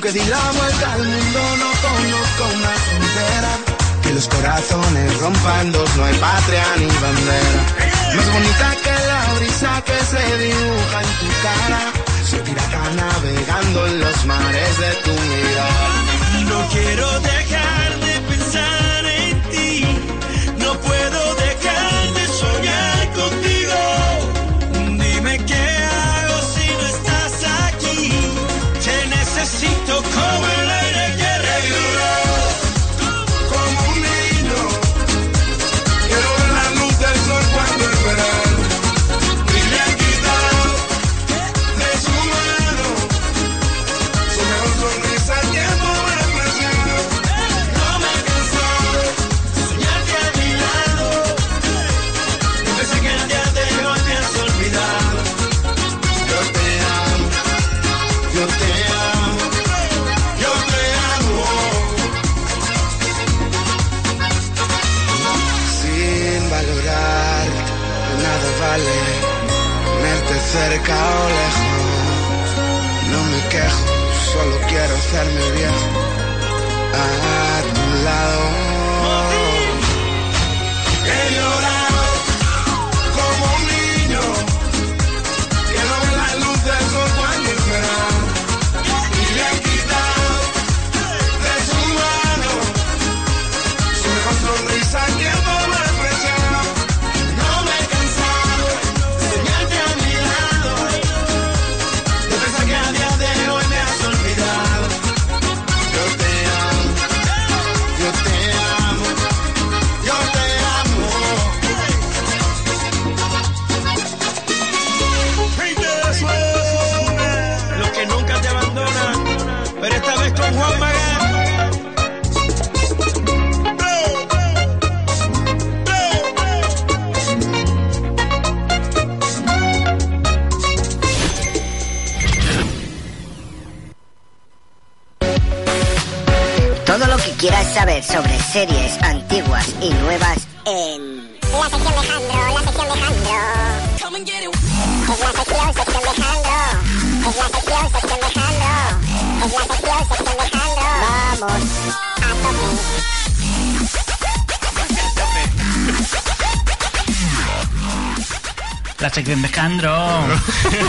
[SPEAKER 6] que di la vuelta al mundo, no conozco una frontera. Que los corazones rompan dos, no hay patria ni bandera. Más bonita que la brisa que se dibuja en tu cara. Soy pirata navegando en los mares de tu mirada.
[SPEAKER 8] No quiero dejar de pensar en ti. No puedo dejar de soñar contigo. Dime qué hago si no estás aquí. Te necesito como el aire que respiro. Como un niño. Quiero ver la luz del sol cuando el verano. Y le han quitado de su mano. Su mejor sonrisa el tiempo me presiona. No me he cansado de soñarte a mi lado. Yo pensé que el día de hoy me has olvidado. Yo te amo, yo te amo, yo te amo.
[SPEAKER 6] Sin valorar, nada vale. Tenerte cerca o lejos. No me quejo, solo quiero hacerme viejo. A tu lado.
[SPEAKER 8] He llorado como un niño. Quiero ver la luz del sol cuando es verano. Y le han quitado de su mano su mejor sonrisa que no me presiona. No me he cansado de soñarte a mi lado. Yo pensé que a día de hoy me has olvidado. Yo te amo, yo te amo, yo te amo. Los que nunca te abandonan, pero esta vez con Juan Magán.
[SPEAKER 7] Oh
[SPEAKER 23] Todo lo que quieras saber sobre series antiguas y nuevas en...
[SPEAKER 6] La sección de Alejandro, la sección de Alejandro. Es la sección, sección de Alejandro. Es la sección, sección de Alejandro. Es la sección, sección de Alejandro. Vamos. A tope.
[SPEAKER 4] La sección de Alejandro.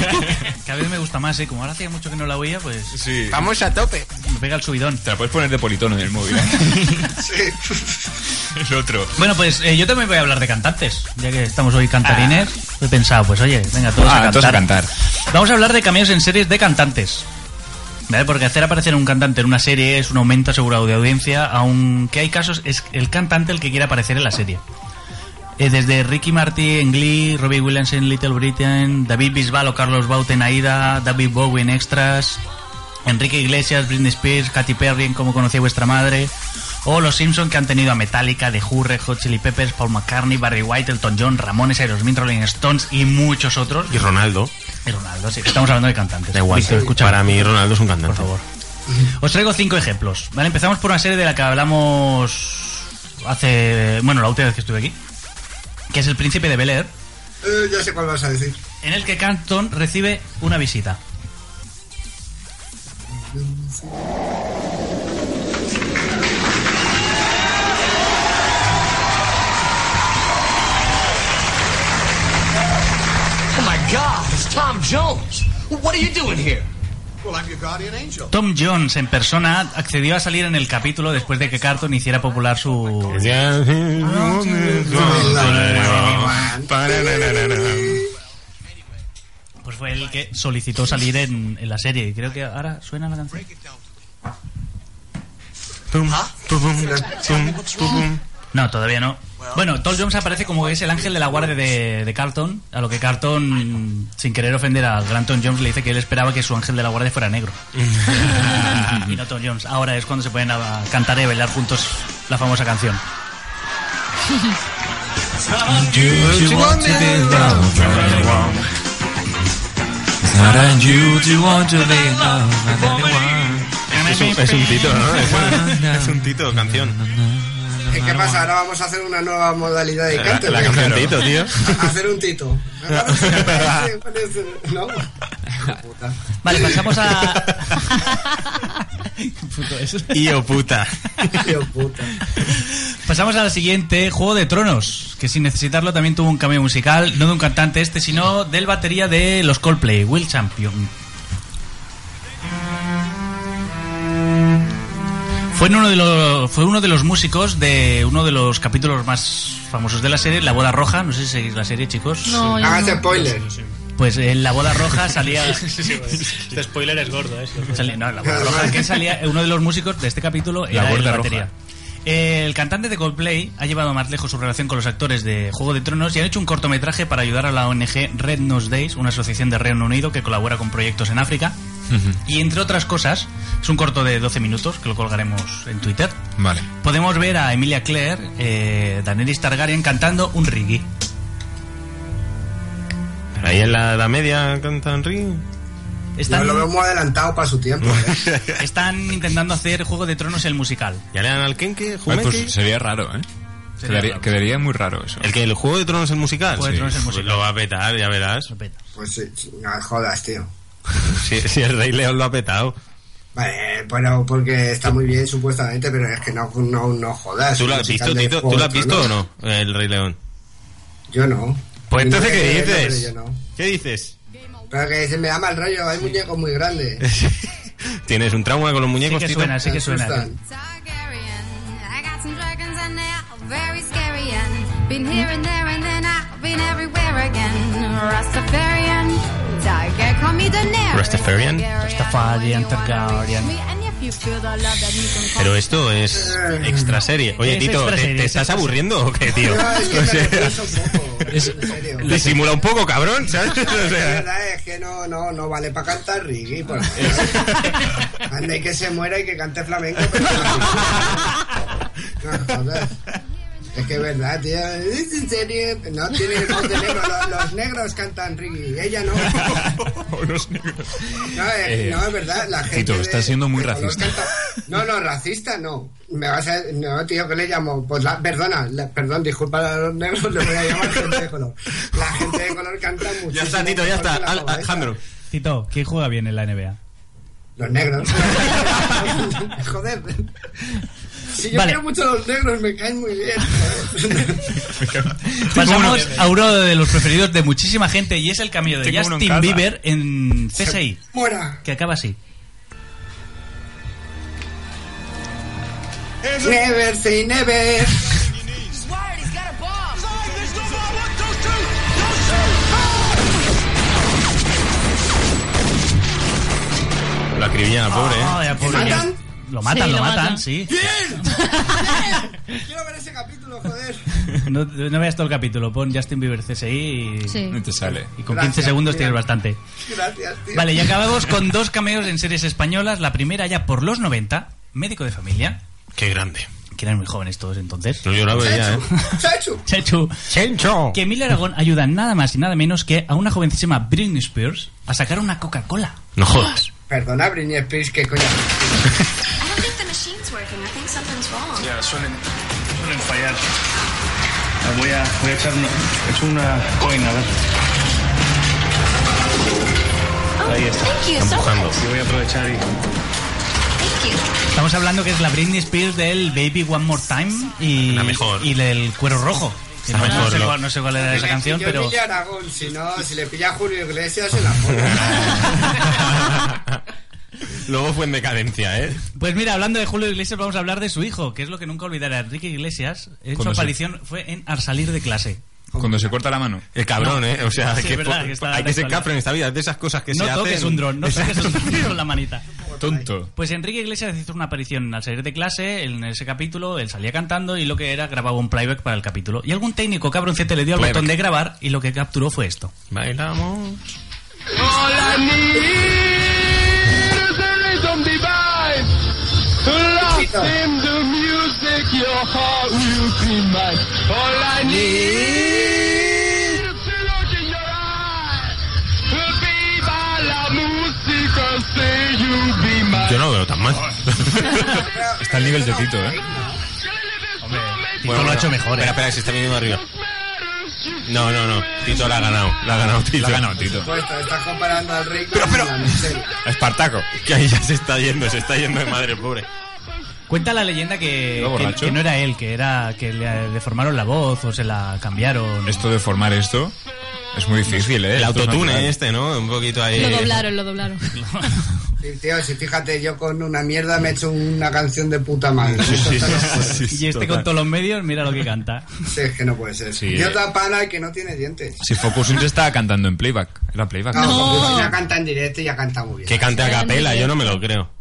[SPEAKER 4] que a veces me gusta más, ¿eh? Como ahora hacía mucho que no la oía, pues...
[SPEAKER 2] Vamos
[SPEAKER 4] a tope. Me pega el subidón.
[SPEAKER 2] Te la puedes poner de politono en el móvil. ¿eh? El otro.
[SPEAKER 4] Bueno, pues eh, yo también voy a hablar de cantantes, ya que estamos hoy cantarines. He pensado, pues oye, venga, todos,
[SPEAKER 2] Ah,
[SPEAKER 4] a, cantar.
[SPEAKER 2] todos a cantar.
[SPEAKER 4] Vamos a hablar de cameos en series de cantantes. ¿Vale? Porque hacer aparecer un cantante en una serie es un aumento asegurado de audiencia, aunque hay casos, es el cantante el que quiere aparecer en la serie. Eh, desde Ricky Marty en Glee, Robbie Williams en Little Britain, David Bisbal o Carlos Baute en Aida, David Bowie en Extras, Enrique Iglesias, Britney Spears, Katy Perry en Como conocí a vuestra madre, o los Simpson que han tenido a Metallica, The Who, Red Hot Chili Peppers, Paul McCartney, Barry White, Elton John, Ramones, Aerosmith, Rolling Stones y muchos otros.
[SPEAKER 16] Y Ronaldo.
[SPEAKER 4] Y Ronaldo, sí, estamos hablando de cantantes.
[SPEAKER 16] Da igual,
[SPEAKER 4] Víctor, escucha.
[SPEAKER 16] para mí Ronaldo es un cantante.
[SPEAKER 4] Por favor. Os traigo cinco ejemplos. Vale, empezamos por una serie de la que hablamos hace. Bueno, la última vez que estuve aquí. Que es El Príncipe de Bel Air,
[SPEAKER 18] Eh, ya sé cuál vas a decir.
[SPEAKER 4] en el que Canton recibe una visita.
[SPEAKER 7] Oh my God, it's Tom Jones. What are you doing here?
[SPEAKER 8] Well, I'm your guardian angel.
[SPEAKER 4] Tom Jones en persona accedió a salir en el capítulo después de que Carlton hiciera popular su. Pues fue el que solicitó salir en, en la serie. Y creo que ahora suena la canción. No, todavía no. Bueno, Tom Jones aparece como que es el ángel de la guardia de, de Carlton, a lo que Carlton, sin querer ofender a gran Tom Jones, le dice que él esperaba que su ángel de la guardia fuera negro. y no Tom Jones. Ahora es cuando se pueden a- a cantar y bailar juntos la famosa canción.
[SPEAKER 16] Es un, es un tito, ¿no? Es un, es un tito, canción.
[SPEAKER 18] ¿Y ¿Qué pasa? Ahora vamos a hacer una nueva modalidad de
[SPEAKER 3] La-
[SPEAKER 18] cante.
[SPEAKER 3] la
[SPEAKER 18] ¿no?
[SPEAKER 3] canción Tito, tío.
[SPEAKER 18] A- Hacer un tito. ¿No?
[SPEAKER 4] Vale, pasamos a.
[SPEAKER 3] Tío puta.
[SPEAKER 4] Pasamos al siguiente, Juego de Tronos, que sin necesitarlo también tuvo un cambio musical, no de un cantante este, sino del batería de los Coldplay, Will Champion. Fue, en uno de los, fue uno de los músicos de uno de los capítulos más famosos de la serie, La Boda Roja. No sé si seguís la serie, chicos.
[SPEAKER 18] No, yo Hagas no. spoiler.
[SPEAKER 4] Pues en La Boda Roja salía.
[SPEAKER 6] Este spoiler es gordo, ¿eh? Si lo cuento.
[SPEAKER 4] salía- no, en La Boda Roja. que salía? eh, Uno de los músicos de este capítulo
[SPEAKER 6] La
[SPEAKER 4] era el
[SPEAKER 6] Boda Roja.
[SPEAKER 4] batería. Eh, El cantante de Coldplay ha llevado más lejos su relación con los actores de Juego de Tronos y han hecho un cortometraje para ayudar a la ONG Red Nose Days, una asociación de Reino Unido que colabora con proyectos en África. Y entre otras cosas, es un corto de 12 minutos que lo colgaremos en Twitter.
[SPEAKER 14] Vale.
[SPEAKER 4] Podemos ver a Emilia Clare, eh, Daenerys Targaryen cantando un reggae.
[SPEAKER 3] Ahí en la Edad Media cantan ring.
[SPEAKER 4] Están-
[SPEAKER 18] Lo vemos adelantado para su tiempo. ¿eh?
[SPEAKER 4] Están intentando hacer Juego de Tronos el musical.
[SPEAKER 3] ¿Ya le dan al Kenke?
[SPEAKER 14] Ay, pues sería raro, ¿eh?
[SPEAKER 4] Sería
[SPEAKER 14] Quedaría,
[SPEAKER 4] raro.
[SPEAKER 14] quedaría muy raro eso.
[SPEAKER 3] ¿El que el Juego de Tronos el musical?
[SPEAKER 14] Juego de Tronos el
[SPEAKER 3] Pues
[SPEAKER 14] musical.
[SPEAKER 3] lo va a petar, ya verás.
[SPEAKER 18] Pues sí, sí, no jodas, tío.
[SPEAKER 3] Si, si el Rey León lo ha petado.
[SPEAKER 18] Vale, Eh, bueno, porque está muy bien supuestamente, pero es que no, no, no jodas.
[SPEAKER 3] ¿Tú lo
[SPEAKER 18] el
[SPEAKER 3] has
[SPEAKER 18] musical
[SPEAKER 3] visto,
[SPEAKER 18] de
[SPEAKER 3] Tito?
[SPEAKER 18] Juego
[SPEAKER 3] ¿Tú lo
[SPEAKER 18] de
[SPEAKER 3] has visto o
[SPEAKER 18] Tronos.
[SPEAKER 3] no? El Rey León.
[SPEAKER 18] Yo no.
[SPEAKER 3] Pues
[SPEAKER 18] No,
[SPEAKER 3] entonces, ¿qué
[SPEAKER 18] yo no, pero
[SPEAKER 3] dices?
[SPEAKER 18] yo no.
[SPEAKER 3] ¿Qué dices?
[SPEAKER 18] Pero que se me da mal rollo, hay muñecos muy grandes.
[SPEAKER 3] ¿Tienes un trauma con los muñecos,
[SPEAKER 18] que
[SPEAKER 3] Tito?
[SPEAKER 18] suena, sí que suena. Asustan.
[SPEAKER 12] I got some dragons and they're very scary and been here and there and then I've been everywhere again. Rastafarian, tiger, call me the
[SPEAKER 3] Rastafarian.
[SPEAKER 4] Rastafarian, Targaryen.
[SPEAKER 12] And if you feel the love that you can call
[SPEAKER 3] Pero esto es extra serie. Oye,
[SPEAKER 12] Es
[SPEAKER 3] Tito,
[SPEAKER 12] extra
[SPEAKER 3] ¿te,
[SPEAKER 12] serie,
[SPEAKER 3] te
[SPEAKER 12] es
[SPEAKER 3] estás
[SPEAKER 12] extra
[SPEAKER 3] aburriendo o qué, tío?
[SPEAKER 18] No, es que
[SPEAKER 3] O
[SPEAKER 18] me
[SPEAKER 3] sea,
[SPEAKER 18] retraso
[SPEAKER 3] disimula un poco, cabrón, ¿sabes? O sea,
[SPEAKER 18] La verdad es que no, no, no vale para cantar reggae. Por favor. Anda y que se muera y que cante flamenco. Pero no, joder. Es que es verdad, tío. Es en serio. No tiene voz de negro. Lo- Los, negros cantan reggae. Ella no.
[SPEAKER 8] Oh,
[SPEAKER 18] No, es,
[SPEAKER 14] Eh,
[SPEAKER 18] no, es verdad. La gente
[SPEAKER 14] Tito,
[SPEAKER 18] de-
[SPEAKER 14] estás siendo muy
[SPEAKER 18] de color
[SPEAKER 14] racista.
[SPEAKER 18] canta- No, no, racista no. Me vas a... No, tío, que le llamo? Pues la... Perdona, la- perdón, disculpa a los negros, le voy a llamar gente de color. La gente de color canta mucho.
[SPEAKER 3] Ya está, Tito, ya está. Al- Alejandro.
[SPEAKER 4] Tito, ¿quién juega bien en la NBA?
[SPEAKER 18] Los negros. Joder. Si yo
[SPEAKER 4] Vale.
[SPEAKER 18] quiero mucho a los negros, me caen muy bien. joder.
[SPEAKER 4] Pasamos a uno de los preferidos de muchísima gente y es el cambio de
[SPEAKER 18] Tengo uno en
[SPEAKER 4] Justin
[SPEAKER 18] casa.
[SPEAKER 4] Bieber en CSI,
[SPEAKER 18] Muera.
[SPEAKER 4] que acaba así.
[SPEAKER 18] Never say never.
[SPEAKER 3] Lo acribillan a pobre, ¿eh?
[SPEAKER 4] Ah, ya, pobre.
[SPEAKER 18] ¿Matan?
[SPEAKER 4] Lo matan,
[SPEAKER 18] Sí,
[SPEAKER 4] lo,
[SPEAKER 18] lo
[SPEAKER 4] matan,
[SPEAKER 18] matan.
[SPEAKER 4] sí.
[SPEAKER 18] Quiero ver ese capítulo, joder.
[SPEAKER 4] No, no veas todo el capítulo, pon Justin Bieber CSI y,
[SPEAKER 18] Sí. Y te sale.
[SPEAKER 4] Y con 15
[SPEAKER 18] Gracias,
[SPEAKER 4] segundos
[SPEAKER 18] mira.
[SPEAKER 4] tienes bastante.
[SPEAKER 18] Gracias, tío.
[SPEAKER 4] Vale, y acabamos con dos cameos en series españolas. La primera ya por los 90, Médico de Familia,
[SPEAKER 3] Qué grande.
[SPEAKER 4] que eran muy jóvenes todos entonces.
[SPEAKER 3] Yo la veía, ¿eh?
[SPEAKER 18] Chachu.
[SPEAKER 4] Chechu. Que Emilio Aragón ayuda nada más y nada menos que a una jovencísima Britney Spears a sacar una Coca-Cola.
[SPEAKER 3] No jodas.
[SPEAKER 18] Perdona, Britney Spears, que coño.
[SPEAKER 15] the machine's working. I think something's wrong.
[SPEAKER 6] Ya, suelen, suelen fallar. Ah, Voy a, voy a echar una, echo una coin, a ver. Ahí está.
[SPEAKER 15] Oh, thank you so Empujando. much.
[SPEAKER 6] Yo voy a aprovechar y...
[SPEAKER 4] Estamos hablando que es la Britney Spears del Baby One More Time y, y del Cuero Rojo. Que
[SPEAKER 3] La
[SPEAKER 4] no,
[SPEAKER 3] mejor,
[SPEAKER 4] no sé
[SPEAKER 3] ¿no?
[SPEAKER 4] cuál, no sé cuál era esa canción,
[SPEAKER 18] Si yo
[SPEAKER 4] pero
[SPEAKER 18] pilla a Aragón, si no, si le pilla a Julio Iglesias, se la pone.
[SPEAKER 3] Luego fue en decadencia, ¿eh?
[SPEAKER 4] Pues mira, hablando de Julio Iglesias, vamos a hablar de su hijo, que es lo que nunca olvidará. Enrique Iglesias, en su
[SPEAKER 14] Cuando se-
[SPEAKER 4] aparición fue en Al salir de clase.
[SPEAKER 14] Cuando se corta la mano.
[SPEAKER 3] El cabrón,
[SPEAKER 4] No.
[SPEAKER 3] ¿eh? O sea,
[SPEAKER 4] Sí,
[SPEAKER 3] que
[SPEAKER 4] es verdad,
[SPEAKER 3] po-
[SPEAKER 4] que está
[SPEAKER 3] hay que ser
[SPEAKER 4] actual.
[SPEAKER 3] cafre en esta vida. Es de esas cosas que
[SPEAKER 4] no
[SPEAKER 3] se
[SPEAKER 4] toques
[SPEAKER 3] hacen.
[SPEAKER 4] un dron, no toques un dron con la manita.
[SPEAKER 14] Tonto.
[SPEAKER 4] Pues Enrique Iglesias hizo una aparición al salir de clase, en ese capítulo, él salía cantando y lo que era grababa un playback para el capítulo. Y algún técnico cabroncete le dio al
[SPEAKER 3] Playback.
[SPEAKER 4] botón de grabar y lo que capturó fue esto.
[SPEAKER 3] Bailamos.
[SPEAKER 9] Hola,
[SPEAKER 3] Yo no lo veo tan mal.
[SPEAKER 14] Está al nivel de Tito, ¿eh?
[SPEAKER 4] Hombre, Tito lo ha hecho mejor.
[SPEAKER 3] ¿eh?
[SPEAKER 14] ¿eh?
[SPEAKER 3] Espera, espera, que se está viniendo arriba. No, no, no. Tito la ha ganado. La ha ganado Tito.
[SPEAKER 14] La ha ganado Tito.
[SPEAKER 18] Puesto, estás comparando al rey con Milan, en serio.
[SPEAKER 3] Espartaco. Que ahí ya se está yendo, se está yendo de madre, pobre.
[SPEAKER 4] Cuenta la leyenda que,
[SPEAKER 14] ¿Iba
[SPEAKER 4] que-
[SPEAKER 14] borracho?
[SPEAKER 4] que no era él, que era que le deformaron la voz o se la cambiaron.
[SPEAKER 14] Esto de formar esto es muy difícil,
[SPEAKER 3] El
[SPEAKER 14] ¿eh? Esto es natural.
[SPEAKER 3] autotune este, ¿no? Un poquito ahí.
[SPEAKER 5] Lo doblaron, lo doblaron.
[SPEAKER 18] Sí, Tío, si fíjate, yo con una mierda me he hecho una canción de puta madre. Eso está no puede.
[SPEAKER 4] y este con todos los medios, mira lo que canta.
[SPEAKER 18] Sí, es que no puede ser.
[SPEAKER 14] Sí,
[SPEAKER 18] Yo
[SPEAKER 14] eh.
[SPEAKER 18] tapana que no tiene dientes.
[SPEAKER 14] Si Focus se estaba cantando en playback. Era playback.
[SPEAKER 18] No, porque ya canta en directo y ya canta muy bien.
[SPEAKER 3] Que cante a capela, yo no me lo creo.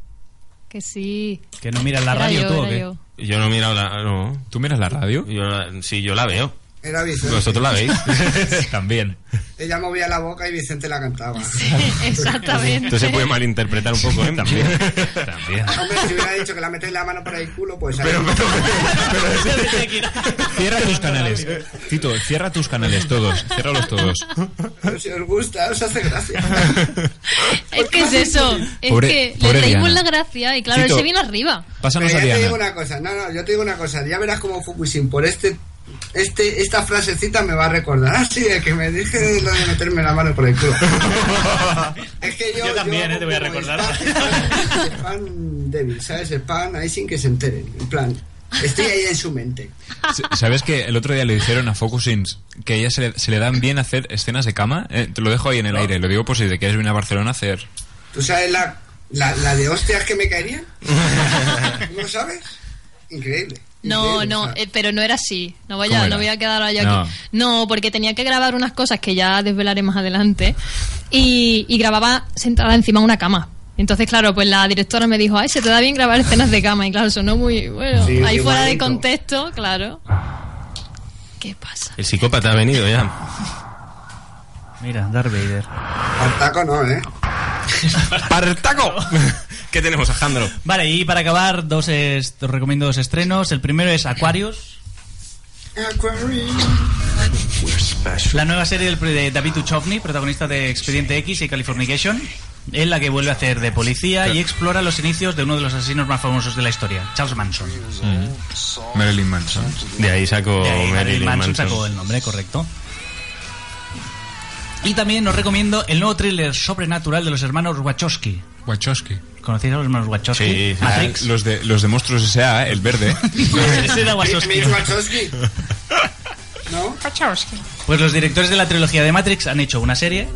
[SPEAKER 5] Que sí.
[SPEAKER 4] Que no miras la
[SPEAKER 5] Era
[SPEAKER 4] radio
[SPEAKER 5] yo,
[SPEAKER 4] tú o
[SPEAKER 5] era
[SPEAKER 4] qué.
[SPEAKER 5] yo.
[SPEAKER 3] Yo no he mirado la. No.
[SPEAKER 14] ¿Tú miras la radio?
[SPEAKER 3] Yo la- sí, yo la veo.
[SPEAKER 18] Era Vicente.
[SPEAKER 3] Vosotros la veis.
[SPEAKER 14] También.
[SPEAKER 18] Ella movía la boca y Vicente la cantaba.
[SPEAKER 5] Exactamente.
[SPEAKER 3] Esto se
[SPEAKER 4] pues,
[SPEAKER 3] puede malinterpretar un poco, ¿eh? También.
[SPEAKER 14] También.
[SPEAKER 18] Hombre, si hubiera dicho que la metes la mano por el culo, pues ahí.
[SPEAKER 14] Cierra tus canales. Tito, cierra tus canales todos. Ciérralos todos.
[SPEAKER 18] Si os gusta, os hace gracia.
[SPEAKER 5] Es que es eso. Es
[SPEAKER 14] Pobre-
[SPEAKER 5] que
[SPEAKER 14] pobre
[SPEAKER 5] le reímos
[SPEAKER 14] Diana.
[SPEAKER 5] la gracia y claro,
[SPEAKER 14] Tito.
[SPEAKER 5] él se viene arriba.
[SPEAKER 14] Pásanos
[SPEAKER 18] Pero
[SPEAKER 14] a
[SPEAKER 18] ya te digo
[SPEAKER 14] Diana.
[SPEAKER 18] una cosa, no, no, yo te digo una cosa, ya verás como Fukushima por este, este, esta frasecita me va a recordar. Ah, sí, el que me dije lo de meterme la mano por el culo. es que yo,
[SPEAKER 4] Yo también,
[SPEAKER 18] yo
[SPEAKER 4] eh, te voy a
[SPEAKER 18] como
[SPEAKER 4] recordar.
[SPEAKER 18] Spam, spam débil, ¿sabes? Spam ahí sin que se enteren. En plan, estoy ahí en su mente.
[SPEAKER 14] S- ¿Sabes que el otro día le dijeron a Focusins que a ella se le, se le dan bien hacer escenas de cama? Eh, te lo dejo ahí en el aire. Lo digo por si te quieres venir a Barcelona a hacer.
[SPEAKER 18] ¿Tú sabes la, la, la de hostias que me caerían? ¿No sabes? Increíble.
[SPEAKER 5] No,
[SPEAKER 18] increíble, o
[SPEAKER 5] no,
[SPEAKER 18] sea.
[SPEAKER 5] eh, pero no era así. No voy
[SPEAKER 18] ¿Cómo
[SPEAKER 5] a,
[SPEAKER 18] era?
[SPEAKER 5] no voy a quedar yo
[SPEAKER 18] No.
[SPEAKER 5] aquí. No, porque tenía que grabar unas cosas que ya desvelaré más adelante. Y, y grababa sentada encima de una cama. Entonces, claro, pues la directora me dijo, ay, se te da bien grabar escenas de cama. Y claro, sonó muy, bueno,
[SPEAKER 3] Sí,
[SPEAKER 5] ahí fuera de
[SPEAKER 3] igualito.
[SPEAKER 5] contexto, claro. ¿Qué pasa?
[SPEAKER 3] El psicópata ha venido ya.
[SPEAKER 4] Mira, Darth Vader.
[SPEAKER 18] Partaco no, ¿eh?
[SPEAKER 3] ¡Partaco! ¿Qué tenemos, Alejandro?
[SPEAKER 4] Vale, y para acabar, dos es- os recomiendo dos estrenos. El primero es Aquarius, la nueva serie del, de David Duchovny, protagonista de Expediente X y Californication, en la que vuelve a hacer de policía y explora los inicios de uno de los asesinos más famosos de la historia, Charles Manson.
[SPEAKER 14] Marilyn Manson.
[SPEAKER 3] Mm. De ahí
[SPEAKER 2] Oh,
[SPEAKER 3] saco
[SPEAKER 4] De ahí
[SPEAKER 3] Marilyn
[SPEAKER 4] Marilyn Manson
[SPEAKER 3] Manson.
[SPEAKER 4] sacó el nombre, correcto. Y también os recomiendo el nuevo thriller sobrenatural de los hermanos Wachowski.
[SPEAKER 14] Wachowski.
[SPEAKER 4] ¿Conocéis a los hermanos Wachowski?
[SPEAKER 14] Sí,
[SPEAKER 4] Matrix.
[SPEAKER 14] los de, los de monstruos S.A., ¿eh? el verde.
[SPEAKER 4] Ese era Wachowski.
[SPEAKER 18] ¿No?
[SPEAKER 4] Pues los directores de la trilogía de Matrix han hecho una serie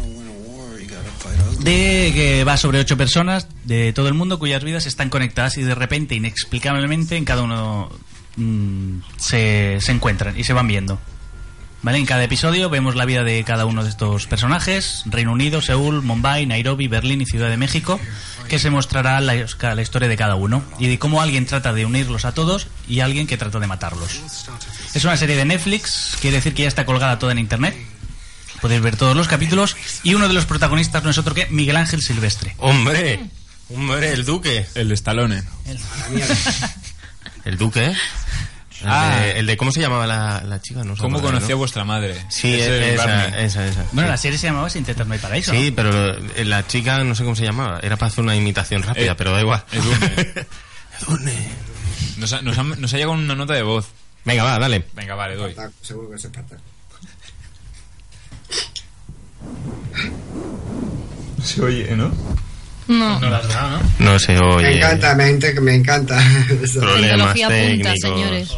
[SPEAKER 4] de que va sobre ocho personas de todo el mundo cuyas vidas están conectadas y de repente, inexplicablemente, en cada uno mm, se, se encuentran y se van viendo. ¿Vale? En cada episodio vemos la vida de cada uno de estos personajes, Reino Unido, Seúl, Mumbai, Nairobi, Berlín y Ciudad de México, que se mostrará la, la historia de cada uno y de cómo alguien trata de unirlos a todos y alguien que trata de matarlos. Es una serie de Netflix, quiere decir que ya está colgada toda en internet. Podéis ver todos los capítulos y uno de los protagonistas no es otro que Miguel Ángel Silvestre.
[SPEAKER 3] Hombre, hombre, el duque.
[SPEAKER 14] El Estalone.
[SPEAKER 3] ¿El duque? El,
[SPEAKER 14] Ah.
[SPEAKER 3] de, el de- ¿Cómo se llamaba la, la chica? No os
[SPEAKER 14] ¿Cómo
[SPEAKER 3] acordáis,
[SPEAKER 14] conocí a
[SPEAKER 3] ¿no?
[SPEAKER 14] vuestra madre?
[SPEAKER 3] Sí,
[SPEAKER 14] Ese es
[SPEAKER 3] esa,
[SPEAKER 14] Barney.
[SPEAKER 3] esa, esa.
[SPEAKER 4] Bueno,
[SPEAKER 3] Sí.
[SPEAKER 4] la serie se llamaba Sin Tetas No hay Paraíso.
[SPEAKER 3] Sí, pero eh, la chica no sé cómo se llamaba. Era para hacer una imitación rápida,
[SPEAKER 14] Eh,
[SPEAKER 3] pero da igual.
[SPEAKER 14] Nos ha, nos ha- nos ha llegado una nota de voz.
[SPEAKER 3] Venga, va, dale.
[SPEAKER 14] Venga, vale, doy.
[SPEAKER 18] Partaco, Ah, seguro que es Espartaco.
[SPEAKER 14] Se oye, ¿no?
[SPEAKER 5] No.
[SPEAKER 4] No las da, ¿no?
[SPEAKER 3] No se
[SPEAKER 18] Me
[SPEAKER 3] oye.
[SPEAKER 18] encanta, me, ent- me encanta. Eso.
[SPEAKER 3] Problemas
[SPEAKER 5] Tecnología punta,
[SPEAKER 3] técnicos.
[SPEAKER 5] señores.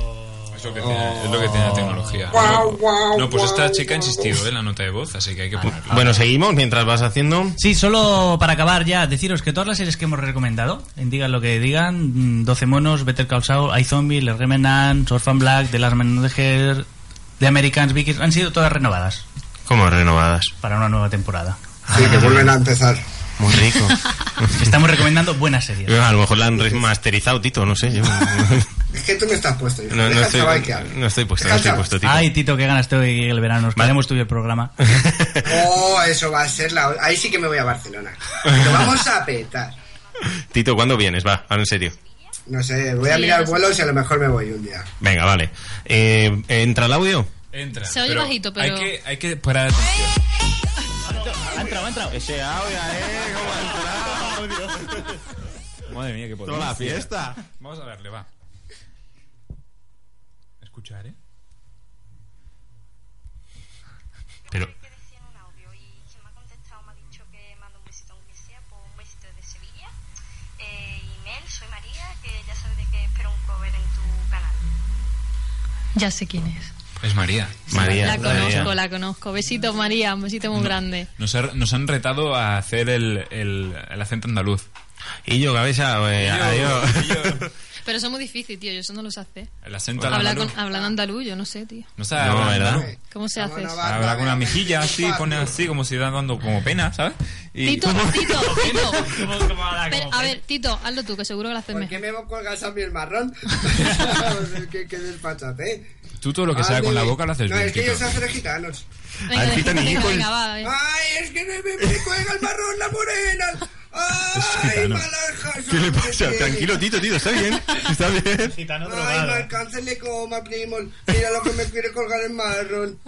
[SPEAKER 14] Es lo que tiene, es lo que tiene la tecnología.
[SPEAKER 5] Guau, guau,
[SPEAKER 14] No, pues esta
[SPEAKER 5] guau,
[SPEAKER 14] chica ha insistido en la nota de voz, así que hay que ponerla.
[SPEAKER 3] Bueno, seguimos mientras vas haciendo.
[SPEAKER 4] Sí, solo para acabar ya, deciros que todas las series que hemos recomendado, en digan lo que digan, mm, 12 monos, Better Call Saul, iZombie, The Remnant, Orphan Black, The Last Man on the Air, The Americans, Vikings, han sido todas renovadas
[SPEAKER 3] ¿Cómo renovadas?
[SPEAKER 4] para una nueva temporada.
[SPEAKER 18] Sí, que vuelven a empezar.
[SPEAKER 3] Muy rico.
[SPEAKER 4] Estamos recomendando buenas series.
[SPEAKER 3] A lo mejor la han remasterizado, Tito, no sé. Yo, no,
[SPEAKER 18] Es que tú no estás puesto. hijo.
[SPEAKER 3] no
[SPEAKER 18] Deja al
[SPEAKER 3] estoy,
[SPEAKER 18] chaval que hable.
[SPEAKER 3] no estoy puesto, no estoy puesto, Tito.
[SPEAKER 4] Ay, Tito, qué ganas tengo que llegue el verano. Nos queremos tuyo el programa.
[SPEAKER 18] Oh, eso va a ser la. o- Ahí sí que me voy a Barcelona. Lo vamos a petar.
[SPEAKER 3] Tito, ¿cuándo vienes? Va, ahora en serio.
[SPEAKER 18] No sé, voy a mirar vuelos y a lo mejor me voy un día.
[SPEAKER 3] Venga, vale. Eh, ¿Entra el audio?
[SPEAKER 14] Entra.
[SPEAKER 5] Se oye bajito, pero-
[SPEAKER 14] Hay que, hay que parar atención.
[SPEAKER 4] Ha entrado, ha entrado.
[SPEAKER 3] Ese audio, eh, ¿cómo ha entrado?
[SPEAKER 14] Madre mía, qué potencia. Vamos a darle, va.
[SPEAKER 28] escuchar, ¿eh?
[SPEAKER 3] Pero
[SPEAKER 29] Mel, soy María, que ya sabes de que espero un cover en tu canal.
[SPEAKER 5] Ya sé quién es.
[SPEAKER 2] Es María.
[SPEAKER 5] la conozco, la conozco. Besitos, María. Un besito muy grande.
[SPEAKER 2] Nos, ha- nos han retado a hacer el, el, el acento andaluz.
[SPEAKER 3] Y yo, cabeza,
[SPEAKER 14] eh,
[SPEAKER 3] adiós.
[SPEAKER 5] Pero eso es muy difícil, tío. Yo eso no lo sé hacer.
[SPEAKER 2] El acento
[SPEAKER 5] Hablar,
[SPEAKER 2] andaluz.
[SPEAKER 5] con, hablar andaluz, yo no sé, tío.
[SPEAKER 2] No está
[SPEAKER 3] No,
[SPEAKER 2] hablando,
[SPEAKER 3] ¿verdad?
[SPEAKER 5] ¿Cómo se hace eso?
[SPEAKER 2] Habla eh. con la mejilla así, pone así, como si está dando como pena, ¿sabes? Y
[SPEAKER 5] Tito, Tito, Tito.
[SPEAKER 18] habla
[SPEAKER 5] Pero,
[SPEAKER 18] como
[SPEAKER 5] a ver, Tito, hazlo tú, que seguro que lo haces
[SPEAKER 18] ¿Por
[SPEAKER 5] mejor.
[SPEAKER 18] qué me colgas a mí el marrón? ¿Qué, qué despachate?
[SPEAKER 2] tú todo lo que sea
[SPEAKER 18] Ah,
[SPEAKER 2] con la
[SPEAKER 18] dime.
[SPEAKER 2] boca lo haces
[SPEAKER 18] No,
[SPEAKER 2] bien,
[SPEAKER 18] es que
[SPEAKER 2] Tito.
[SPEAKER 18] ellos hacen gitanos.
[SPEAKER 2] Venga,
[SPEAKER 11] Ah,
[SPEAKER 2] Al gitanillo venga, venga,
[SPEAKER 5] va,
[SPEAKER 18] Ay, es que me, me, me cuelga el marrón la morena. Ay,
[SPEAKER 11] gitano.
[SPEAKER 18] malajas.
[SPEAKER 11] ¿Qué le pasa? Tranquilo, Tito, Tito, está bien. Está bien.
[SPEAKER 30] Gitano
[SPEAKER 18] Ay, no alcancen le coma, primo. Mira lo que me quiere colgar el marrón.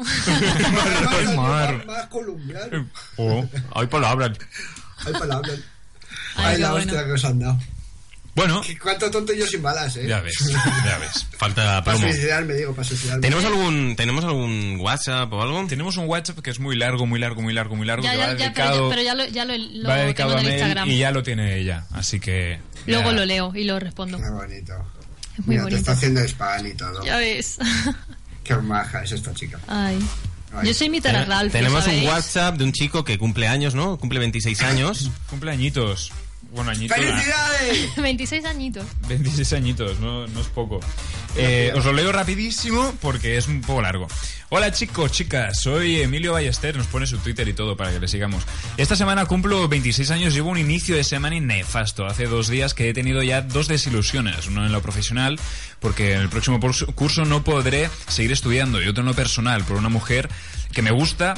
[SPEAKER 11] El marrón.
[SPEAKER 18] Más, más colombiano.
[SPEAKER 11] Oh, hay palabras.
[SPEAKER 18] Hay palabras.
[SPEAKER 11] Ay,
[SPEAKER 18] Ay,
[SPEAKER 11] qué
[SPEAKER 18] la
[SPEAKER 11] bueno.
[SPEAKER 18] hostia que os han dado.
[SPEAKER 11] Bueno.
[SPEAKER 18] Cuánto tonto yo sin balas, eh.
[SPEAKER 11] Ya ves.
[SPEAKER 3] ya ves. Falta
[SPEAKER 18] Para
[SPEAKER 3] promo.
[SPEAKER 18] suicidarme, digo, para suicidarme.
[SPEAKER 3] ¿Tenemos algún, ¿Tenemos algún WhatsApp o algo?
[SPEAKER 2] Tenemos un WhatsApp que es muy largo, muy largo, muy largo, muy largo.
[SPEAKER 5] Ya,
[SPEAKER 2] que va
[SPEAKER 5] ya, ya, pero,
[SPEAKER 2] dedicado-
[SPEAKER 5] ya, pero ya lo, ya lo, lo
[SPEAKER 2] va
[SPEAKER 5] tengo
[SPEAKER 2] dedicado a
[SPEAKER 5] en el
[SPEAKER 2] Mel
[SPEAKER 5] Instagram.
[SPEAKER 2] y ya lo tiene ella. Así que.
[SPEAKER 5] Luego
[SPEAKER 2] ya.
[SPEAKER 5] lo leo y lo respondo.
[SPEAKER 18] Qué bonito.
[SPEAKER 5] Es muy
[SPEAKER 18] Mira, te
[SPEAKER 5] bonito.
[SPEAKER 18] está haciendo spam y todo.
[SPEAKER 5] Ya ves.
[SPEAKER 18] Qué maja es esta chica.
[SPEAKER 5] Ay. Yo soy imitar a
[SPEAKER 3] Tene-
[SPEAKER 5] Ralph.
[SPEAKER 3] Tenemos
[SPEAKER 5] ¿lo
[SPEAKER 3] un
[SPEAKER 5] sabéis?
[SPEAKER 3] WhatsApp de un chico que cumple años, ¿no? Cumple 26 años.
[SPEAKER 2] cumple añitos. Bueno, añitos.
[SPEAKER 18] ¡Felicidades!
[SPEAKER 5] 26 añitos.
[SPEAKER 2] 26 añitos, no, no es poco. Eh, os lo leo rapidísimo porque es un poco largo. Hola chicos, chicas, soy Emilio Ballester, nos pone su Twitter y todo para que le sigamos. Esta semana cumplo 26 años, llevo un inicio de semana y nefasto. Hace dos días que he tenido ya dos desilusiones, uno en lo profesional, porque en el próximo por- curso no podré seguir estudiando, y otro en lo personal, por una mujer que me gusta,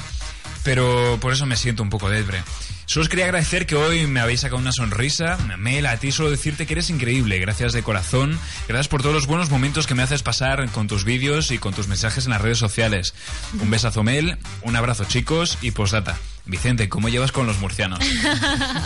[SPEAKER 2] pero por eso me siento un poco debre. Solo os quería agradecer que hoy me habéis sacado una sonrisa. Mel, a ti solo decirte que eres increíble. Gracias de corazón. Gracias por todos los buenos momentos que me haces pasar con tus vídeos y con tus mensajes en las redes sociales. Un besazo, Mel. Un abrazo, chicos. Y postdata. Vicente, ¿cómo llevas con los murcianos?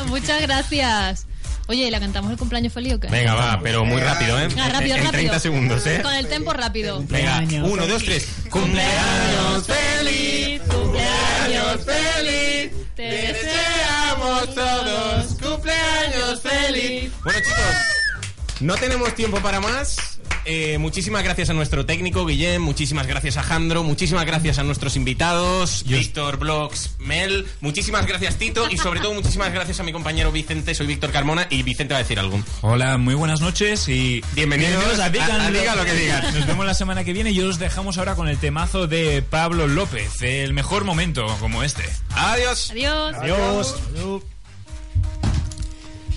[SPEAKER 5] Muchas gracias. Oye, ¿y la cantamos el cumpleaños feliz o qué?
[SPEAKER 3] Venga, va, pero muy rápido, ¿eh?
[SPEAKER 5] Ah, rápido,
[SPEAKER 3] en, en
[SPEAKER 5] rápido.
[SPEAKER 3] 30 segundos, ¿eh?
[SPEAKER 5] Con el tempo rápido.
[SPEAKER 3] Venga, uno, dos, tres. ¡Cumpleaños
[SPEAKER 5] feliz!
[SPEAKER 8] ¡Cumpleaños feliz!
[SPEAKER 5] ¡Te
[SPEAKER 8] deseamos todos! ¡Cumpleaños feliz!
[SPEAKER 3] Bueno, chicos, no tenemos tiempo para más. Eh, muchísimas gracias a nuestro técnico Guillem, muchísimas gracias a Jandro, muchísimas gracias a nuestros invitados, Víctor Blogs, Mel, muchísimas gracias Tito y sobre todo muchísimas gracias a mi compañero Vicente, soy Víctor Carmona y Vicente va a decir algo.
[SPEAKER 2] Hola, muy buenas noches y
[SPEAKER 3] Bienvenidos
[SPEAKER 2] a Digan,
[SPEAKER 3] a- a Diga lo que digan.
[SPEAKER 2] Nos vemos la semana que viene y os dejamos ahora con el temazo de Pablo López, el mejor momento como este.
[SPEAKER 3] Adiós.
[SPEAKER 5] Adiós.
[SPEAKER 2] Adiós.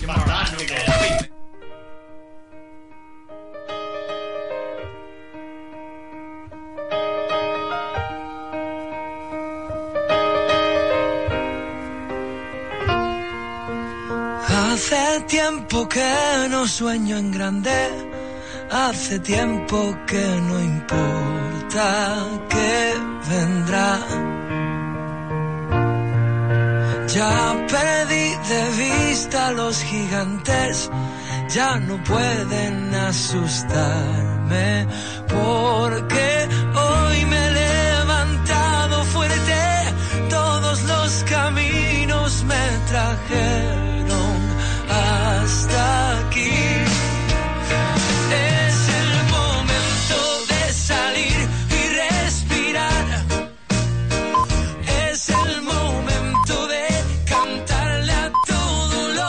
[SPEAKER 31] Qué marrano, que-
[SPEAKER 16] Hace tiempo que no sueño en grande, hace tiempo que no importa que vendrá. Ya perdí de vista a los gigantes, ya no pueden asustarme, porque hoy me he levantado fuerte, todos los caminos me trajeron hasta aquí. Es el momento de salir y respirar. Es el momento de cantarle a todo lo